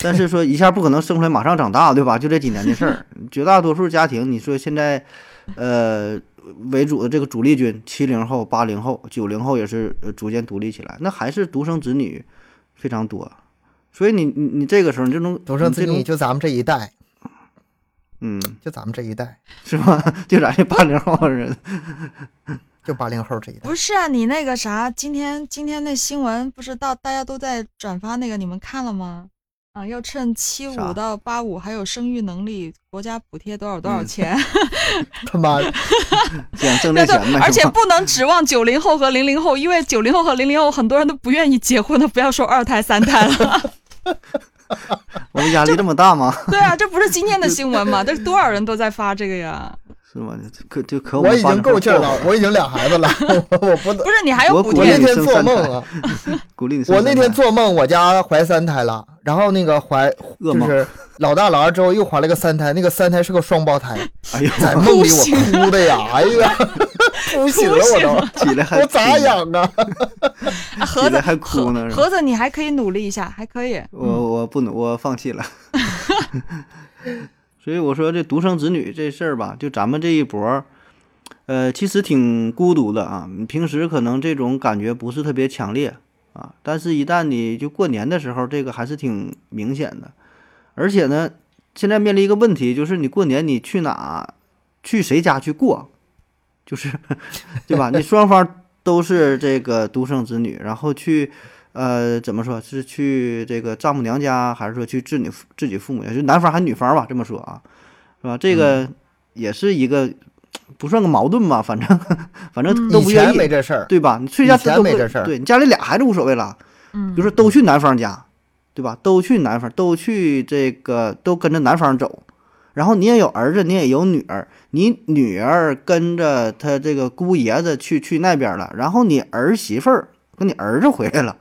Speaker 3: 但是说一下不可能生出来马上长大，对吧？就这几年的 事儿。绝大多数家庭，你说现在，呃，为主的这个主力军，七零后、八零后、九零后也是呃逐渐独立起来，那还是独生子女非常多。所以你你你这个时候，你这种
Speaker 1: 独生子
Speaker 3: 你
Speaker 1: 女
Speaker 3: 这种
Speaker 1: 就咱们这一代，
Speaker 3: 嗯，
Speaker 1: 就咱们这一代，
Speaker 3: 是吧？ 就咱这八零后人，
Speaker 1: 就八零后这一代。
Speaker 4: 不是啊，你那个啥，今天今天那新闻不是到大家都在转发那个，你们看了吗？啊，要趁七
Speaker 3: 啥
Speaker 4: 五到八五还有生育能力，国家补贴多少多少
Speaker 3: 嗯
Speaker 4: 钱？
Speaker 1: 他妈，
Speaker 3: 想挣
Speaker 4: 对
Speaker 3: 这
Speaker 4: 对
Speaker 3: 钱呗，是，吧
Speaker 4: 而且不能指望九零后和零零后，因为九零后和零零后很多人都不愿意结婚的，不要说二胎三胎 了。
Speaker 3: 我们压力这么大吗？
Speaker 4: 对啊，这不是今天的新闻吗？这多少人都在发这个呀？
Speaker 3: 是吗？ 这可就可
Speaker 1: 我
Speaker 3: 们
Speaker 1: 已
Speaker 3: 发
Speaker 1: 经
Speaker 3: 展
Speaker 1: 够劲儿
Speaker 3: 后悔
Speaker 1: 了，我已经俩孩 子了，我我不能
Speaker 4: 不。是你还要
Speaker 3: 我
Speaker 4: 补
Speaker 3: 鼓
Speaker 1: 我
Speaker 3: 励
Speaker 1: 那
Speaker 4: 贴
Speaker 3: 你
Speaker 1: 天
Speaker 3: 生
Speaker 1: 做
Speaker 3: 三
Speaker 1: 梦
Speaker 3: 胎
Speaker 1: 啊！
Speaker 3: 鼓励你生
Speaker 1: 我
Speaker 3: 三胎。
Speaker 1: 那天做梦，我家怀三胎了，然后那个怀
Speaker 3: 噩
Speaker 1: 就
Speaker 3: 梦
Speaker 1: 是老大老二之后又怀了个三胎，那个三胎是个双胞胎，
Speaker 3: 哎呦，
Speaker 1: 在梦里我哭的呀，哎 呀，哭醒了我都。
Speaker 3: 起来还
Speaker 1: 我咋
Speaker 3: 哭呢？
Speaker 1: 养啊？
Speaker 4: 啊盒
Speaker 3: 起
Speaker 4: 子
Speaker 3: 来还哭呢
Speaker 4: 盒
Speaker 3: 是吧
Speaker 4: 盒子，你还可以努力一下，还可以。
Speaker 3: 我我不努，我放弃了。 所以我说这独生子女这事儿吧，就咱们这一波儿，呃，其实挺孤独的啊。你平时可能这种感觉不是特别强烈啊，但是一旦你就过年的时候，这个还是挺明显的。而且呢，现在面临一个问题，就是你过年你去哪，去谁家去过，就是对吧？你双方都是这个独生子女，然后去呃怎么说是去这个丈母娘家，还是说去自己父自己父母家？就男方还是女方吧，这么说啊，是吧？这个也是一个不算个矛盾吧， 反正反
Speaker 4: 嗯
Speaker 3: 正都
Speaker 1: 以
Speaker 3: 不愿
Speaker 1: 前
Speaker 3: 意
Speaker 1: 没，这事儿，
Speaker 3: 对吧？你去家
Speaker 1: 以前
Speaker 3: 都
Speaker 1: 没
Speaker 3: 不
Speaker 1: 这事儿
Speaker 3: 对你家里俩孩子无所谓了。
Speaker 4: 嗯，
Speaker 3: 比如说都去男方家，对吧？都去男方，都去这个，都跟着男方走。然后你也有儿子，你也有女儿，你女儿跟着他这个姑爷子去去那边了，然后你儿媳妇儿跟你儿子回来了，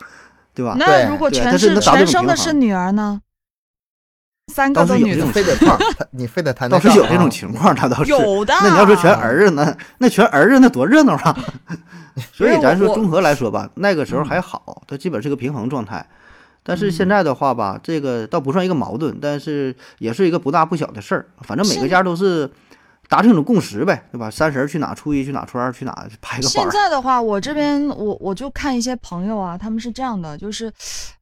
Speaker 3: 对吧？
Speaker 4: 那
Speaker 1: 对
Speaker 4: 如果
Speaker 3: 对
Speaker 4: 全
Speaker 3: 但是
Speaker 4: 是
Speaker 3: 那咱
Speaker 4: 全
Speaker 3: 们
Speaker 4: 生的
Speaker 3: 平
Speaker 4: 是
Speaker 3: 衡
Speaker 4: 女儿呢？三
Speaker 3: 倒
Speaker 4: 个都
Speaker 3: 是有
Speaker 4: 女
Speaker 3: 这
Speaker 4: 的
Speaker 3: 种，
Speaker 1: 非得
Speaker 3: 情况，
Speaker 1: 他你非得谈
Speaker 3: 倒
Speaker 1: 得
Speaker 3: 是
Speaker 1: 上
Speaker 3: 有这种
Speaker 1: 啊
Speaker 3: 情况，那倒是。
Speaker 4: 有的。
Speaker 3: 那你要说全儿子呢？那全儿子那多热 闹啊！所以咱说
Speaker 4: 我嗯
Speaker 3: 综合来说吧，那个时候还好，它基本是个平衡状态。但是现在的话吧，这个倒不算一个矛盾，但是也是一个不大不小的事儿。反正每个
Speaker 4: 现
Speaker 3: 家都是达成一种共识呗，对吧？三十儿去哪，初一去哪，初二去哪，拍个板
Speaker 4: 现
Speaker 3: 儿。
Speaker 4: 在的话，我这边我我就看一些朋友啊，他们是这样的，就是，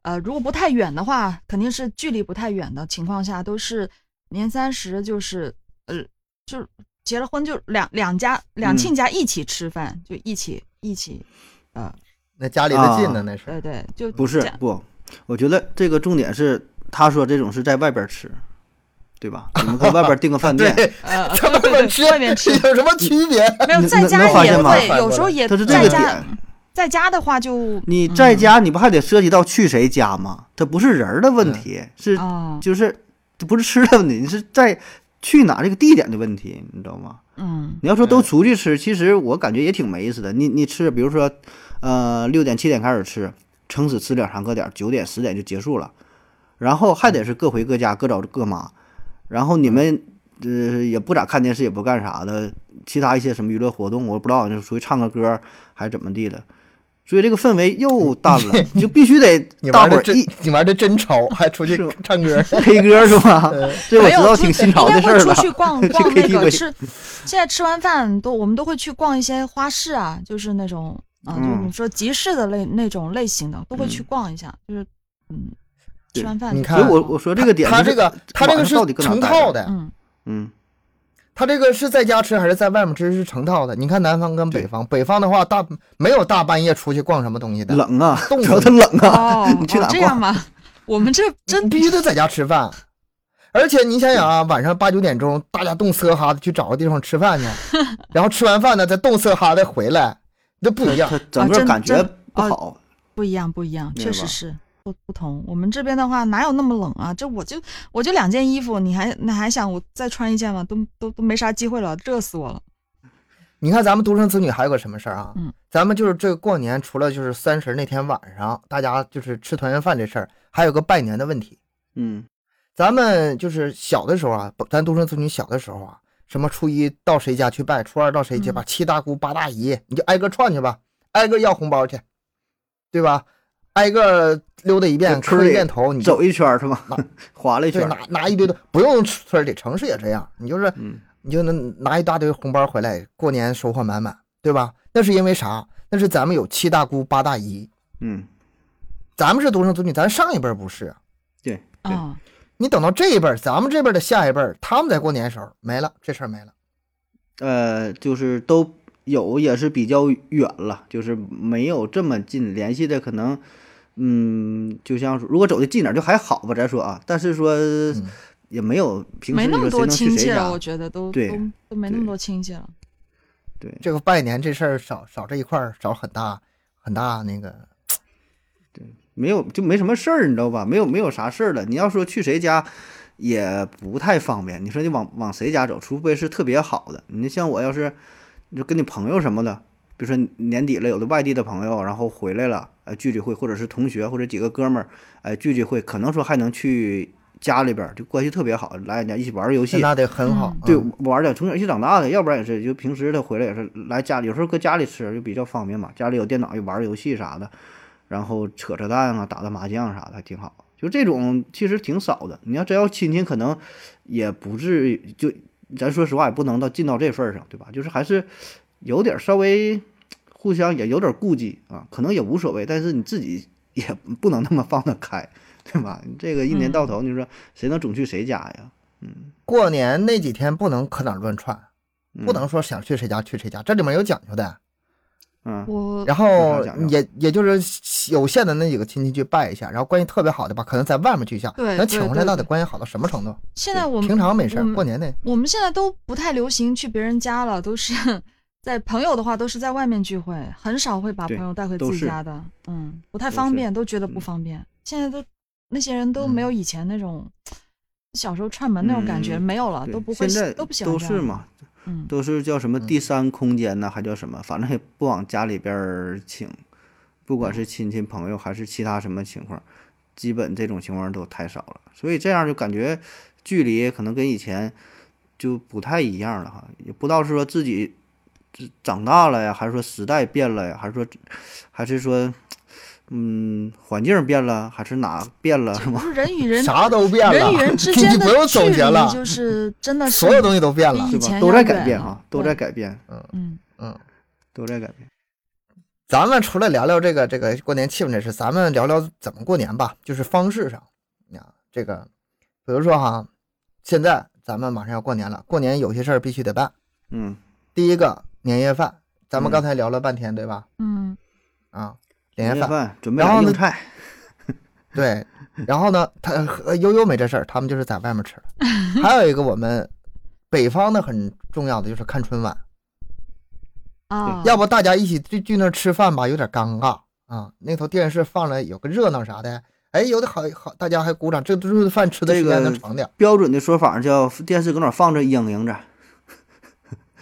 Speaker 4: 呃，如果不太远的话，肯定是距离不太远的情况下，都是年三十就是呃，就是结了婚就两两家两
Speaker 3: 嗯
Speaker 4: 亲家一起吃饭，就一起一起，呃，
Speaker 1: 那家里的近呢，那是
Speaker 4: 对对，就
Speaker 3: 不是
Speaker 4: 这样
Speaker 3: 不，我觉得这个重点是他说这种是在外边儿吃，对吧？你们跟外边订个饭店，
Speaker 1: 对，
Speaker 4: 呃，
Speaker 1: 在外
Speaker 4: 对
Speaker 1: 面
Speaker 4: 对
Speaker 1: 吃
Speaker 4: 对，外面吃
Speaker 1: 有什么区别？
Speaker 4: 没有
Speaker 3: 能
Speaker 4: 在家
Speaker 3: 能发
Speaker 4: 也
Speaker 3: 现吗
Speaker 4: 会，有时候也
Speaker 3: 它是这
Speaker 4: 在
Speaker 3: 个
Speaker 4: 家
Speaker 3: 点，
Speaker 4: 在家的话就
Speaker 3: 你在家你不还得涉及到去谁家吗？它不是人儿的问题，是
Speaker 4: 啊，
Speaker 3: 就是这不是吃的问题，你是在去哪这个地点的问题，你知道吗？
Speaker 4: 嗯
Speaker 3: 你要说都
Speaker 1: 嗯
Speaker 3: 出去吃，其实我感觉也挺没意思的。你你吃，比如说，呃，六点七点开始吃，撑死吃两三个点儿，九点十点就结束了，然后还得是各回各家，各找各妈，然后你们呃也不咋看电视，也不干啥的，其他一些什么娱乐活动，我不知道，就出去唱个歌还是怎么地的。所以这个氛围又淡了，就必须得
Speaker 1: 你
Speaker 3: 大
Speaker 1: 玩
Speaker 3: 伙
Speaker 1: 的
Speaker 3: 儿
Speaker 1: 真
Speaker 3: 一，
Speaker 1: 你玩的真潮，还出去
Speaker 3: 是吗
Speaker 1: 唱歌。
Speaker 3: K 歌是吧？这我
Speaker 4: 没
Speaker 3: 知
Speaker 4: 有
Speaker 3: 道
Speaker 4: 出
Speaker 3: 挺新潮
Speaker 4: 应该
Speaker 3: 的事
Speaker 4: 会
Speaker 3: 儿
Speaker 4: 出
Speaker 3: 了。
Speaker 4: 去 逛
Speaker 3: 去
Speaker 4: 逛那个
Speaker 3: KTV
Speaker 4: 吃， 现在吃完饭都我们都会去逛一些花市啊，就是那种啊，就是
Speaker 3: 嗯
Speaker 4: 你说集市的类那种类型的，都会去逛一下，就是嗯，
Speaker 3: 对
Speaker 4: 吃完饭
Speaker 1: 你
Speaker 4: 就
Speaker 1: 看
Speaker 3: 所以我
Speaker 4: 逛
Speaker 3: 我说这个点，
Speaker 1: 他这个他这个是
Speaker 3: 到底跟哪
Speaker 1: 成
Speaker 3: 待着
Speaker 1: 套，的，
Speaker 4: 嗯
Speaker 3: 嗯，
Speaker 1: 他这个是在家吃还是在外面吃是成套的。你看南方跟北
Speaker 3: 对
Speaker 1: 方，北方的话大没有大半夜出去逛什么东西的，
Speaker 3: 冷啊，
Speaker 1: 冻
Speaker 3: 主要
Speaker 1: 死
Speaker 3: 它冷啊。
Speaker 4: 哦
Speaker 3: 你去
Speaker 4: 哦
Speaker 3: 哪
Speaker 4: 这
Speaker 3: 逛
Speaker 4: 样吗？ 我 们这真
Speaker 1: 你必须得在家吃饭。而且你想想啊，晚上八九点钟，大家冻瑟哈的去找个地方吃饭去，然后吃完饭呢，再冻瑟哈的回来，那不一样。
Speaker 3: 它整个
Speaker 4: 真
Speaker 3: 感觉
Speaker 4: 真
Speaker 3: 不
Speaker 4: 啊
Speaker 3: 好。
Speaker 4: 不一样，不一样，
Speaker 3: 明
Speaker 4: 确实
Speaker 3: 白
Speaker 4: 是不不同。我们这边的话哪有那么冷啊？这我就我就两件衣服，你还你还想我再穿一件吗？都都都没啥机会了，热死我了。
Speaker 1: 你看咱们独生子女还有个什么事儿啊？
Speaker 4: 嗯，
Speaker 1: 咱们就是这个过年，除了就是三十那天晚上大家就是吃团圆饭这事儿，还有个拜年的问题。
Speaker 3: 嗯，
Speaker 1: 咱们就是小的时候啊，不咱独生子女小的时候啊，什么初一到谁家去拜，初二到谁
Speaker 3: 嗯
Speaker 1: 家吧，七大姑八大姨，你就挨个串去吧，挨个要红包去，对吧？挨个溜达一遍，
Speaker 3: 在村
Speaker 1: 磕
Speaker 3: 里
Speaker 1: 一遍头，你就
Speaker 3: 走一圈儿是 吧？划了一圈
Speaker 1: 对
Speaker 3: 儿。
Speaker 1: 拿拿一堆的，不用村里，城市也这样，你就是
Speaker 3: 嗯，
Speaker 1: 你就能拿一大堆红包回来，过年收获满满，对吧？那是因为啥？那是咱们有七大姑八大姨，
Speaker 3: 嗯，
Speaker 1: 咱们是独生子女，咱上一辈儿不是。
Speaker 3: 对对，
Speaker 4: 啊、
Speaker 1: 你等到这一辈儿，咱们这辈儿的下一辈儿，他们在过年的时候没了，这事儿没了。
Speaker 3: 呃，就是都有，也是比较远了，就是没有这么近联系的，可能，嗯，就像如果走的近点儿就还好吧，咱说啊，但是说
Speaker 1: 嗯
Speaker 3: 也没有平
Speaker 4: 没
Speaker 3: 时
Speaker 4: 那
Speaker 3: 你
Speaker 4: 么
Speaker 3: 说
Speaker 4: 多
Speaker 3: 谁能去
Speaker 4: 亲
Speaker 3: 谁
Speaker 4: 戚
Speaker 3: 家
Speaker 4: 了，我？觉得都
Speaker 3: 对
Speaker 4: 都都没那么
Speaker 3: 对啊
Speaker 4: 多亲戚了。
Speaker 3: 对
Speaker 1: 这个拜年这事儿少少这一块儿少很大很大那个，
Speaker 3: 没有就没什么事儿，你知道吧？没有没有啥事儿了。你要说去谁家，也不太方便。你说你往往谁家走，除非是特别好的。你像我要是，你就跟你朋友什么的，比如说年底了，有的外地的朋友，然后回来了，呃，聚聚会，或者是同学或者几个哥们儿，哎、聚聚会，可能说还能去家里边儿，就关系特别好，来俺家一起玩儿游戏，
Speaker 1: 那得很好。
Speaker 3: 对，
Speaker 1: 嗯
Speaker 3: 玩儿的，从小一起长大的，要不然也是，就平时他回来也是来家里，有时候搁家里吃就比较方便嘛，家里有电脑就玩儿游戏啥的，然后扯扯淡啊，打打麻将啥的，还挺好。就这种其实挺少的，你要真要亲戚，可能也不至于，就咱说实话也不能到尽到这份儿上，对吧？就是还是有点儿稍微互相也有点儿顾忌啊，可能也无所谓，但是你自己 也不能那么放得开，对吧？你这个一
Speaker 1: 嗯
Speaker 3: 年到头，你说谁能总去谁家呀？
Speaker 1: 过年那几天不能可哪儿乱窜，
Speaker 3: 嗯
Speaker 1: 不能说想去谁家去谁家，这里面有讲究的。
Speaker 3: 嗯，
Speaker 4: 我
Speaker 1: 然后
Speaker 3: 有啥讲究啊
Speaker 1: 也也就是有限的那几个亲戚去拜一下，然后关系特别好的吧，可能在外面聚一下，
Speaker 4: 对
Speaker 1: 能请回来
Speaker 4: 对对
Speaker 1: 那得关系好到什么程度？
Speaker 4: 现在我们
Speaker 1: 平常没事
Speaker 4: 我
Speaker 1: 儿，
Speaker 4: 们
Speaker 1: 过年那
Speaker 4: 我们现在都不太流行去别人家了，都是 在朋友的话都是在外面聚会，很少会把朋
Speaker 3: 对
Speaker 4: 友带回
Speaker 3: 都
Speaker 4: 自己
Speaker 3: 是
Speaker 4: 家的。嗯，不太
Speaker 3: 都
Speaker 4: 方
Speaker 3: 是
Speaker 4: 便，都觉得不
Speaker 3: 嗯
Speaker 4: 方便。现在都那些人都没有以前那种、小时候串门那种感觉，
Speaker 3: 嗯
Speaker 4: 没有了，啊
Speaker 3: 对
Speaker 4: 都不会
Speaker 3: 现在
Speaker 4: 都不喜欢这样
Speaker 3: 是嘛，
Speaker 4: 嗯
Speaker 3: 都是叫什么第三空间呐，还叫什么，反正也不往家里边儿请，不
Speaker 4: 嗯
Speaker 3: 管是亲戚朋友还是其他什么情况，基本这种情况都太少了，所以这样就感觉距离可能跟以前就不太一样了哈，也不知道是说自己这长大了呀，还是说时代变了呀，还是说还是说嗯环境变了，还是哪变了是
Speaker 4: 不
Speaker 3: 吗？
Speaker 4: 是人与人
Speaker 1: 啥都变了，
Speaker 4: 人与人之
Speaker 1: 你
Speaker 4: 间
Speaker 1: 不用
Speaker 4: 的距
Speaker 1: 总结
Speaker 4: 离
Speaker 1: 了，
Speaker 4: 就是嗯真的是
Speaker 1: 所有东西都变
Speaker 4: 比
Speaker 1: 了。
Speaker 4: 以
Speaker 3: 是吧？
Speaker 4: 前
Speaker 3: 都
Speaker 4: 要
Speaker 3: 在改
Speaker 4: 远
Speaker 3: 变
Speaker 4: 了
Speaker 3: 哈，都
Speaker 4: 对
Speaker 3: 在改变，
Speaker 4: 嗯
Speaker 1: 嗯，
Speaker 3: 都在改变。
Speaker 1: 咱们除了聊聊这个这个过年气氛这事，咱们聊聊怎么过年吧，就是方式上啊，这个比如说哈，现在咱们马上要过年了，过年有些事儿必须得办。
Speaker 3: 嗯，
Speaker 1: 第一个年夜饭，咱们
Speaker 3: 嗯
Speaker 1: 刚才聊了半天，对吧？
Speaker 4: 嗯
Speaker 1: 啊，
Speaker 3: 年
Speaker 1: 年夜饭，
Speaker 3: 饭准备
Speaker 1: 然
Speaker 3: 点
Speaker 1: 后呢
Speaker 3: 硬菜，
Speaker 1: 对，然后呢，他和悠悠没这事儿，他们就是在外面吃的。还有一个我们北方的很重要的就是看春晚，
Speaker 4: 啊，
Speaker 1: 要不大家一起去去那儿吃饭吧，有点尴尬啊。那头电视放了有个热闹啥的，哎，有的好好，大家还鼓掌，这顿饭吃的
Speaker 3: 这
Speaker 1: 时间能
Speaker 3: 个
Speaker 1: 长点儿。
Speaker 3: 标准的说法叫电视搁哪儿放着应应着，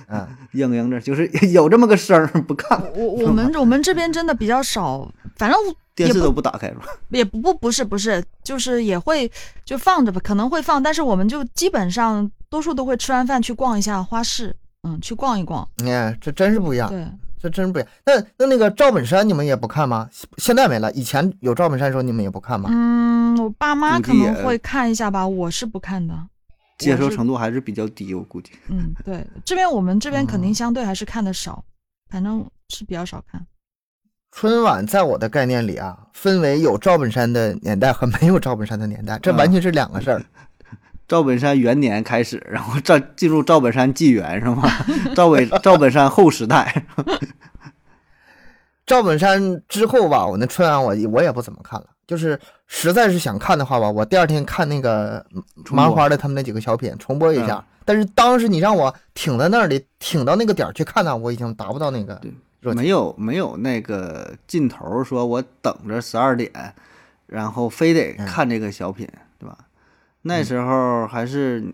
Speaker 1: 嗯，
Speaker 3: 应应着，就是 有这么个声儿，不看
Speaker 4: 我我
Speaker 3: 嗯
Speaker 4: 们我们这边真的比较少，反正
Speaker 3: 电视
Speaker 4: 也
Speaker 3: 都不打开是吧？
Speaker 4: 也不不不是不是，就是也会就放着吧，可能会放，但是我们就基本上多数都会吃完饭去逛一下花市，嗯，去逛一逛。
Speaker 1: 你看哎这真是不一样，
Speaker 4: 对，
Speaker 1: 这真是不一样。那那那个赵本山你们也不看吗？现现在没了，以前有赵本山的时候你们也不看吗？
Speaker 4: 嗯，我爸妈
Speaker 3: 估
Speaker 4: 可
Speaker 3: 计
Speaker 4: 能
Speaker 3: 也
Speaker 4: 会看一下吧，我是不看 的。
Speaker 3: 接受
Speaker 4: 我是
Speaker 3: 程度还是比较低，我估计。
Speaker 4: 嗯，对，这边我们这边
Speaker 3: 哦
Speaker 4: 肯定相对还是看的少，反正是比较少看。
Speaker 1: 春晚在我的概念里啊，分为有赵本山的年代和没有赵本山的年代，这
Speaker 3: 嗯
Speaker 1: 完全是两个事儿。
Speaker 3: 赵本山元年开始，然后赵进入赵本山纪元是吗？赵本赵本山后时代，
Speaker 1: 赵本山之后吧，我那春晚我我也不怎么看了，就是实在是想看的话吧，我第二天看那个嗯
Speaker 3: 重播嗯
Speaker 1: 麻花的他们那几个小品重播一下。但是当时你让我挺在那里，挺到那个点儿去看呢，我已经达不到那个
Speaker 3: 对
Speaker 1: 热情。
Speaker 3: 没有没有那个劲头，说我等着十二点，然后非得
Speaker 1: 嗯
Speaker 3: 看这个小品，对吧？那时候还是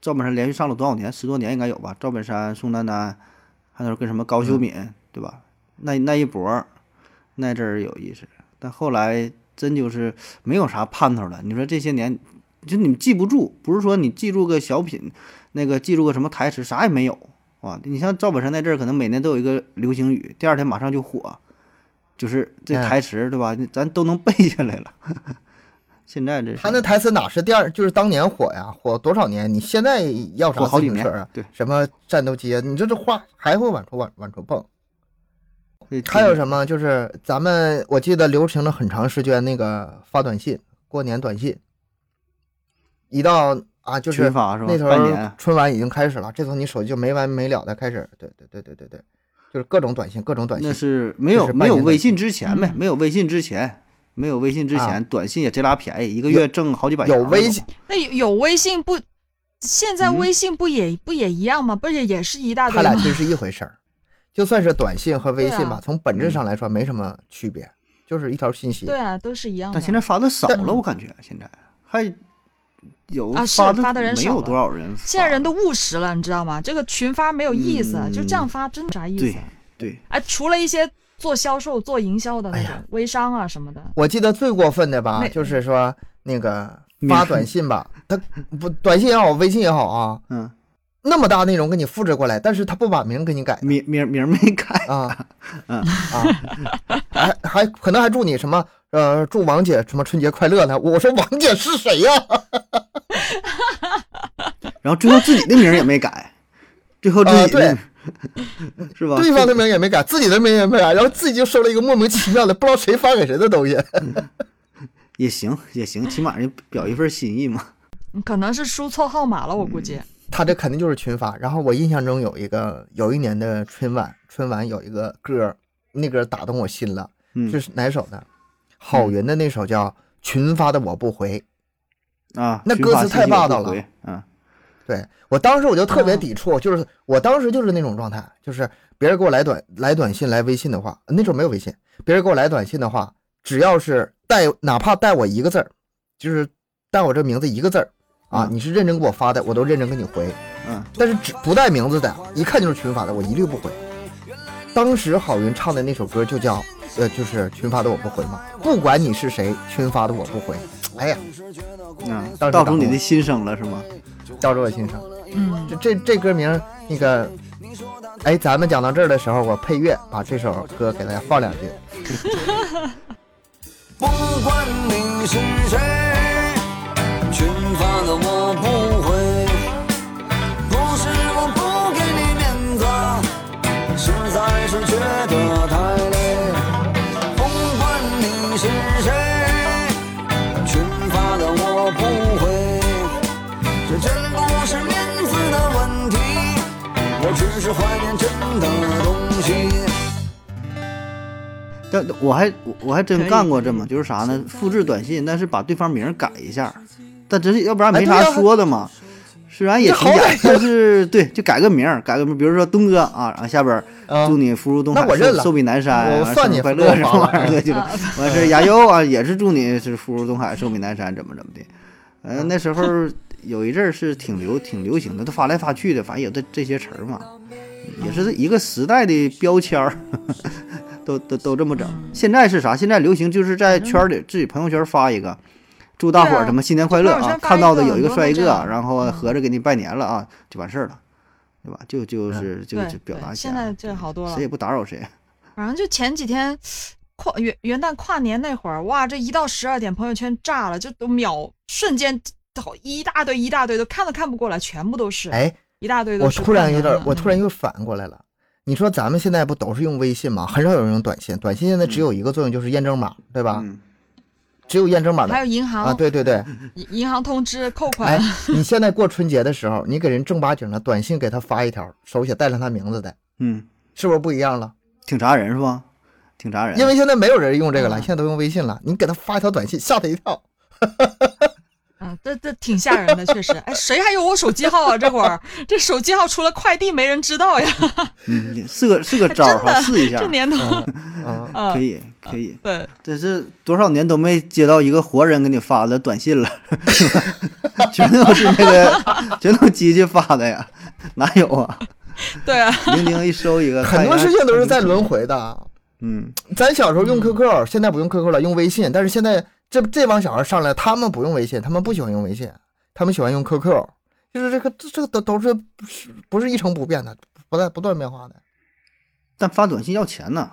Speaker 3: 赵本山连续上了多少年？十多年应该有吧？赵本山、宋丹丹，还有跟什么高
Speaker 1: 嗯
Speaker 3: 秀敏，对吧？那那一波儿，那阵儿有意思，但后来真就是没有啥盼头了。你说这些年，就你记不住，不是说你记住个小品，那个记住个什么台词，啥也没有啊。你像赵本山那阵儿，可能每年都有一个流行语，第二天马上就火，就是这
Speaker 1: 嗯
Speaker 3: 台词、对吧？咱都能背下来了。现在这是
Speaker 1: 他那台词哪是第二，就是当年火呀，火多少年？你现在要啥
Speaker 3: 火好几
Speaker 1: 自行
Speaker 3: 年
Speaker 1: 车啊？
Speaker 3: 对，
Speaker 1: 什么战斗机啊？你这这话还会往出往往出蹦。
Speaker 3: 这
Speaker 1: 还有
Speaker 3: 挺
Speaker 1: 什么？就是咱们我记得流行了很长时间那个发短信，过年短信，一到啊就是
Speaker 3: 群发是吧
Speaker 1: 那头
Speaker 3: 半年
Speaker 1: 春晚已经开始了，这头你手机就没完没了的开始，对对对对对对，就是各种短信，各种短
Speaker 3: 那
Speaker 1: 信，
Speaker 3: 是没
Speaker 1: 就
Speaker 3: 有
Speaker 1: 是
Speaker 3: 没
Speaker 1: 半
Speaker 3: 有
Speaker 1: 年
Speaker 3: 微
Speaker 1: 短
Speaker 3: 信之前呗，
Speaker 4: 嗯
Speaker 3: 没有微信之前，没有微信之
Speaker 1: 啊
Speaker 3: 前，短信也贼拉便宜，一个
Speaker 1: 有
Speaker 3: 月挣好几百。
Speaker 1: 有微信，
Speaker 4: 那有有微信不？现在
Speaker 3: 嗯
Speaker 4: 微信不也、不也一样吗？不也也是一大
Speaker 1: 它
Speaker 4: 堆
Speaker 1: 俩
Speaker 4: 吗？
Speaker 1: 这是一回事儿。就算是短信和微信
Speaker 4: 对
Speaker 1: 吧
Speaker 4: 啊，
Speaker 1: 从本质上来说没什么区别，就是一条信息。
Speaker 4: 对啊，都是一样的。
Speaker 3: 但现在发的少
Speaker 1: 哦但
Speaker 3: 了，我感觉现在还有
Speaker 4: 啊是
Speaker 3: 的
Speaker 4: 发的人
Speaker 3: 没
Speaker 4: 少
Speaker 3: 有
Speaker 4: 了
Speaker 3: 多少人发，
Speaker 4: 现在人都务实了，你知道吗？这个群发没有意思，
Speaker 1: 嗯
Speaker 4: 就这样发真的啥意
Speaker 3: 对
Speaker 4: 思？
Speaker 3: 对，
Speaker 4: 哎，除了一些做销售、做营销的那
Speaker 1: 哎
Speaker 4: 种、
Speaker 1: 呀
Speaker 4: 微商啊什么的，
Speaker 1: 我记得最过分的吧
Speaker 4: 那，
Speaker 1: 就是说那个
Speaker 3: 免
Speaker 1: 发短信吧，他不短信也好，微信也好啊，
Speaker 3: 嗯，
Speaker 1: 那么大内容给你复制过来，但是他不把名给 你改
Speaker 3: 名名名没改，
Speaker 1: 啊，
Speaker 3: 嗯
Speaker 1: 啊，还还可能还祝你什么呃，祝王姐什么春节快乐呢？我说王姐是谁呀、
Speaker 3: 然后最后自己的名儿也没改，最后自
Speaker 1: 啊
Speaker 3: 己的是吧？
Speaker 1: 对方的名也没改，自己的名也没改，然后自己就收了一个莫名其妙的，不知道谁发给谁的东西。
Speaker 3: 也行也行，起码人表一份心意嘛。
Speaker 4: 嗯可能是输错号码了，我估计。
Speaker 1: 他这肯定就是群发。然后我印象中有一个，有一年的春晚，春晚有一个歌儿，那歌儿打动我心了，
Speaker 3: 嗯
Speaker 1: 是哪首呢？郝云的那首叫《群发的我不回》。
Speaker 3: 啊，
Speaker 1: 那
Speaker 3: 群
Speaker 1: 歌
Speaker 3: 发
Speaker 1: 词
Speaker 3: 信
Speaker 1: 太
Speaker 3: 息
Speaker 1: 霸
Speaker 3: 我不
Speaker 1: 道了
Speaker 3: 回，嗯，
Speaker 1: 对我当时我就特别
Speaker 4: 啊
Speaker 1: 抵触，就是我当时就是那种状态，就是别人给我来短来短信来微信的话，那时候没有微信，别人给我来短信的话，只要是带哪怕带我一个字儿，就是带我这名字一个字儿啊，
Speaker 3: 嗯
Speaker 1: 你是认真给我发的，我都认真给你回，
Speaker 3: 嗯，
Speaker 1: 但是只不带名字的，一看就是群发的，我一律不回。当时郝云唱的那首歌就叫呃，就是群发的我不回嘛，不管你是谁，群发的我不回。哎呀，
Speaker 3: 嗯，
Speaker 1: 当时
Speaker 3: 道
Speaker 1: 打
Speaker 3: 出你
Speaker 1: 动
Speaker 3: 的
Speaker 1: 我
Speaker 3: 心声了是吗？
Speaker 1: 照着我心上。
Speaker 4: 嗯，
Speaker 1: 这这这歌名儿那个，哎，咱们讲到这儿的时候，我配乐把这首歌给大家放两句。
Speaker 2: 不管你是谁，群发的我不回。不是我不给你面子，实在是觉得太累。不管你是谁，群发的我不回。这真不是面子的问题，我只是怀念真的东西。
Speaker 3: 但我还我我还
Speaker 4: 可
Speaker 3: 真
Speaker 4: 以
Speaker 3: 干过这么，就是啥呢？复制短信，但是把对方名儿改一下，但真是要不然
Speaker 1: 哎对
Speaker 3: 没啥
Speaker 1: 呀
Speaker 3: 说 的嘛。虽然也
Speaker 1: 这
Speaker 3: 挺
Speaker 1: 好
Speaker 3: 假
Speaker 1: 歹，
Speaker 3: 但是对，就改个名儿，改个名儿，比如说东哥啊，然后下边儿
Speaker 1: 啊
Speaker 3: 祝你福如东
Speaker 1: 那
Speaker 3: 海
Speaker 1: 我，认
Speaker 3: 寿
Speaker 1: 了
Speaker 3: 寿比南山，
Speaker 1: 我
Speaker 3: 啊
Speaker 1: 算
Speaker 3: 生日
Speaker 1: 你
Speaker 3: 快
Speaker 1: 福
Speaker 3: 乐
Speaker 1: 如
Speaker 3: 什么
Speaker 1: 东
Speaker 3: 玩
Speaker 1: 海
Speaker 3: 意儿的，就是完 事儿亚优啊，也是祝你是福如东海，寿比南山，怎么怎么的。呃，
Speaker 1: 啊
Speaker 3: 那时候有一阵儿是挺流挺流行的，都发来发去的，反正有这这些词儿嘛，也是一个时代的标签儿， 都都都这么整。现在是啥？现在流行就是在圈儿里自己朋友圈发一个，祝大伙
Speaker 4: 对
Speaker 3: 儿
Speaker 4: 啊
Speaker 3: 什么新年快乐
Speaker 4: 朋友
Speaker 3: 啊
Speaker 4: 圈，发
Speaker 3: 看
Speaker 4: 一
Speaker 3: 到的
Speaker 4: 个
Speaker 3: 有一个
Speaker 4: 很多
Speaker 3: 摔一
Speaker 4: 都
Speaker 3: 个
Speaker 4: 这样，
Speaker 3: 然后合着给你拜年了啊，就完事儿了，对吧？就
Speaker 1: 嗯
Speaker 3: 就是就
Speaker 4: 对
Speaker 3: 就表达
Speaker 4: 对
Speaker 3: 一
Speaker 4: 现在
Speaker 3: 下，
Speaker 4: 这好多了
Speaker 3: 谁也。不打扰谁。
Speaker 4: 反正就前几天跨元元旦跨年那会儿，哇，这一到十二点朋友圈炸了，就都秒瞬间好一大堆一大堆都看都看不过来，全部都是、
Speaker 1: 哎，
Speaker 4: 一大堆都
Speaker 1: 我
Speaker 4: 是
Speaker 1: 突
Speaker 4: 跨
Speaker 1: 然有
Speaker 4: 年
Speaker 1: 点
Speaker 4: 的，
Speaker 1: 我突然
Speaker 4: 嗯
Speaker 1: 又反应过来了。你说咱们现在不都是用微信吗？很少有人用短信，短信现在只有一个作用，就是验证码，对吧？
Speaker 3: 嗯，
Speaker 1: 只有验证码的
Speaker 4: 还有嗯银行、
Speaker 1: 啊，对对对。
Speaker 4: 银银行通知扣款，
Speaker 1: 哎，你现在过春节的时候，你给人正八经的短信给他发一条，手写带上他名字的，
Speaker 3: 嗯，
Speaker 1: 是不是不一样了？
Speaker 3: 挺扎人是吧？挺扎人，
Speaker 1: 因为现在没有人用这个了，
Speaker 4: 嗯
Speaker 1: 现在都用微信了。你给他发一条短信，吓他一跳。
Speaker 4: 嗯，这这挺吓人的，确实。哎，谁还有我手机号啊？这会儿这手机号除了快递没人知道呀，
Speaker 1: 哎
Speaker 3: 嗯是 个是个招儿哈，试一下
Speaker 4: 这，年头，
Speaker 1: 啊，
Speaker 4: 嗯
Speaker 3: 可，以可以。
Speaker 4: 对，
Speaker 3: 这是多少年都没接到一个活人给你发的短信了，全都是那个，全都机器发的呀，哪有啊？
Speaker 4: 对啊，
Speaker 3: 零零一收一个，
Speaker 1: 很多
Speaker 3: 看一下
Speaker 1: 事情都是在轮。回的。啊
Speaker 3: 嗯，
Speaker 1: 咱小时候用 QQ，现在不用 QQ 了，用微信。但是现在这这帮小孩上来，他们不用微信，他们不喜欢用微信，他们喜欢用 QQ。就是这个这这个都都是不是不是一成不变的，不断不断变化的。
Speaker 3: 但发短信要钱呢。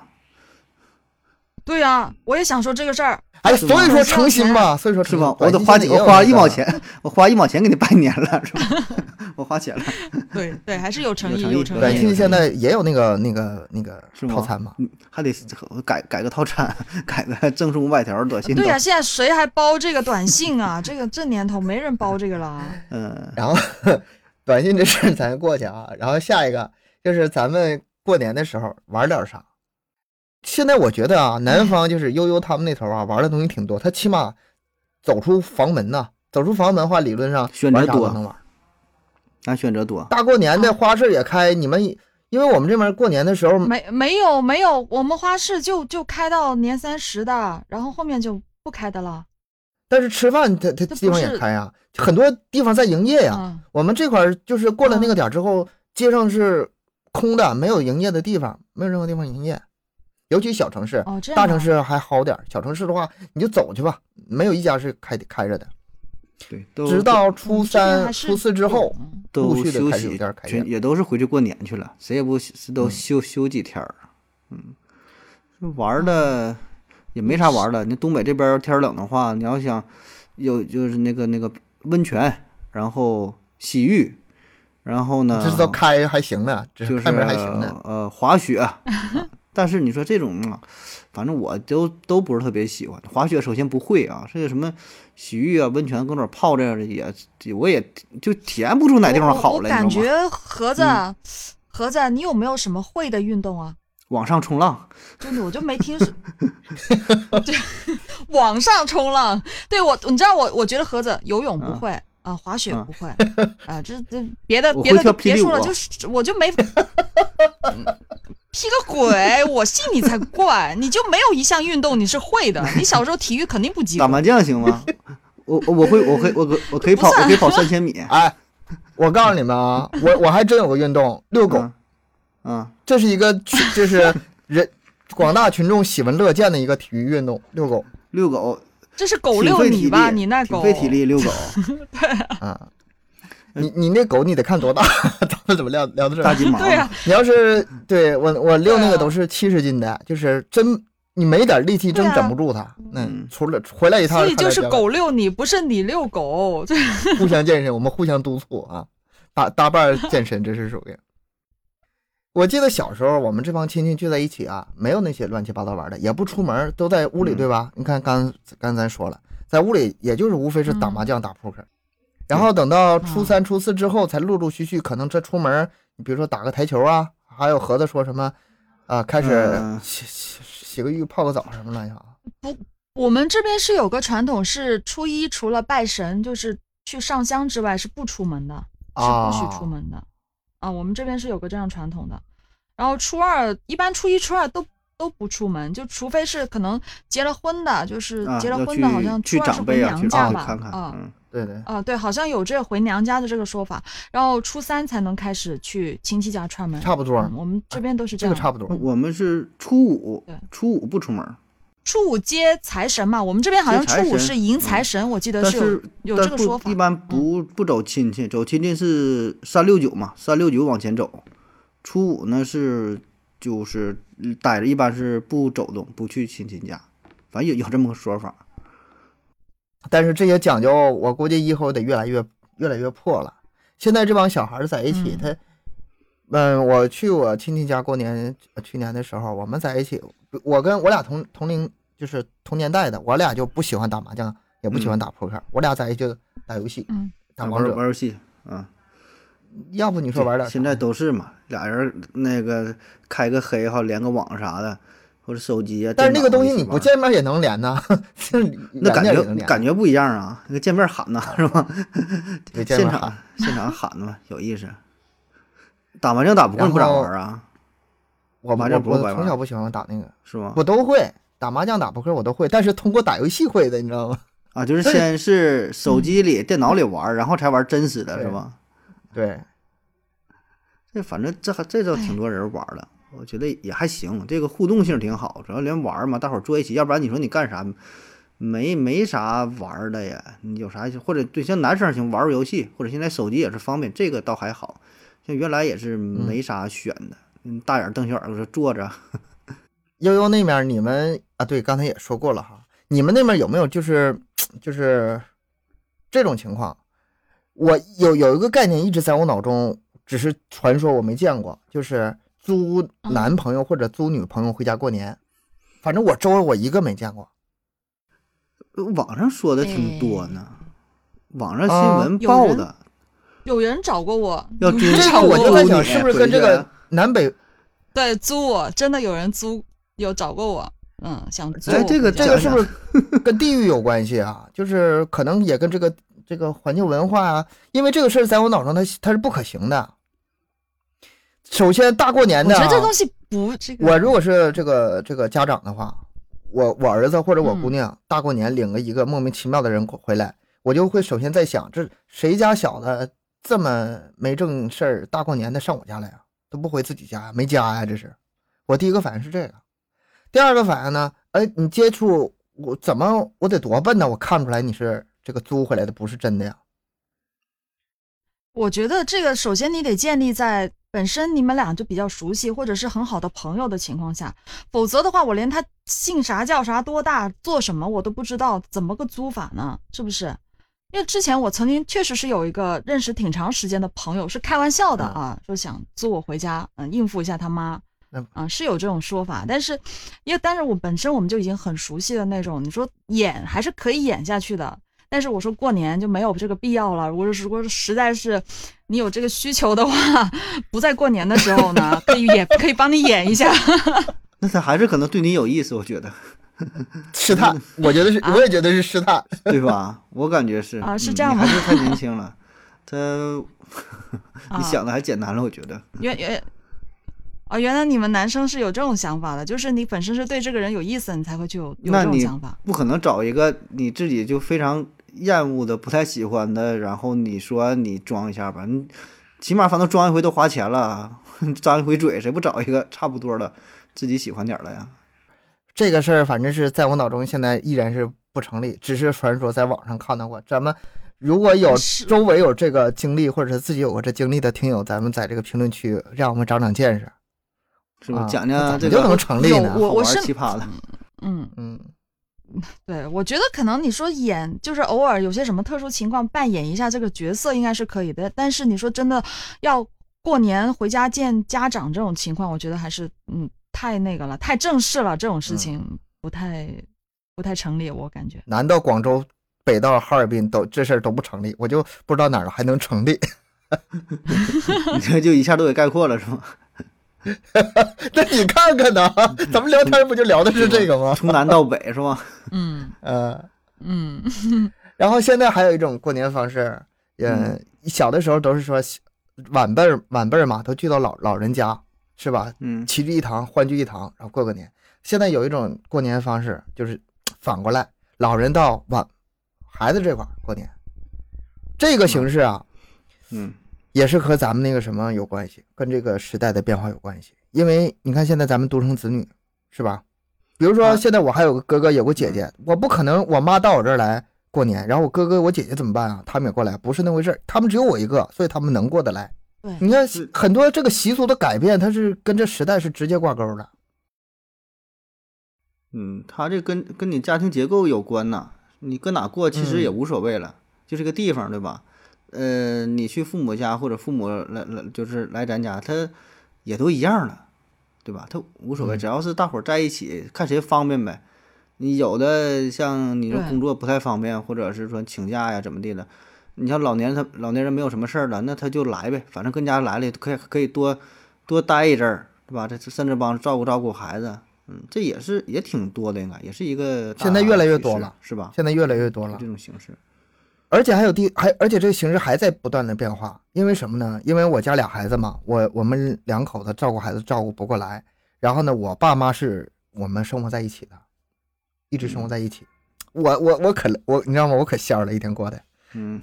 Speaker 4: 对呀、我也想说这个事儿。
Speaker 1: 哎，
Speaker 3: 是吗
Speaker 1: 所以说诚心吧，所以说
Speaker 3: 是
Speaker 1: 诚心
Speaker 3: 吧？我得花几，我花一毛。钱，我花一毛钱给你拜年了，是吧？ 我花钱了，
Speaker 4: 对对，还是有诚意，
Speaker 3: 有诚意
Speaker 4: 有诚
Speaker 1: 短
Speaker 4: 意
Speaker 1: 信。现在也有那个那个那个
Speaker 3: 是吗？
Speaker 1: 套餐嘛？
Speaker 3: 嗯，还得改改个套餐， 改个赠送五百条短信。
Speaker 4: 对呀、现在谁还包这个短信啊？这个这年头没人包这个了。啊
Speaker 3: 嗯，
Speaker 1: 然后短信这事儿 咱过去啊，然后下一个就是咱们过年的时候玩点啥。现在我觉得啊，南方就是悠悠他们那头啊，玩的东西挺多。他起码走出房门呐、走出房门的话，理论上
Speaker 3: 选择
Speaker 1: 玩啥
Speaker 3: 多
Speaker 1: 都能玩。
Speaker 3: 咱选择多。
Speaker 1: 大过年的花市也开，你们因为我们这边过年的时候
Speaker 4: 没没有没有，我们花市就就开到年三十的，然后后面就不开的了。
Speaker 1: 但是吃饭它它
Speaker 4: 这不
Speaker 1: 地方也
Speaker 4: 是
Speaker 1: 开呀、很多地方在营业呀、
Speaker 4: 嗯
Speaker 1: 我们这块儿就是过了那个点儿之后，街上是空的，没有营业的地方，没有任何地方营业。尤其小城市，
Speaker 4: 哦这样
Speaker 1: 大城
Speaker 4: 啊
Speaker 1: 市还好点儿，小城市的话你就走去吧，没有一家是开开着的。
Speaker 3: 对，都
Speaker 1: 直到初
Speaker 4: 嗯这边还
Speaker 1: 三、
Speaker 4: 是
Speaker 1: 初四之后，
Speaker 4: 嗯
Speaker 3: 都
Speaker 1: 陆续地
Speaker 3: 休
Speaker 1: 开始有
Speaker 3: 息
Speaker 1: 点儿，开
Speaker 3: 全
Speaker 1: 店嗯
Speaker 3: 也都是回去过年去了，谁也不是都休、休几天儿。嗯，玩儿的也没啥玩儿的。那东北这边儿天儿冷的话，你要想有就是那个那个温泉，然后洗浴，然后
Speaker 4: 嗯
Speaker 3: 呢，
Speaker 1: 这都开还行呢，这
Speaker 3: 嗯就是
Speaker 1: 开门还行呢。
Speaker 3: 呃滑 雪、啊但是你说这种，嗯反正我都都不是特别喜欢滑雪。首先不会啊，这个什么洗浴啊、温泉，搁哪儿泡着也，我也就体验不出哪地方
Speaker 4: 我
Speaker 3: 好
Speaker 4: 我
Speaker 3: 来，
Speaker 4: 感
Speaker 3: 你知道吗？
Speaker 4: 觉
Speaker 3: 嗯
Speaker 4: 盒子，盒子，你有没有什么会的运动啊？
Speaker 3: 网上冲浪，
Speaker 4: 真的，我就没听 说。对，网上冲浪，对我，你知道我，我觉得盒子游泳不会。啊，滑雪
Speaker 3: 嗯
Speaker 4: 不会， 啊，这这别的
Speaker 3: 我
Speaker 4: 别的
Speaker 3: 会跳
Speaker 4: 就
Speaker 3: 霹雳
Speaker 4: 别说了，
Speaker 3: 舞啊
Speaker 4: 就是我就没嗯屁个鬼，我信你才怪，你就没有一项运动你是会 的，你小时候体育肯定不及格
Speaker 3: 打。麻将行 吗？我我我会我会我可我可以跑我可以跑三千米，
Speaker 1: 哎，我告诉你们 啊，我我还真有个运动，遛狗，
Speaker 3: 嗯嗯，
Speaker 1: 这是一个 群就是人广大群众喜闻乐见的一个体育运动，遛狗
Speaker 3: 遛狗
Speaker 4: 这是狗
Speaker 3: 挺
Speaker 4: 遛
Speaker 3: 费体
Speaker 4: 你
Speaker 3: 力，
Speaker 4: 吧？你那狗
Speaker 3: 挺费体力 遛狗，
Speaker 1: 啊。你你那狗你得看多大， 咱们怎么聊聊到这儿？
Speaker 3: 大金毛，
Speaker 4: 对啊，
Speaker 1: 你要是对我我遛那
Speaker 4: 对
Speaker 1: 个
Speaker 4: 啊
Speaker 1: 都是七十斤的，就是真你没点力气真
Speaker 4: 对啊
Speaker 1: 整不住它。嗯
Speaker 3: 嗯，
Speaker 1: 除了回来一趟，
Speaker 4: 所以就是
Speaker 1: 看来
Speaker 4: 狗遛你，不是你遛狗。这
Speaker 1: 咱们互相健身，我们互相督促啊，搭搭伴儿健身，这是属于。我记得小时候我们这帮亲戚聚在一起啊，没有那些乱七八糟玩的，也不出门，都在屋里，
Speaker 3: 嗯
Speaker 1: 对吧？你看刚刚咱说了，在屋里也就是无非是打
Speaker 4: 嗯
Speaker 1: 麻将、打扑克。然后等到初三、初四之后，才陆陆续续可能这出门，你比如说打个台球啊，还有盒子说什么，啊、开始
Speaker 3: 嗯
Speaker 1: 写写洗个浴、泡个澡什么乱七八糟。
Speaker 4: 我们这边是有个传统，是初一除了拜神，就是去上香之外是不出门的，是不许
Speaker 3: 啊
Speaker 4: 出门的。啊，我们这边是有个这样传统的。然后初二一般初一、初二都都不出门，就除非是可能结了婚的，就是
Speaker 3: 啊，
Speaker 4: 结了
Speaker 3: 要
Speaker 4: 婚
Speaker 3: 去
Speaker 4: 的，好像初
Speaker 3: 去
Speaker 4: 二是回
Speaker 3: 长辈啊，去
Speaker 4: 娘家
Speaker 1: 去
Speaker 4: 吧？
Speaker 3: 看看，
Speaker 4: 啊
Speaker 3: 嗯，
Speaker 1: 对对，
Speaker 4: 啊，对，好像有这回娘家的这个说法。然后初三才能开始去亲戚家串门，
Speaker 1: 差不多
Speaker 4: 嗯我们这
Speaker 3: 哎
Speaker 4: 边都是
Speaker 1: 这
Speaker 4: 样
Speaker 1: 个
Speaker 4: 的。
Speaker 1: 差不多。
Speaker 3: 我们是初五
Speaker 4: 对，
Speaker 3: 初五不出门儿，
Speaker 4: 初五接财神嘛，我们这边好像
Speaker 3: 接财
Speaker 4: 初五
Speaker 3: 神
Speaker 4: 是迎财神，我记得
Speaker 3: 但
Speaker 4: 有
Speaker 3: 是
Speaker 4: 有
Speaker 3: 但
Speaker 4: 这个
Speaker 3: 不
Speaker 4: 说法嗯
Speaker 3: 一。般不不走亲戚，走亲戚是三六九嘛，三六九往前走。初五呢是就是嗯待着，一般是不走动，不去亲戚家，反正有有这么个说法。
Speaker 1: 但是这些讲究，我估计以后得越来越越来越破了。现在这帮小孩儿在一起，
Speaker 4: 嗯
Speaker 1: 他，嗯，我去我亲戚家过年，呃去年的时候我们在一起，我跟我俩同同龄，就是同年代的，我俩就不喜欢打麻将，也不喜欢打扑克，我俩在一起就打游戏，
Speaker 4: 嗯
Speaker 1: 打
Speaker 3: 玩
Speaker 1: 王者，
Speaker 3: 玩游戏，嗯，
Speaker 1: 要不你说玩点啥
Speaker 3: 现在都是嘛，俩人那个开个黑哈，连个网啥的，或者手机啊。
Speaker 1: 但是
Speaker 3: 电
Speaker 1: 那个
Speaker 3: 脑
Speaker 1: 东
Speaker 3: 一
Speaker 1: 西
Speaker 3: 起
Speaker 1: 你不
Speaker 3: 玩
Speaker 1: 见面也能连呐， 是
Speaker 3: 那感
Speaker 1: 连着也能
Speaker 3: 觉
Speaker 1: 连
Speaker 3: 感觉不一样啊，那个见面喊呐，是吧？
Speaker 1: 对见
Speaker 3: 现
Speaker 1: 面
Speaker 3: 场
Speaker 1: 喊
Speaker 3: 现场喊嘛，有意思。打麻将打不
Speaker 1: 然
Speaker 3: 惯不咋
Speaker 1: 后
Speaker 3: 玩啊，
Speaker 1: 我
Speaker 3: 麻
Speaker 1: 我
Speaker 3: 将不
Speaker 1: 我
Speaker 3: 会玩
Speaker 1: 从小不喜欢打那个，
Speaker 3: 是吗？
Speaker 1: 我都会打麻将、打扑克，我都会，但是通过打游戏会的，你知道吗？
Speaker 4: 嗯
Speaker 3: 啊，就是先是手机里、电脑里玩儿，然后才玩真实的，是
Speaker 1: 对
Speaker 3: 吧？
Speaker 1: 对。
Speaker 3: 这反正这还这都挺多人玩儿了，我觉得也还行，这个互动性挺好，主要连玩儿嘛，大伙儿坐一起，要不然你说你干啥？没没啥玩儿的呀，你有啥或者对像男生行玩儿游戏，或者现在手机也是方便，这个倒还好。像原来也是没啥选的，嗯，大眼瞪小眼儿说坐着，
Speaker 1: 悠悠那面你们啊，对，刚才也说过了哈，你们那边有没有就是就是这种情况？我有有一个概念一直在我脑中，只是传说我没见过，就是租男朋友或者租女朋友回家过年，反正我周围我一个没见过。
Speaker 3: 呃网上说的挺多呢，网上
Speaker 1: 啊
Speaker 3: 新闻
Speaker 4: 有
Speaker 3: 报
Speaker 4: 人
Speaker 3: 的
Speaker 4: 有人找过我，
Speaker 3: 要
Speaker 4: 有
Speaker 3: 租
Speaker 4: 人
Speaker 1: 这
Speaker 4: 找
Speaker 1: 个我
Speaker 4: 过
Speaker 1: 就
Speaker 4: 我
Speaker 1: 在想，是不是跟这个南北
Speaker 4: 对租我，真的有人租，有找过我，嗯，想租我
Speaker 3: 哎
Speaker 4: 回家。
Speaker 3: 这个
Speaker 1: 这个是不是 跟地域有关系啊？就是可能也跟这个这个环境文化啊，因为这个事儿在我脑中它它是不可行的。首先，大过年
Speaker 4: 我
Speaker 1: 的、
Speaker 4: 觉
Speaker 1: 啊
Speaker 4: 得，这东西不这个。
Speaker 1: 我如果是这个这个家长的话，我我儿子或者我姑
Speaker 4: 嗯
Speaker 1: 娘、大过年领了一个莫名其妙的人过回来，我就会首先在想，这谁家小子这么没正事儿，大过年的上我家来啊，都不回自己家，没家呀、这是我第一个反应是这个，第二个反应呢，哎，你接触我怎么我得多笨呢？我看不出来你是这个租回来的，不是真的呀。
Speaker 4: 我觉得这个首先你得建立在本身你们俩就比较熟悉，或者是很好的朋友的情况下，否则的话，我连他姓啥叫啥、多大、做什么我都不知道，怎么个租法呢？是不是？因为之前我曾经确实是有一个认识挺长时间的朋友，是开玩笑的啊，说想租我回家，嗯，应付一下他妈
Speaker 1: 那，
Speaker 4: 啊，是有这种说法，但是，因为但是我本身我们就已经很熟悉的那种，你说演还是可以演下去的，但是我说过年就没有这个必要了。如果是如果是实在是你有这个需求的话，不在过年的时候呢，可以演，可以帮你演一下。
Speaker 3: 那他还是可能对你有意思，我觉得，
Speaker 1: 试探，我觉得是，我也觉得是试探。
Speaker 3: 对吧？我感觉是
Speaker 4: 啊是
Speaker 3: 嗯
Speaker 4: 这样
Speaker 3: 你
Speaker 4: 吗
Speaker 3: 还是太年轻了，他
Speaker 4: 啊
Speaker 3: 你，想的还简单了，我觉得。
Speaker 4: 原原啊，原来你们男生是有这种想法的，就是你本身是对这个人有意思，你才会去有有
Speaker 3: 那
Speaker 4: 这种
Speaker 3: 你
Speaker 4: 想法。
Speaker 3: 不可能找一个你自己就非常厌恶的、不太喜欢的，然后你说你装一下吧，你起码反正装一回都花钱了， 张一回嘴，谁不找一个差不多的自己喜欢点儿的呀？
Speaker 1: 这个事儿，反正是在我脑中现在依然是不成立，只是传说，在网上看到过。咱们如果有
Speaker 4: 是
Speaker 1: 周围有这个经历，或者是自己有过这经历的听友，咱们在这个评论区让我们长长见识，
Speaker 3: 是吧？
Speaker 1: 啊
Speaker 3: 讲
Speaker 1: 那
Speaker 3: 讲
Speaker 1: 怎
Speaker 3: 这
Speaker 1: 么就能
Speaker 3: 个
Speaker 1: 成立呢
Speaker 4: 哎有？我
Speaker 3: 好玩
Speaker 4: 是
Speaker 3: 奇葩的，
Speaker 4: 嗯，
Speaker 1: 嗯，
Speaker 4: 对，我觉得可能你说演就是偶尔有些什么特殊情况扮演一下这个角色应该是可以的，但是你说真的要过年回家见家长这种情况，我觉得还是嗯太那个了，太正式了，这种事情不太、不太成立，我感觉。
Speaker 1: 南到广州，北到哈尔滨都这事儿都不成立，我就不知道哪儿还能成立。
Speaker 3: 你这就一下都给概括了，是吗？
Speaker 1: 那你看看呢？咱们聊天不就聊的是这个吗？
Speaker 3: 从南到北是吗？
Speaker 4: 嗯
Speaker 1: 呃，
Speaker 4: 嗯
Speaker 1: 然后现在还有一种过年方式，呃，小的时候都是说晚辈儿晚辈儿嘛，都聚到老老人家，是吧？
Speaker 3: 嗯
Speaker 1: 齐聚一堂，欢聚一堂，然后过个年。现在有一种过年方式，就是反过来，老人到晚孩子这块儿过年，这个形式啊，
Speaker 3: 嗯
Speaker 1: 也是和咱们那个什么有关系，跟这个时代的变化有关系。因为你看现在咱们独生子女，是吧？比如说
Speaker 3: 啊
Speaker 1: 现在我还有个哥哥，有个姐姐，我不可能我妈到我这儿来过年，然后我哥哥我姐姐怎么办啊？他们也过来，不是那回事儿。他们只有我一个，所以他们能过得来。
Speaker 4: 对
Speaker 1: 你看
Speaker 3: 是
Speaker 1: 很多这个习俗的改变，它是跟这时代是直接挂钩的。
Speaker 3: 嗯，他这跟跟你家庭结构有关呐、你搁哪过其实也无所谓了，就是个地方，对吧？呃，你去父母家或者父母来来就是来咱家，他也都一样了，对吧？他无所谓，
Speaker 1: 嗯
Speaker 3: 只要是大伙儿在一起，看谁方便呗。你有的像你说
Speaker 4: 对
Speaker 3: 工作不太方便，或者是说请假呀怎么地的，你像老年他老年人没有什么事儿了，那他就来呗，反正跟家来了，可以可以多多待一阵儿，对吧？这甚至帮照顾照顾孩子，嗯，这也是也挺多的，应该也是一个大
Speaker 1: 现在越来越多了
Speaker 3: 趋势，是吧？
Speaker 1: 现在越来越多
Speaker 3: 就
Speaker 1: 了
Speaker 3: 这，种形式，
Speaker 1: 而且还有第还而且这个形式还在不断的变化，因为什么呢？因为我家俩孩子嘛，我我们两口子照顾孩子照顾不过来，然后呢，我爸妈是我们生活在一起的，一直
Speaker 3: 嗯
Speaker 1: 生活在一起。我我我可我你知道吗？我可仙儿了，一天过的
Speaker 3: 嗯，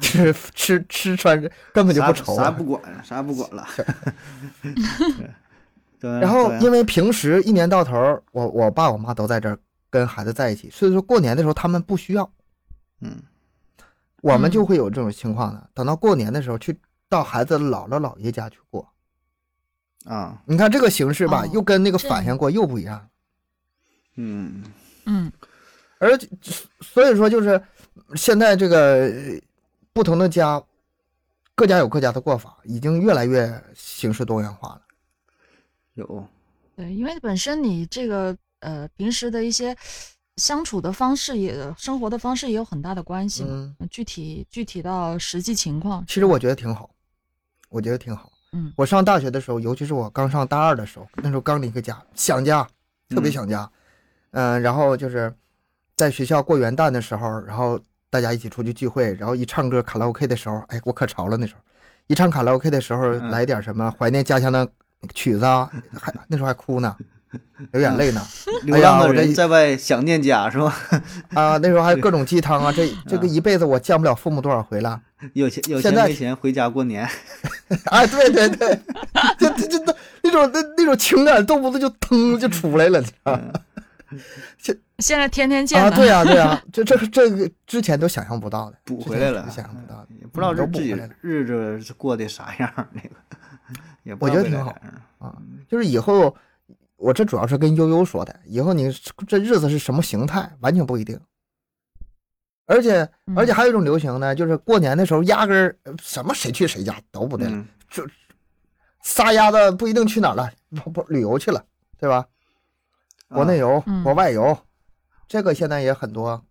Speaker 1: 吃吃吃穿根本就不愁、
Speaker 3: 啥啥
Speaker 1: 啊
Speaker 3: 不。管，啥不管了。 对
Speaker 1: 然后
Speaker 3: 对啊
Speaker 1: 因为平时一年到头儿，我我爸我妈都在这儿跟孩子在一起，所以说过年的时候他们不需要，
Speaker 3: 嗯
Speaker 1: 我们就
Speaker 4: 嗯
Speaker 1: 会有这种情况的。等到过年的时候去到孩子姥姥姥爷家去过。
Speaker 3: 啊
Speaker 1: 你看这个形式吧，
Speaker 4: 哦
Speaker 1: 又跟那个
Speaker 4: 这
Speaker 1: 反向过又不一样，
Speaker 3: 嗯
Speaker 4: 嗯
Speaker 1: 而且所以说就是现在这个呃不同的家，各家有各家的过法，已经越来越形式多元化了。
Speaker 3: 有
Speaker 4: 对，因为本身你这个呃平时的一些相处的方式也生活的方式也有很大的关系嘛。
Speaker 1: 嗯，
Speaker 4: 呃具体具体到实际情况，
Speaker 1: 其实我觉得挺好，我觉得挺好。
Speaker 4: 嗯
Speaker 1: 我上大学的时候，尤其是我刚上大二的时候，那时候刚离开家，想家，特别
Speaker 3: 嗯
Speaker 1: 想家。嗯、然后就是在学校过元旦的时候，然后大家一起出去聚会，然后一唱歌卡拉 OK 的时候，哎，我可潮了那时候，一唱卡拉 OK 的时候，
Speaker 3: 嗯
Speaker 1: 来点什么怀念家乡的曲子啊，还那时候还哭呢，流眼泪呢。
Speaker 3: 流浪
Speaker 1: 哎我
Speaker 3: 的
Speaker 1: 这
Speaker 3: 人在外想念家是吧？
Speaker 1: 啊，那时候还有各种鸡汤啊， 这这
Speaker 3: 嗯
Speaker 1: 个一辈子我见不了父母多少回了。
Speaker 3: 有钱有
Speaker 1: 现
Speaker 3: 钱
Speaker 1: 在
Speaker 3: 没钱回家过年，
Speaker 1: 啊，对对对，这这这这那种那那种情感动不动就
Speaker 4: 嗯
Speaker 1: 腾就出来了，你知道吗？
Speaker 4: 现在天天嗯见
Speaker 1: 啊，
Speaker 4: 呢，
Speaker 1: 对呀、对呀、这这这个之前都想象不到的，
Speaker 3: 补
Speaker 1: 之
Speaker 3: 回
Speaker 1: 前
Speaker 3: 来
Speaker 1: 都
Speaker 3: 了啊
Speaker 1: 想象不到的。嗯
Speaker 3: 也不知道这
Speaker 1: 都补
Speaker 3: 自己
Speaker 1: 回来了
Speaker 3: 日子是过得啥样儿，那个 也不
Speaker 1: 我
Speaker 3: 知道
Speaker 1: 觉得挺
Speaker 3: 未来
Speaker 1: 好
Speaker 3: 啥样儿
Speaker 1: 就是以后，我这主要是跟悠悠说的，以后你这日子是什么形态，完全不一定。而且
Speaker 4: 嗯
Speaker 1: 而且还有一种流行呢，就是过年的时候压根儿呃什么谁去谁家都不对了，
Speaker 3: 嗯
Speaker 1: 撒丫子不一定去哪儿了，不不旅游去了，对吧？国内
Speaker 3: 啊
Speaker 1: 游、
Speaker 4: 嗯
Speaker 1: 国外游，这个现在也很多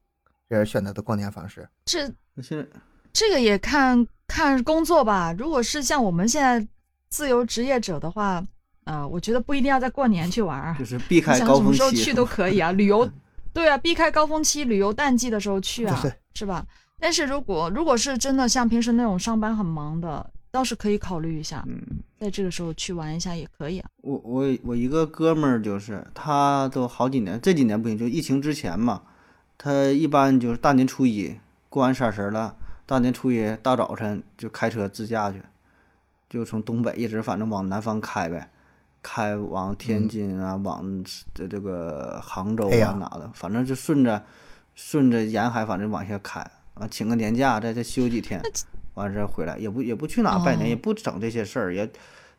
Speaker 1: 人选择的过年方式。
Speaker 4: 这
Speaker 3: 那现在
Speaker 4: 这个也看看工作吧。如果是像我们现在自由职业者的话，呃，我觉得不一定要在过年去玩儿啊
Speaker 3: 就，是避
Speaker 4: 你
Speaker 3: 开
Speaker 4: 想
Speaker 3: 高
Speaker 4: 什
Speaker 3: 峰
Speaker 4: 么时候
Speaker 3: 期
Speaker 4: 去
Speaker 3: 是
Speaker 4: 都
Speaker 3: 吧，
Speaker 4: 可以啊。旅 游，对啊，避开高峰期，旅游淡季的时候去啊
Speaker 1: 对对，
Speaker 4: 是吧？但是如果如果是真的像平时那种上班很忙的，倒是可以考虑一下，
Speaker 3: 嗯。
Speaker 4: 在这个时候去玩一下也可以啊。
Speaker 3: 我我我一个哥们儿就是，他都好几年，这几年不行，就疫情之前嘛，他一般就是大年初一过完三十儿了，大年初一大早晨就开车自驾去，就从东北一直反正往南方开呗，开往天津啊，往这这个杭州
Speaker 1: 嗯哎
Speaker 3: 啊
Speaker 1: 呀
Speaker 3: 哪的，反正就顺着顺着沿海，反正往下开啊，请个年假，在这休几天，完事儿回来也不也不去哪拜年，
Speaker 4: 哦
Speaker 3: 也不整这些事儿，也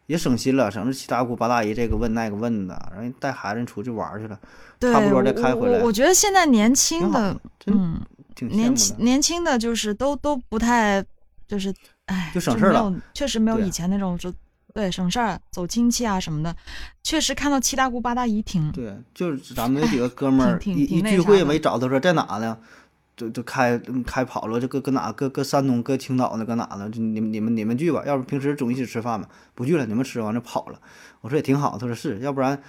Speaker 3: 也省心了，省着七大姑八大姨这个问那个问的，然后带孩子出去玩儿去了，
Speaker 4: 对，
Speaker 3: 差不多
Speaker 4: 我
Speaker 3: 再开回来
Speaker 4: 我我觉得现在年轻
Speaker 3: 挺好
Speaker 4: 的
Speaker 3: 的，，真
Speaker 4: 嗯，
Speaker 3: 挺
Speaker 4: 年
Speaker 3: 羡
Speaker 4: 轻
Speaker 3: 慕的。
Speaker 4: 年轻的就是都都不太就是，哎，
Speaker 3: 就省
Speaker 4: 是
Speaker 3: 事儿
Speaker 4: 没
Speaker 3: 了
Speaker 4: 有，确实没有
Speaker 3: 对啊
Speaker 4: 以前那种就对省事儿走亲戚啊什么的，确实看到七大姑八大姨挺
Speaker 3: 对，就是咱们有几个哥们
Speaker 4: 嗯
Speaker 3: 儿
Speaker 4: 挺挺
Speaker 3: 一
Speaker 4: 挺
Speaker 3: 一
Speaker 4: 那啥
Speaker 3: 聚会
Speaker 4: 的
Speaker 3: 没找他说在哪呢？就就开嗯开跑了，就搁搁哪搁搁山东搁青岛呢，搁哪呢？就你们你们你们聚吧，要不平时总一起吃饭吧，不聚了，你们吃完就跑了。我说也挺好，他说是要不然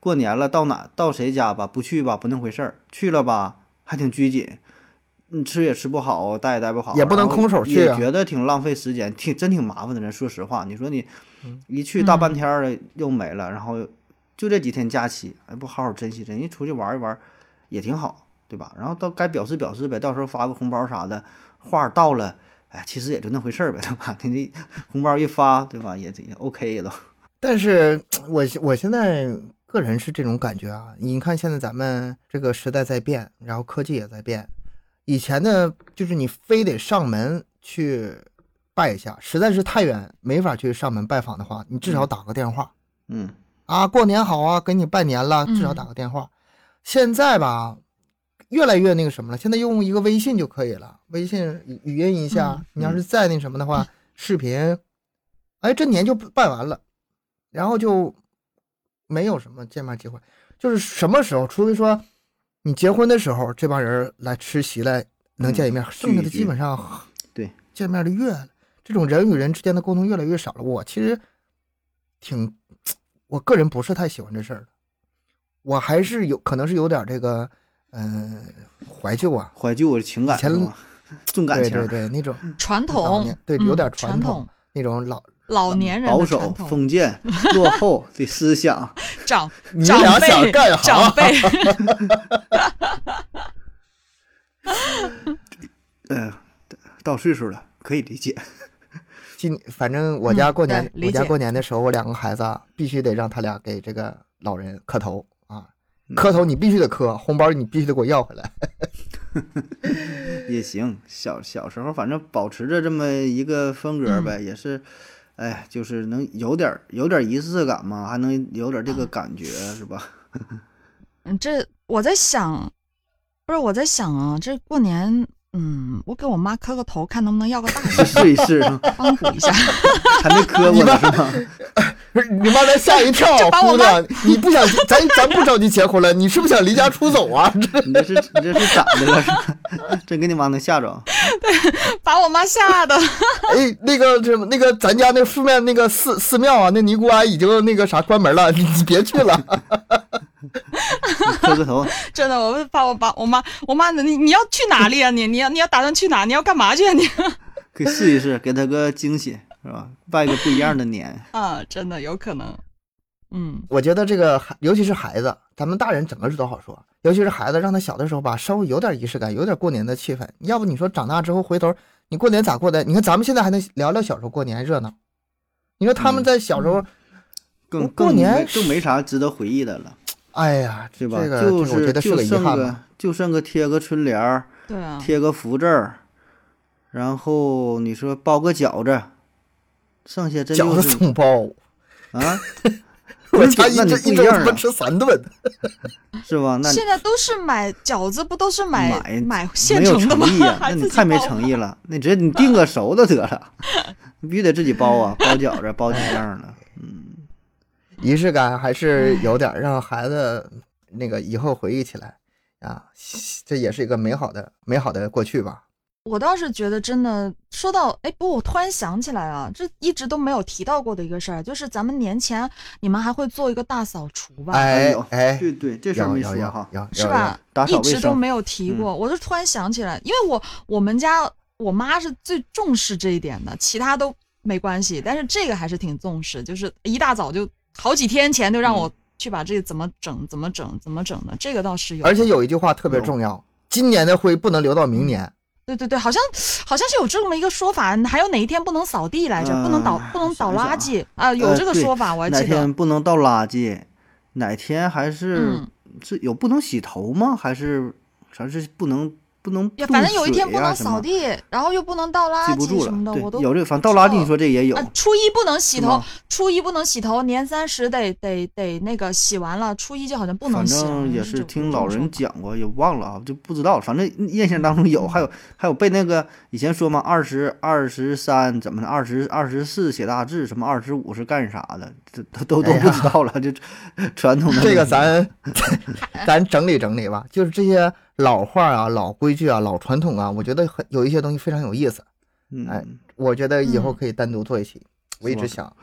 Speaker 3: 过年了到哪到谁家吧，不去吧不那回事儿，去了吧还挺拘谨，你吃也吃不好，待也待不好，
Speaker 1: 也不能
Speaker 3: 然后
Speaker 1: 空手去
Speaker 3: 也
Speaker 1: 啊
Speaker 3: 觉得挺浪费时间，挺真挺麻烦的。人说实话，你说你一去大
Speaker 4: 嗯
Speaker 3: 半天儿了又没了，然后就这几天假期，哎，不好好珍惜珍惜，人家出去玩一玩也挺好，对吧？然后到该表示表示呗，到时候发个红包啥的，话儿到了，哎，其实也就那回事儿呗，对吧？ 你这红包一发，对吧？也也 OK 也都，
Speaker 1: 但是我我现在个人是这种感觉啊，你看现在咱们这个时代在变，然后科技也在变，以前呢就是你非得上门去拜一下，实在是太远没法去上门拜访的话，你至少打个电话、
Speaker 3: 嗯
Speaker 1: 啊，过年好啊，给你拜年了，
Speaker 4: 嗯
Speaker 1: 至少打个电话。现在吧，越来越那个什么了，现在用一个微信就可以了，微信语语音一下，
Speaker 4: 嗯
Speaker 1: 你要是再那什么的话，视频，哎，这年就办完了，然后就没有什么见面机会，就是什么时候，除非说你结婚的时候，这帮人来吃席来能见一面，剩下的
Speaker 3: 聚一聚
Speaker 1: 基本上
Speaker 3: 对
Speaker 1: 见面的越这种人与人之间的沟通越来越少了。我其实挺，我个人不是太喜欢这事儿的，我还是有可能是有点这个，嗯、怀旧啊，
Speaker 3: 怀旧的情感
Speaker 1: 以前
Speaker 3: 是吧重感
Speaker 1: 对
Speaker 3: 情
Speaker 1: 对
Speaker 3: 儿，
Speaker 1: 对，那种
Speaker 4: 传
Speaker 1: 老
Speaker 4: 统
Speaker 1: 年，对有
Speaker 4: 嗯
Speaker 1: 点
Speaker 4: 传
Speaker 1: 传统那种老，
Speaker 4: 老年人
Speaker 3: 保
Speaker 4: 的
Speaker 3: 守
Speaker 4: 传、统，
Speaker 3: 封建、落后的思想，
Speaker 4: 长
Speaker 1: 你
Speaker 4: 长
Speaker 1: 俩
Speaker 4: 辈
Speaker 1: 想干啥
Speaker 4: 长辈，
Speaker 3: 嗯、到岁数了可以理解。
Speaker 1: 今反正我家过年，
Speaker 4: 嗯对理
Speaker 1: 我家
Speaker 4: 解
Speaker 1: 过年的时候，我两个孩子啊，必须得让他俩给这个老人磕头啊
Speaker 3: 嗯，
Speaker 1: 磕头你必须得磕，红包你必须得给我要回来。
Speaker 3: 也行，小小时候反正保持着这么一个风
Speaker 1: 嗯
Speaker 3: 格呗，也是，哎，就是能有点儿有点儿仪式感嘛，还能有点儿这个感觉、是吧？
Speaker 4: 嗯，这我在想，不是我在想啊，这过年，嗯，我给我妈磕个头，看能不能要个大
Speaker 3: 去
Speaker 4: 的，
Speaker 3: 试一试，是吧
Speaker 4: 帮补一下。
Speaker 3: 还没磕过呢是吧？
Speaker 1: 不是你妈咱吓一 跳
Speaker 4: 这，把我
Speaker 1: 姑娘，你不想咱咱不着急结婚了，你是不是想离家出走啊？
Speaker 3: 你这是你这是咋的了？是吧 真给你妈能吓着？
Speaker 4: 把我妈吓的，
Speaker 1: 哎，那个什么，那个咱家那附面那个寺寺庙啊，那尼姑庵已经那个啥关门了，你你别去了。
Speaker 3: 磕个头，
Speaker 4: 真的，我把我把我妈，我妈，你你要去哪里啊？ 你你要你要打算去哪？你要干嘛去啊？你
Speaker 3: 可以试一试，给她个惊喜是吧？拜个不一样的年，
Speaker 4: 啊，真的有可能，嗯，
Speaker 1: 我觉得这个孩，尤其是孩子，咱们大人整个是都好说，尤其是孩子，让他小的时候吧，稍微有点仪式感，有点过年的气氛。要不你说长大之后回头，你过年咋过的？你看咱们现在还能聊聊小时候过年热闹，你说
Speaker 3: 嗯
Speaker 1: 他们在小时候，
Speaker 3: 更
Speaker 1: 过
Speaker 3: 更
Speaker 1: 年
Speaker 3: 没
Speaker 1: 是
Speaker 3: 更没啥值得回忆的了，
Speaker 1: 哎呀，
Speaker 3: 对吧？
Speaker 1: 这个、
Speaker 3: 就
Speaker 1: 这个我觉
Speaker 3: 是
Speaker 1: 得是
Speaker 3: 就
Speaker 1: 个遗
Speaker 3: 剩
Speaker 1: 憾
Speaker 3: 个
Speaker 1: 吧。
Speaker 3: 就剩个贴个春联儿。
Speaker 4: 对啊，
Speaker 3: 贴个福字儿，然后你说包个饺子，剩下真
Speaker 1: 饺
Speaker 3: 就
Speaker 1: 子
Speaker 3: 是
Speaker 1: 总包，
Speaker 3: 啊，
Speaker 1: 我家
Speaker 3: 那
Speaker 1: 一
Speaker 3: 你
Speaker 1: 周
Speaker 3: 不
Speaker 1: 一
Speaker 3: 一
Speaker 1: 周
Speaker 3: 样
Speaker 1: 他妈
Speaker 3: 啊
Speaker 1: 吃三顿。
Speaker 3: 是吧？那你
Speaker 4: 现在都是买饺子，不都是买
Speaker 3: 买
Speaker 4: 现
Speaker 3: 没有
Speaker 4: 成的吗
Speaker 3: 诚意 呀、？那
Speaker 4: 还
Speaker 3: 你
Speaker 4: 自己
Speaker 3: 太没
Speaker 4: 包啊
Speaker 3: 诚意了，那直接你订个熟的得了，你必须得自己包 啊，包饺子，包几样的，
Speaker 1: 仪式感还是有点儿让孩子那个以后回忆起来啊，这也是一个美好的美好的过去吧。
Speaker 4: 我倒是觉得，真的说到，哎，不，我突然想起来啊，这一直都没有提到过的一个事儿，就是咱们年前你们还会做一个大扫除吧，
Speaker 1: 哎
Speaker 3: 有
Speaker 1: 哎，
Speaker 3: 对对，这事儿
Speaker 1: 有
Speaker 3: 没
Speaker 1: 有
Speaker 3: 说
Speaker 1: 有
Speaker 3: 哈，
Speaker 1: 有
Speaker 4: 是？吧？
Speaker 3: 打扫
Speaker 4: 一
Speaker 3: 卫
Speaker 4: 直都
Speaker 3: 生，嗯
Speaker 4: 没有提过，我就突然想起来，因为我我们家我妈是最重视这一点的，其他都没关系，但是这个还是挺重视，就是一大早就好几天前就让
Speaker 3: 嗯
Speaker 4: 我去把这个怎么整、怎么整、怎么整的，这个倒是有，
Speaker 1: 而且有一句话特别
Speaker 3: 有
Speaker 1: 重要：今年的灰不能留到明 年。
Speaker 4: 对对对，好像好像是有这么一个说法，还有哪一天不能扫地来着？不能倒
Speaker 3: 嗯
Speaker 4: 不能倒
Speaker 3: 想一
Speaker 4: 垃圾啊、有
Speaker 3: 呃
Speaker 4: 这个
Speaker 3: 对
Speaker 4: 说法，我还
Speaker 3: 哪
Speaker 4: 记得。
Speaker 3: 天不能倒垃圾，哪天还是
Speaker 4: 嗯
Speaker 3: 是有不能洗头吗？还是还是不能不能
Speaker 4: 呀，
Speaker 3: 动
Speaker 4: 反正有一
Speaker 3: 水
Speaker 4: 天不
Speaker 3: 呀
Speaker 4: 能
Speaker 3: 什么
Speaker 4: 扫地，然后又不能倒垃
Speaker 3: 记不
Speaker 4: 圾
Speaker 3: 住
Speaker 4: 什
Speaker 3: 了
Speaker 4: 么的，，我都
Speaker 3: 对，有这个，反正倒垃圾，你说这也有
Speaker 4: 啊，，初一不能洗
Speaker 3: 是
Speaker 4: 头
Speaker 3: 吗，
Speaker 4: 初一不能洗头，年三十得得得那个洗完了，初一就好像不能
Speaker 3: 反
Speaker 4: 洗了。
Speaker 3: 正也
Speaker 4: 是
Speaker 3: 是
Speaker 4: 这
Speaker 3: 听老人，
Speaker 4: 有这种说
Speaker 3: 讲过，也忘了啊，就不知道 了。反正印象当中有，还有还有被那个以前说嘛，二十二十三怎么的，二十二十四写大字，什么二十五是干啥的，这都都都
Speaker 1: 哎呀
Speaker 3: 不知道了。就传统的
Speaker 1: 这个
Speaker 3: 东西
Speaker 1: 咱咱整理整理吧，就是这些老话啊、老规矩啊、老传统啊，我觉得很有一些东西非常有意思。
Speaker 3: 嗯，
Speaker 1: 哎我觉得以后
Speaker 4: 嗯
Speaker 1: 可以单独做一期。我一直
Speaker 3: 是
Speaker 1: 想，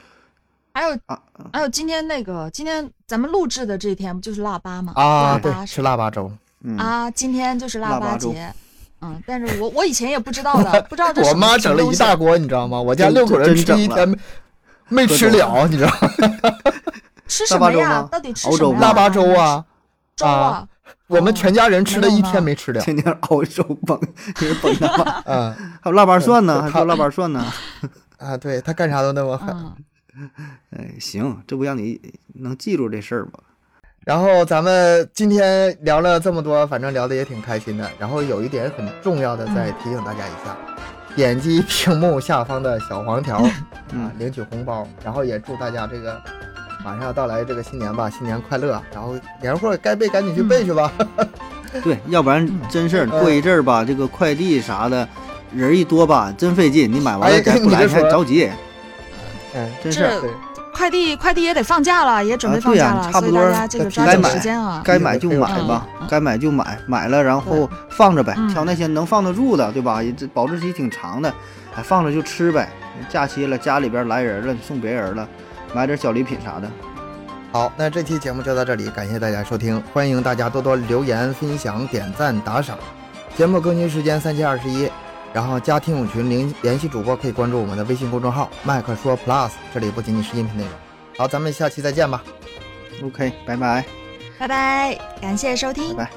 Speaker 4: 还有
Speaker 3: 啊啊
Speaker 4: 还有今天那个今天咱们录制的这一天不就是腊八吗？
Speaker 1: 啊，
Speaker 4: 腊
Speaker 1: 对，
Speaker 4: 八是
Speaker 1: 吃腊八粥，
Speaker 3: 嗯
Speaker 4: 啊，今天就是
Speaker 3: 腊
Speaker 4: 腊
Speaker 3: 八粥
Speaker 4: 节。嗯，但是我我以前也不知道 的，不知道这
Speaker 1: 我
Speaker 4: 什么
Speaker 1: 妈
Speaker 4: 什么
Speaker 1: 整了
Speaker 4: 东
Speaker 1: 一
Speaker 4: 西
Speaker 1: 大锅，你知道吗？我家
Speaker 3: 真
Speaker 1: 六口人
Speaker 3: 真
Speaker 1: 吃
Speaker 3: 整
Speaker 1: 一
Speaker 3: 了
Speaker 1: 天没没
Speaker 3: 喝
Speaker 1: 吃
Speaker 3: 多
Speaker 1: 了，你知道
Speaker 4: 啊
Speaker 1: 吗？
Speaker 4: 吃
Speaker 3: 腊
Speaker 4: 什
Speaker 3: 八
Speaker 4: 么
Speaker 3: 粥
Speaker 4: 呀
Speaker 3: 吗？
Speaker 4: 到底吃
Speaker 3: 熬
Speaker 4: 什
Speaker 3: 粥
Speaker 4: 么
Speaker 3: 吗
Speaker 4: 呀？
Speaker 1: 腊八粥啊，
Speaker 4: 粥啊，
Speaker 1: 我们
Speaker 4: 哦
Speaker 1: 全家人吃了一
Speaker 4: 没有
Speaker 1: 天
Speaker 4: 吗
Speaker 1: 没 吃了。
Speaker 3: 天 天熬一手崩，给人崩的吧
Speaker 1: 嗯
Speaker 3: 还有腊八蒜
Speaker 1: 对
Speaker 3: 呢，还
Speaker 1: 他
Speaker 3: 做腊八蒜呢。
Speaker 1: 啊，对他干啥都那么
Speaker 3: 啊
Speaker 1: 狠。
Speaker 4: 嗯，
Speaker 3: 哎，行，这不让你能记住这事儿吗？
Speaker 1: 然后咱们今天聊了这么多，反正聊的也挺开心的。然后有一点很重要的，
Speaker 4: 嗯
Speaker 1: 再提醒大家一下，点击屏幕下方的小黄条
Speaker 3: 嗯
Speaker 1: 啊，领取红包。然后也祝大家这个马上要到来这个新年吧，新年快乐。然后年货该背赶紧去
Speaker 4: 嗯
Speaker 1: 背去 吧。
Speaker 3: 对，要不然真事儿过一阵儿吧，这个快递啥的，人儿一多吧，真费劲。你买完
Speaker 1: 哎
Speaker 3: 了再不
Speaker 1: 你
Speaker 3: 来，
Speaker 1: 这
Speaker 3: 你还
Speaker 1: 说
Speaker 3: 着急，
Speaker 1: 嗯，
Speaker 3: 真事儿。
Speaker 4: 这
Speaker 1: 对，
Speaker 4: 快递快递也得放假了，也准
Speaker 3: 啊
Speaker 4: 备放
Speaker 3: 对呀
Speaker 4: 假了，
Speaker 3: 差
Speaker 4: 所以
Speaker 3: 不多
Speaker 4: 大家这
Speaker 1: 该
Speaker 4: 个
Speaker 1: 提
Speaker 4: 抓
Speaker 1: 前
Speaker 4: 紧
Speaker 1: 买
Speaker 4: 时间啊。
Speaker 3: 该买就买
Speaker 4: 嗯
Speaker 3: 吧
Speaker 4: 嗯，
Speaker 3: 该买就买，买了然后放着呗，
Speaker 4: 嗯
Speaker 3: 挑那些能放得住的，对吧？也这保质期挺长的，哎，放着就吃呗。假期了，家里边来人了，送别人了，买点小礼品啥的。
Speaker 1: 好，那这期节目就到这里，感谢大家收听，欢迎大家多多留言、分享、点赞、打赏。节目更新时间三七二十一，然后加听友群联联系主播可以关注我们的微信公众号“麦克说 Plus”，这里不仅仅是音频内容。好，咱们下期再见吧。
Speaker 3: OK，拜拜。
Speaker 4: 拜拜，感谢收
Speaker 3: 拜
Speaker 4: 听。
Speaker 3: 拜。